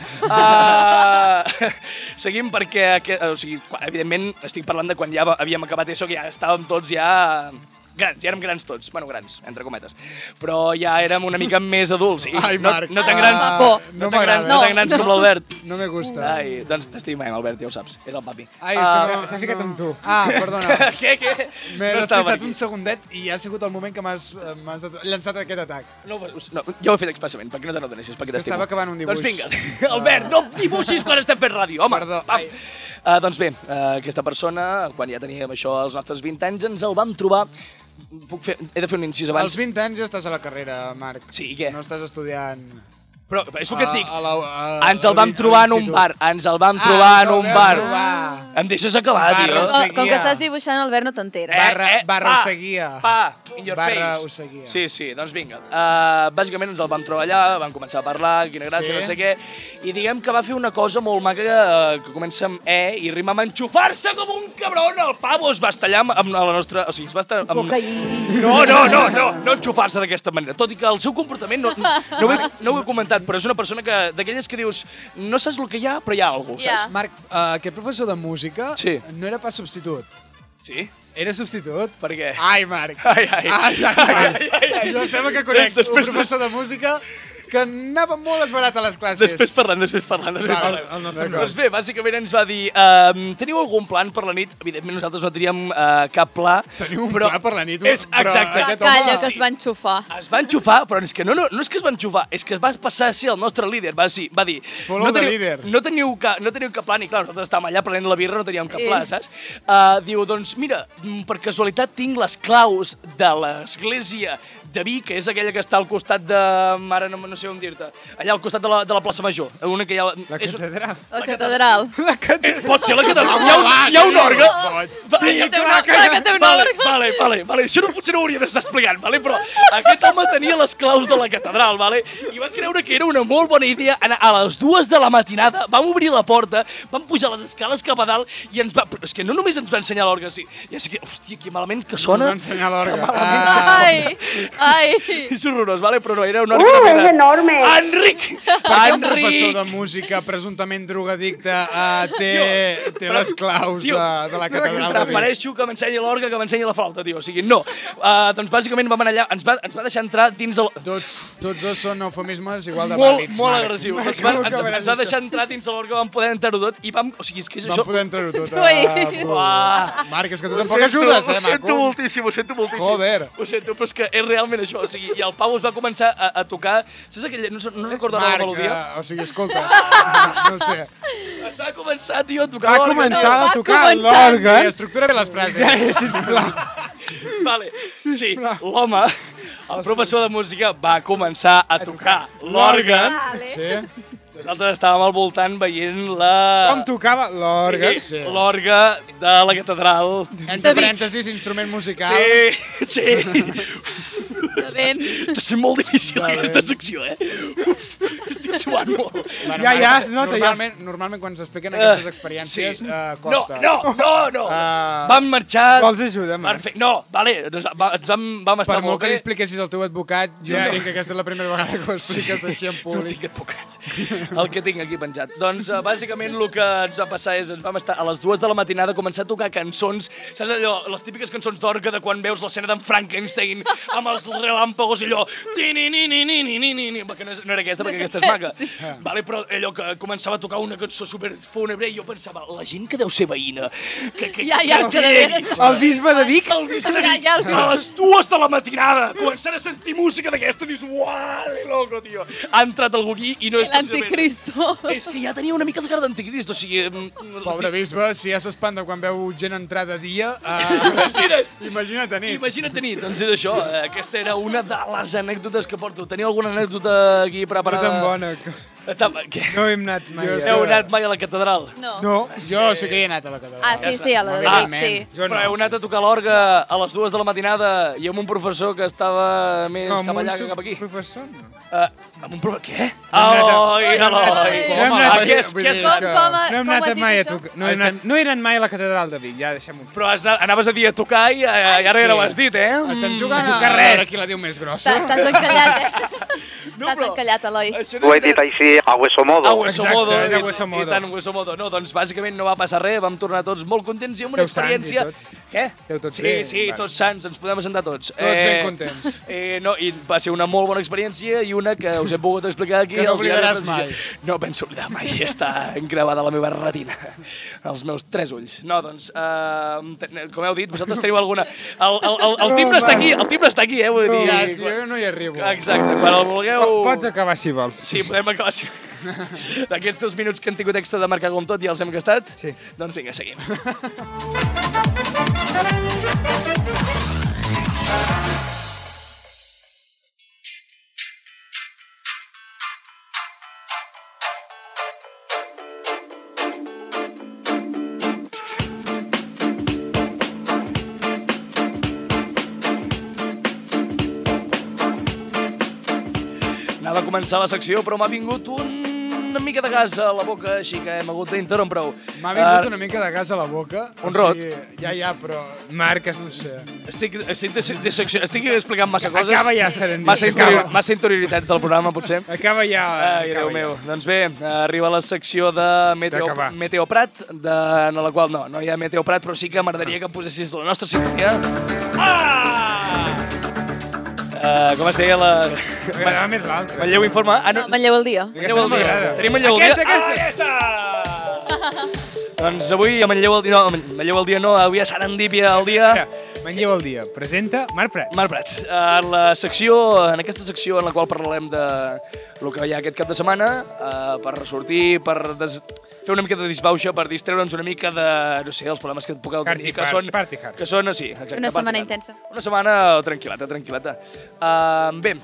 Speaker 1: Uh, [LAUGHS] seguim perquè, que, o sigui, quan, evidentment, estic parlant de quan ja va- havíem acabat ESO, que ja estàvem tots ja grans, ja érem grans tots, bueno, grans, entre cometes, però ja érem una mica més adults, i
Speaker 3: Ai,
Speaker 1: no,
Speaker 3: Marc,
Speaker 1: no tan
Speaker 3: ah,
Speaker 1: grans,
Speaker 5: por.
Speaker 1: no,
Speaker 3: no
Speaker 1: tan grans,
Speaker 3: m'agrada.
Speaker 1: no, tan
Speaker 5: No,
Speaker 1: grans
Speaker 5: no.
Speaker 1: com l'Albert.
Speaker 3: No me gusta.
Speaker 1: Ai, doncs t'estimem, Albert, ja ho saps, és el papi. Ah,
Speaker 3: Ai, és que no...
Speaker 4: s'ha ficat
Speaker 3: no-
Speaker 4: amb tu.
Speaker 3: Ah, perdona.
Speaker 1: [LAUGHS] Què, què?
Speaker 3: M'he
Speaker 1: No estava
Speaker 3: despistat
Speaker 1: aquí.
Speaker 3: un segundet i ha sigut el moment que m'has eh, m'has at- llançat aquest atac.
Speaker 1: No, no, jo ho he fet expressament, perquè no te n'adoneixis, perquè
Speaker 3: És que
Speaker 1: t'estimo.
Speaker 3: estava acabant un dibuix. Ah.
Speaker 1: Doncs vinga, [LAUGHS] Albert, no dibuixis quan estem fent ràdio, home.
Speaker 3: Perdó,
Speaker 1: Va.
Speaker 3: ai.
Speaker 1: Uh, doncs bé, uh, aquesta persona, quan ja teníem això als nostres 20 anys, ens el vam trobar... Puc fer... He de fer un incís abans.
Speaker 3: Als 20 anys ja estàs a la carrera, Marc.
Speaker 1: Sí, i què?
Speaker 3: No estàs estudiant...
Speaker 1: Però és el que et dic.
Speaker 3: A, a la, a,
Speaker 1: Ens el vam
Speaker 3: a
Speaker 1: trobar en un
Speaker 3: Ah, l'institut.
Speaker 1: bar. Ens el vam
Speaker 3: Ah,
Speaker 1: trobar
Speaker 3: ens
Speaker 1: en
Speaker 3: el
Speaker 1: un
Speaker 3: vam
Speaker 1: bar.
Speaker 3: trobar.
Speaker 1: Em deixes acabar,
Speaker 3: Bar,
Speaker 1: tio?
Speaker 3: no sé.
Speaker 5: Com, com que
Speaker 3: seguia.
Speaker 5: estàs dibuixant, Albert, no t'enteres.
Speaker 3: Barra-
Speaker 1: Eh,
Speaker 3: barra
Speaker 1: pa,
Speaker 3: ho seguia.
Speaker 1: Pa, in your
Speaker 3: Barra
Speaker 1: face.
Speaker 3: ho seguia.
Speaker 1: Sí, sí, doncs vinga. Uh, bàsicament ens el vam trobar allà, vam començar a parlar, quina gràcia,
Speaker 3: Sí.
Speaker 1: no sé què, i diguem que va fer una cosa molt maca que, que comença amb E i rima amb enxufar-se com un cabron. El pavo es va estallar amb, amb la nostra... O sigui, es va estar... Amb... No, no, no, no, no enxufar-se d'aquesta manera. Tot i que el seu comportament no, no, no, ho he, no ho he comentat, però és una persona que d'aquelles que dius no saps el que hi ha, però hi ha alguna cosa,
Speaker 5: Ja.
Speaker 3: Marc, eh, aquest professor de música
Speaker 1: Sí.
Speaker 3: no era pas substitut.
Speaker 1: saps? Sí?
Speaker 3: Era substitut?
Speaker 1: Per què?
Speaker 3: Ai, Marc.
Speaker 1: Eh. Ai, ai.
Speaker 3: Ai, ai,
Speaker 1: Ai,
Speaker 3: ai.
Speaker 1: ai, ai, ai.
Speaker 3: Jo em sembla que conec
Speaker 1: Després-
Speaker 3: un professor de música que anava molt esbarat a les classes.
Speaker 1: Després parlant, després parlant, després
Speaker 3: Val,
Speaker 1: parlant.
Speaker 3: el nostre
Speaker 1: doncs bé, bàsicament ens va dir ehm, teniu algun plan per la nit? Evidentment nosaltres no teníem eh, cap pla.
Speaker 3: Teniu un
Speaker 1: però
Speaker 3: pla per la nit,
Speaker 1: És,
Speaker 3: però
Speaker 1: exacte.
Speaker 5: Va,
Speaker 3: aquest
Speaker 5: Calla,
Speaker 3: home-
Speaker 5: que es va enxufar.
Speaker 1: Es va enxufar, però és que no, no, no és que es va enxufar, és que va passar a ser el nostre líder. Va, sí, va dir...
Speaker 3: Follow
Speaker 1: no
Speaker 3: the
Speaker 1: teniu,
Speaker 3: leader."
Speaker 1: No teniu, ca, no teniu cap pla, ni clar, nosaltres estàvem allà prenent la birra, no teníem cap
Speaker 5: Eh.
Speaker 1: pla, saps? Uh, diu, doncs mira, mm, per casualitat tinc les claus de l'església de Vic, que és aquella que està al costat de... Mare, no, no sé on dir-te. Allà al costat de la, de la plaça Major. Una que hi ha...
Speaker 4: La
Speaker 1: és un-
Speaker 4: catedral.
Speaker 5: La catedral.
Speaker 4: La catedral.
Speaker 1: Pot ser [LAUGHS] la Catalunya. Hi
Speaker 3: Home,
Speaker 1: ha un,
Speaker 3: va,
Speaker 1: hi ha un
Speaker 3: que
Speaker 1: orgue.
Speaker 3: dius, pots.
Speaker 1: Va,
Speaker 5: Sí, que té un
Speaker 1: clar,
Speaker 5: orgue,
Speaker 1: clar,
Speaker 5: que té un
Speaker 1: vale,
Speaker 5: orgue.
Speaker 1: Vale, vale, vale. Això no, potser no ho hauria d'estar explicant, vale? però aquest home tenia les claus de la catedral vale? i va creure que era una molt bona idea anar a les dues de la matinada, vam obrir la porta, vam pujar les escales cap a dalt i ens va... Però és que no només ens va ensenyar l'orgue, sí. ja sé que, hòstia, que malament que
Speaker 3: Ens
Speaker 1: sona.
Speaker 3: va ensenyar l'orgue. Ah,
Speaker 5: Ai, ai.
Speaker 1: És horrorós, vale? però no, era un orgue... de
Speaker 6: Uh, és
Speaker 1: veritat.
Speaker 6: enorme.
Speaker 1: Enric!
Speaker 3: per què un professor
Speaker 1: Enric!
Speaker 3: de música presumptament drogadicte
Speaker 1: [LAUGHS]
Speaker 3: eh, té, té les claus
Speaker 1: Tio,
Speaker 3: de, de la catedral de Vic?
Speaker 1: Prefereixo que m'ensenyi l'orga que m'ensenyi la flauta, tio. O sigui, no. Uh, doncs bàsicament vam anar allà, ens va, ens va deixar entrar dins el...
Speaker 3: Tots, tots dos són eufemismes igual de
Speaker 1: Molt,
Speaker 3: vàlids,
Speaker 1: molt
Speaker 3: Marc.
Speaker 1: agressiu. Ens va,
Speaker 4: M'acabo
Speaker 1: ens,
Speaker 4: que
Speaker 1: ens va deixar entrar dins de l'orga, vam poder entrar-ho tot i vam... O sigui, és que és
Speaker 3: Vam
Speaker 1: això...
Speaker 3: poder entrar-ho tot.
Speaker 5: Ui.
Speaker 3: eh,
Speaker 1: Ah.
Speaker 3: Marc, és que tu tampoc ajudes, eh,
Speaker 1: Ho sento
Speaker 3: Marc?
Speaker 1: moltíssim, ho sento moltíssim.
Speaker 3: Joder.
Speaker 1: Ho sento, però és que és realment això. O sigui, i el Pau es va començar a, a tocar... Saps aquella... No, no recordo ara la
Speaker 3: Marc,
Speaker 1: melodia.
Speaker 3: eh, o sigui, escolta,
Speaker 1: [LAUGHS]
Speaker 3: no ho sé.
Speaker 1: Es va començar, tio, a tocar
Speaker 4: Va
Speaker 1: l'orgue.
Speaker 4: començar
Speaker 5: Va
Speaker 4: a tocar
Speaker 5: començar.
Speaker 4: l'orgue. eh?
Speaker 3: Sí, estructura bé les frases.
Speaker 1: Vale. Sí, l'home, el professor de música, va començar a tocar l'orgue.
Speaker 3: Sí?
Speaker 1: Nosaltres estàvem al voltant veient la...
Speaker 4: Com tocava l'orgue.
Speaker 1: Sí, sí. L'orgue de la catedral.
Speaker 3: Entre parèntesis, instrument musical.
Speaker 1: Sí, sí.
Speaker 5: De vent.
Speaker 1: Està sent molt difícil
Speaker 3: Va bé.
Speaker 1: aquesta secció, eh? Uf, estic suant molt. Eh,
Speaker 3: Bueno,
Speaker 4: Ja, ja, es nota, ja.
Speaker 3: normalment, Normalment quan s'expliquen aquestes experiències
Speaker 1: sí.
Speaker 3: eh, costa.
Speaker 1: No, no, no, no.
Speaker 3: Eh,
Speaker 1: vam marxar...
Speaker 4: Vols ajuda, Marc?
Speaker 1: Perfecte. No, vale, doncs va, ens vam, vam
Speaker 3: Per
Speaker 1: estar
Speaker 3: molt
Speaker 1: molt
Speaker 3: que li
Speaker 1: bé.
Speaker 3: expliquessis al teu advocat, jo
Speaker 4: Ja.
Speaker 3: entenc que aquesta és la primera vegada que ho expliques així en
Speaker 1: No
Speaker 3: públic.
Speaker 1: tinc advocat. El que tinc aquí penjat. Doncs, uh, bàsicament, el que ens va passar és... Ens vam estar a les dues de la matinada a començar a tocar cançons... Saps allò? Les típiques cançons d'orga de quan veus l'escena d'en Frankenstein amb els relàmpagos i allò... Tinininininininini, Que no, és, no era aquesta, perquè aquesta és maca. Sí. Vale, però allò que començava a tocar una cançó super fúnebre i jo pensava, la gent que deu ser veïna... Que, que,
Speaker 5: Ja, ja, és que de veres.
Speaker 4: El bisbe de Vic.
Speaker 1: el bisbe de
Speaker 5: Ja,
Speaker 1: Vic,
Speaker 5: ja, el bisbe.
Speaker 1: a les dues de la matinada, començant a sentir música d'aquesta, dius, uale, loco, tio. Ha entrat algú aquí i no és
Speaker 5: L'anticristo.
Speaker 1: És que ja tenia una mica de cara d'anticrist, o sigui... mm,
Speaker 3: [LAUGHS] Pobre bisbe, si ja s'espanta quan veu gent entrar de dia,
Speaker 1: [LAUGHS]
Speaker 3: eh,
Speaker 1: [LAUGHS] Imagina't.
Speaker 3: imagina't a nit.
Speaker 1: Imagina't tenir, doncs és això, eh, aquesta era una de les anècdotes que porto. Teniu alguna anècdota aquí
Speaker 4: No
Speaker 1: preparada?
Speaker 4: tan bona.
Speaker 1: Tan bona. Què?
Speaker 4: No hem anat mai.
Speaker 3: Jo és
Speaker 4: eh?
Speaker 1: Heu anat mai a la catedral?
Speaker 5: No.
Speaker 4: No.
Speaker 3: Jo sí que hi he anat a la catedral.
Speaker 5: Ah, sí, sí, a la de Vic, sí.
Speaker 4: Jo no.
Speaker 1: Però heu anat a tocar l'orgue a les dues de la matinada i amb un professor que estava més
Speaker 4: No, amb
Speaker 1: cap
Speaker 4: un
Speaker 1: allà que cap aquí.
Speaker 4: professor, no.
Speaker 1: Uh, amb un problema... Què?
Speaker 4: anat a-
Speaker 1: Eloi,
Speaker 5: Ui,
Speaker 1: Eloi!
Speaker 5: Eloi.
Speaker 1: Com
Speaker 3: Home,
Speaker 1: a- Qui és,
Speaker 3: vull dir-
Speaker 1: qui és?
Speaker 3: vull
Speaker 5: Com,
Speaker 3: que-
Speaker 4: No
Speaker 5: com,
Speaker 4: hem
Speaker 5: Ah, com ho
Speaker 4: anat
Speaker 5: has dit,
Speaker 4: mai a
Speaker 5: això?
Speaker 4: tocar. No, hem anat, no he anat mai a la catedral de Vic, ja deixem-ho.
Speaker 1: Però has anat, anaves a dir a tocar i, eh, i ara ja no ho has dit, eh?
Speaker 3: Estem
Speaker 1: Mm,
Speaker 3: jugant a,
Speaker 1: tocar
Speaker 3: a
Speaker 1: res.
Speaker 3: veure qui la diu més grossa.
Speaker 5: T'ha- T'has encallat, eh?
Speaker 1: No,
Speaker 5: T'has
Speaker 1: però-
Speaker 5: encallat, Eloi.
Speaker 1: Això no
Speaker 6: Ho he
Speaker 1: és
Speaker 6: dit
Speaker 1: veritat.
Speaker 6: així, a hueso modo.
Speaker 1: A Hueso Modo,
Speaker 4: Exacte, és a
Speaker 1: i-
Speaker 4: Hueso
Speaker 1: i
Speaker 4: Modo.
Speaker 1: tant Hueso Modo. No, doncs bàsicament no va passar res, vam tornar tots molt contents i amb una
Speaker 4: Déu sants i
Speaker 1: experiència...
Speaker 4: tot.
Speaker 1: Què?
Speaker 4: Déu tots
Speaker 1: sí,
Speaker 4: bé,
Speaker 1: sí,
Speaker 4: vale.
Speaker 1: tots sants, ens podem assentar tots. Tots
Speaker 3: ben contents.
Speaker 1: [LAUGHS] Eh, no, i va ser una molt bona experiència i una que us he pogut explicar aquí...
Speaker 3: Que no
Speaker 1: al Diari de
Speaker 3: oblidaràs
Speaker 1: Transició.
Speaker 3: mai.
Speaker 1: No penso oblidar mai, està gravada a la meva retina, als meus tres ulls. No, doncs, eh, com heu dit, vosaltres teniu alguna... El, el, el, el timbre està aquí, el timbre està aquí, eh, vull dir...
Speaker 3: Ja, és que jo no hi arribo.
Speaker 1: Exacte, quan el vulgueu...
Speaker 4: Pots acabar si vols.
Speaker 1: Sí, podem acabar així. D'aquests dos minuts que han tingut extra de marcar com tot ja els hem gastat?
Speaker 4: Sí.
Speaker 1: Doncs vinga, seguim. Anava a començar la secció, però m'ha vingut un- una mica de gas a la boca, així que hem hagut d'interrompre-ho.
Speaker 3: M'ha vingut una mica de gas a la boca.
Speaker 1: Un
Speaker 3: o
Speaker 1: rot.
Speaker 3: sigui, Ja, ja, però...
Speaker 4: Marc, es...
Speaker 3: No sé.
Speaker 1: Ah, Estic, estic, des- dissecció- estic explicant massa coses.
Speaker 4: acaba ja, Serendip.
Speaker 1: Massa, interior,
Speaker 4: Acaba.
Speaker 1: massa interioritats del programa, potser.
Speaker 4: acaba ja.
Speaker 1: Ai,
Speaker 4: acaba
Speaker 1: Déu
Speaker 4: ja.
Speaker 1: meu. Doncs bé, arriba la secció de Meteo,
Speaker 4: D'acabar.
Speaker 1: Meteo Prat, de, en la qual no, no hi ha Meteo Prat, però sí que m'agradaria que posessis la nostra sintonia. Ah! Uh, com es deia la...
Speaker 4: M'agradava més l'altre.
Speaker 1: Manlleu informa... Ah, no,
Speaker 5: No, Manlleu el dia.
Speaker 1: Manlleu el dia.
Speaker 4: m'agrada.
Speaker 1: Tenim Manlleu el dia.
Speaker 4: Aquesta, aquesta.
Speaker 1: Ah, ja està! doncs avui a Manlleu el dia... No, a Manlleu el dia no, avui a Serendípia el dia...
Speaker 4: Mira, Manlleu el dia. Presenta Marc Prat.
Speaker 1: Marc Prat, en la secció, en aquesta secció en la qual parlarem de lo que hi ha aquest cap de setmana, eh, per sortir, per des... fer una mica de disbauxa, per distreure'ns una mica de, no sé, els problemes que et puc
Speaker 4: Party
Speaker 1: tenir, que
Speaker 4: hard,
Speaker 1: són...
Speaker 4: party hard.
Speaker 1: Que són, sí, exacte.
Speaker 5: Una
Speaker 1: party
Speaker 5: setmana
Speaker 1: hard.
Speaker 5: intensa.
Speaker 1: Una setmana tranquil·lata, tranquil·lata. Uh, bé,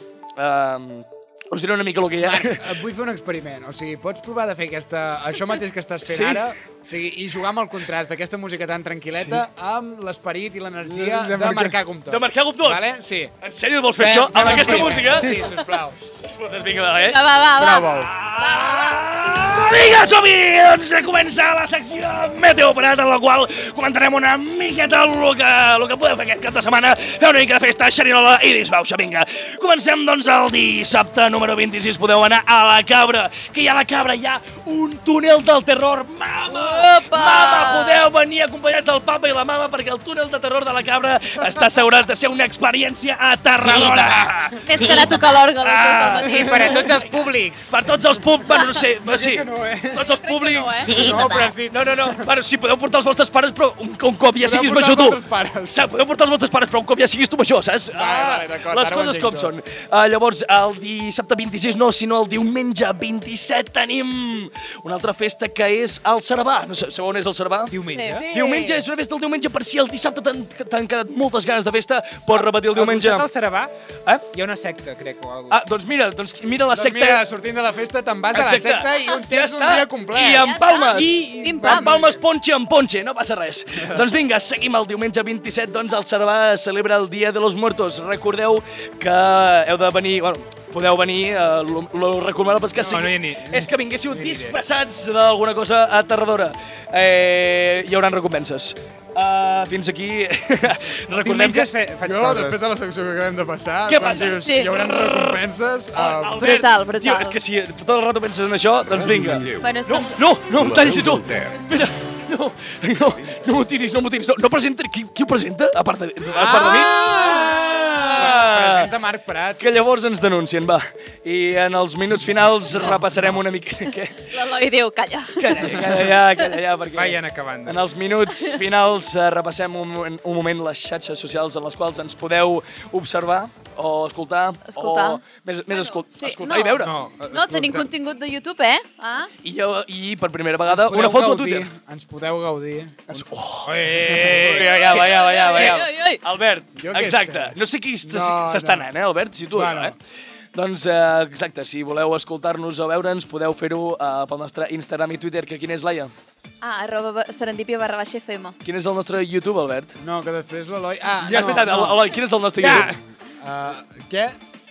Speaker 1: uh, us diré una mica el que hi ha.
Speaker 3: Et vull fer un experiment. O sigui, pots provar de fer aquesta, això mateix que estàs fent
Speaker 1: Sí.
Speaker 3: ara o sigui, i jugar amb el contrast d'aquesta música tan tranquil·leta amb l'esperit i l'energia
Speaker 4: De
Speaker 3: de,
Speaker 4: marcar-
Speaker 3: marcar com tot.
Speaker 1: De marcar com tot?
Speaker 3: Vale? Sí.
Speaker 1: En sèrio vols fer
Speaker 4: Eh,
Speaker 1: això
Speaker 3: Fem
Speaker 1: amb aquesta música?
Speaker 3: l'experiment. Sí, sisplau.
Speaker 1: Escolta, vinga, eh?
Speaker 5: Va, va, va. va.
Speaker 3: Prova-ho.
Speaker 1: Ah, Vinga, som-hi! Doncs comença la secció Meteo Prat, en la qual comentarem una miqueta el que, el que podeu fer aquest cap de setmana, fer una mica de festa, xerinola i disbauxa, vinga. Comencem, doncs, el dissabte número 26, podeu anar a la Cabra, que hi ha a la Cabra hi ha un túnel del terror, mama!
Speaker 5: Opa!
Speaker 1: Mama, podeu venir acompanyats del papa i la mama perquè el túnel de terror de la Cabra està assegurat de ser una experiència aterradora.
Speaker 5: És que ara toca l'orgue a les dues del matí.
Speaker 3: I per a tots els públics.
Speaker 1: Per tots els públics, bueno, no sé, sí,
Speaker 4: que no, eh?
Speaker 1: tots els públics,
Speaker 5: eh?
Speaker 3: No, però has dit...
Speaker 1: No, no, no. Bueno, sí, podeu portar els vostres pares, però un, un cop ja
Speaker 3: Podeu
Speaker 1: siguis
Speaker 3: portar
Speaker 1: major
Speaker 3: els
Speaker 1: tu.
Speaker 3: vostres pares.
Speaker 1: Sa- Podeu portar els vostres pares, però un cop ja siguis tu major, saps? Ah,
Speaker 3: vale, d'acord,
Speaker 1: les
Speaker 3: ara ho
Speaker 1: coses
Speaker 3: entenc
Speaker 1: com
Speaker 3: tot.
Speaker 1: són. Uh, llavors, el dissabte 26 no, sinó el diumenge 27 tenim una altra festa que és el Cervà. No sé, sabeu on és el Cervà?
Speaker 5: Sí.
Speaker 1: eh?
Speaker 5: Sí.
Speaker 1: Diumenge és una festa el diumenge per si el dissabte t'han t'han quedat moltes ganes de festa, pots repetir Ah, el diumenge.
Speaker 4: Al Cerebà
Speaker 1: Eh?
Speaker 4: hi ha una secta, crec, o alguna
Speaker 1: Ah, doncs mira, doncs mira la
Speaker 3: Doncs
Speaker 1: secta...
Speaker 3: mira, sortint de la festa te'n vas a la
Speaker 1: Exacte.
Speaker 3: secta i un tens un
Speaker 1: està.
Speaker 3: dia complet.
Speaker 1: I
Speaker 5: Ja
Speaker 1: en
Speaker 5: està.
Speaker 1: palmes.
Speaker 5: I-
Speaker 1: en
Speaker 5: Pim, pam.
Speaker 1: palmes ponche en ponche, no passa
Speaker 3: [LAUGHS]
Speaker 1: res. doncs vinga, seguim el diumenge 27, doncs el Cervà celebra el Dia de los Muertos. Recordeu que heu de venir... Bueno, podeu venir, eh, lo, lo recomanable és que,
Speaker 4: No, no hi aniré.
Speaker 1: és que vinguéssiu disfressats d'alguna cosa aterradora. Eh, hi haurà recompenses. Uh, fins aquí. [LAUGHS]
Speaker 4: cosa.
Speaker 1: Recordem que...
Speaker 4: Diumenges fe, faig
Speaker 3: Jo,
Speaker 4: coses.
Speaker 3: després de la secció que acabem de passar,
Speaker 1: Què
Speaker 3: quan
Speaker 1: passa?
Speaker 3: dius,
Speaker 5: Sí.
Speaker 3: hi haurà recompenses... Uh,
Speaker 1: Albert,
Speaker 5: Brutal, brutal.
Speaker 1: Tio, és que si tot el rato penses en això, doncs vinga.
Speaker 5: Bueno, és
Speaker 1: No,
Speaker 5: com-
Speaker 1: no, no em tallis tu. Mira, no, no, no m'ho tiris, no m'ho tiris. No, no presenta, qui, qui ho presenta? A part de, a part de mi?
Speaker 3: Presenta Marc Prat.
Speaker 1: Que llavors ens denuncien, va. I en els minuts finals repassarem una mica... [LAUGHS] Que,
Speaker 5: L'Eloi diu, calla.
Speaker 1: calla, calla, ja, calla, ja, perquè...
Speaker 4: Vayan acabant.
Speaker 1: En els minuts finals eh, repassem un, moment- un moment les xarxes socials en les quals ens podeu observar o escoltar,
Speaker 5: Escoltar.
Speaker 1: o més, més escol
Speaker 5: sí,
Speaker 1: escoltar
Speaker 5: no.
Speaker 1: i veure.
Speaker 4: No, eh,
Speaker 5: No, tenim contingut de YouTube, eh? Ah?
Speaker 1: I, jo, I per primera vegada una foto a Twitter.
Speaker 3: Ens podeu gaudir. Oh.
Speaker 1: Ui, ja, va, ja, va, ja, va,
Speaker 5: Ui, ui, ui.
Speaker 1: ja. Albert,
Speaker 3: Jo què
Speaker 1: exacte.
Speaker 3: sé.
Speaker 1: No sé qui està-
Speaker 3: No,
Speaker 1: s'està
Speaker 3: no.
Speaker 1: anant, eh, Albert? Si tu,
Speaker 3: Bueno.
Speaker 1: eh? Doncs eh, exacte, si voleu escoltar-nos o veure'ns, podeu fer-ho eh, pel nostre Instagram i Twitter, que quin és, Laia?
Speaker 5: Ah, arroba ba- serendipia barra baixa FM.
Speaker 1: Quin és el nostre YouTube, Albert?
Speaker 3: No, que després l'Eloi... Ah,
Speaker 1: Ja, és
Speaker 3: no,
Speaker 1: veritat,
Speaker 3: no.
Speaker 1: Eloi, quin és el nostre YouTube?
Speaker 3: Uh, què?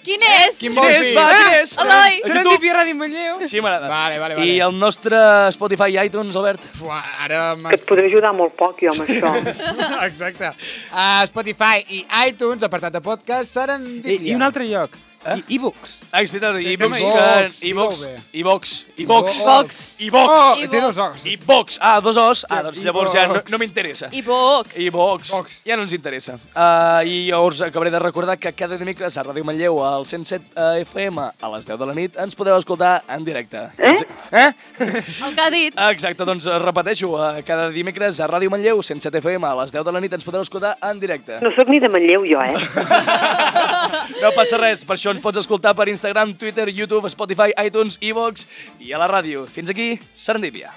Speaker 5: Quin és?
Speaker 1: Quin
Speaker 3: Quin vols
Speaker 1: és,
Speaker 3: dir? Ah,
Speaker 1: va, quin és?
Speaker 5: Eloi!
Speaker 1: El
Speaker 4: Tenen
Speaker 1: YouTube?
Speaker 4: tipia Ràdio Manlleu.
Speaker 1: Sí, m'agrada.
Speaker 3: Vale, vale, vale.
Speaker 1: I el nostre Spotify i iTunes, Albert?
Speaker 3: Uf, ara
Speaker 6: Que
Speaker 3: m'has...
Speaker 6: et podré ajudar molt poc, jo, amb això.
Speaker 3: [LAUGHS] Exacte. A Spotify i iTunes, apartat de podcast,
Speaker 4: I,
Speaker 3: serendipia.
Speaker 4: I un altre lloc.
Speaker 1: Eh?
Speaker 4: I- E-books.
Speaker 1: Ah, és veritat, i Vox,
Speaker 3: iVox,
Speaker 1: i Vox,
Speaker 3: digueu bé.
Speaker 1: i Vox, i Vox,
Speaker 5: Vox.
Speaker 1: i Vox,
Speaker 5: I
Speaker 4: Oh, té
Speaker 5: Vox.
Speaker 4: dos ocs.
Speaker 1: i Vox. Ah, dos os. Ah, doncs
Speaker 4: I
Speaker 1: llavors ja no,
Speaker 4: Vox.
Speaker 1: no m'interessa.
Speaker 5: I Vox.
Speaker 1: I Vox.
Speaker 4: Vox.
Speaker 1: Ja no ens interessa. Uh, I jo us acabaré de recordar que cada dimecres a Ràdio Manlleu, al 107 FM, a les 10 de la nit, ens podeu escoltar en directe.
Speaker 6: Eh?
Speaker 1: Eh? [LAUGHS]
Speaker 5: El que ha dit.
Speaker 1: Exacte, doncs eh, repeteixo, eh, cada dimecres a Ràdio Manlleu, 107 FM, a les 10 de la nit, ens podeu escoltar en directe.
Speaker 6: No sóc ni de Manlleu, jo, eh?
Speaker 1: [LAUGHS] No passa res, per això ens pots escoltar per Instagram, Twitter, YouTube, Spotify, iTunes, iVox i a la ràdio. Fins aquí, Serendipia.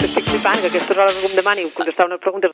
Speaker 6: Estic flipant, que a aquestes hores algú em demani contestar una pregunta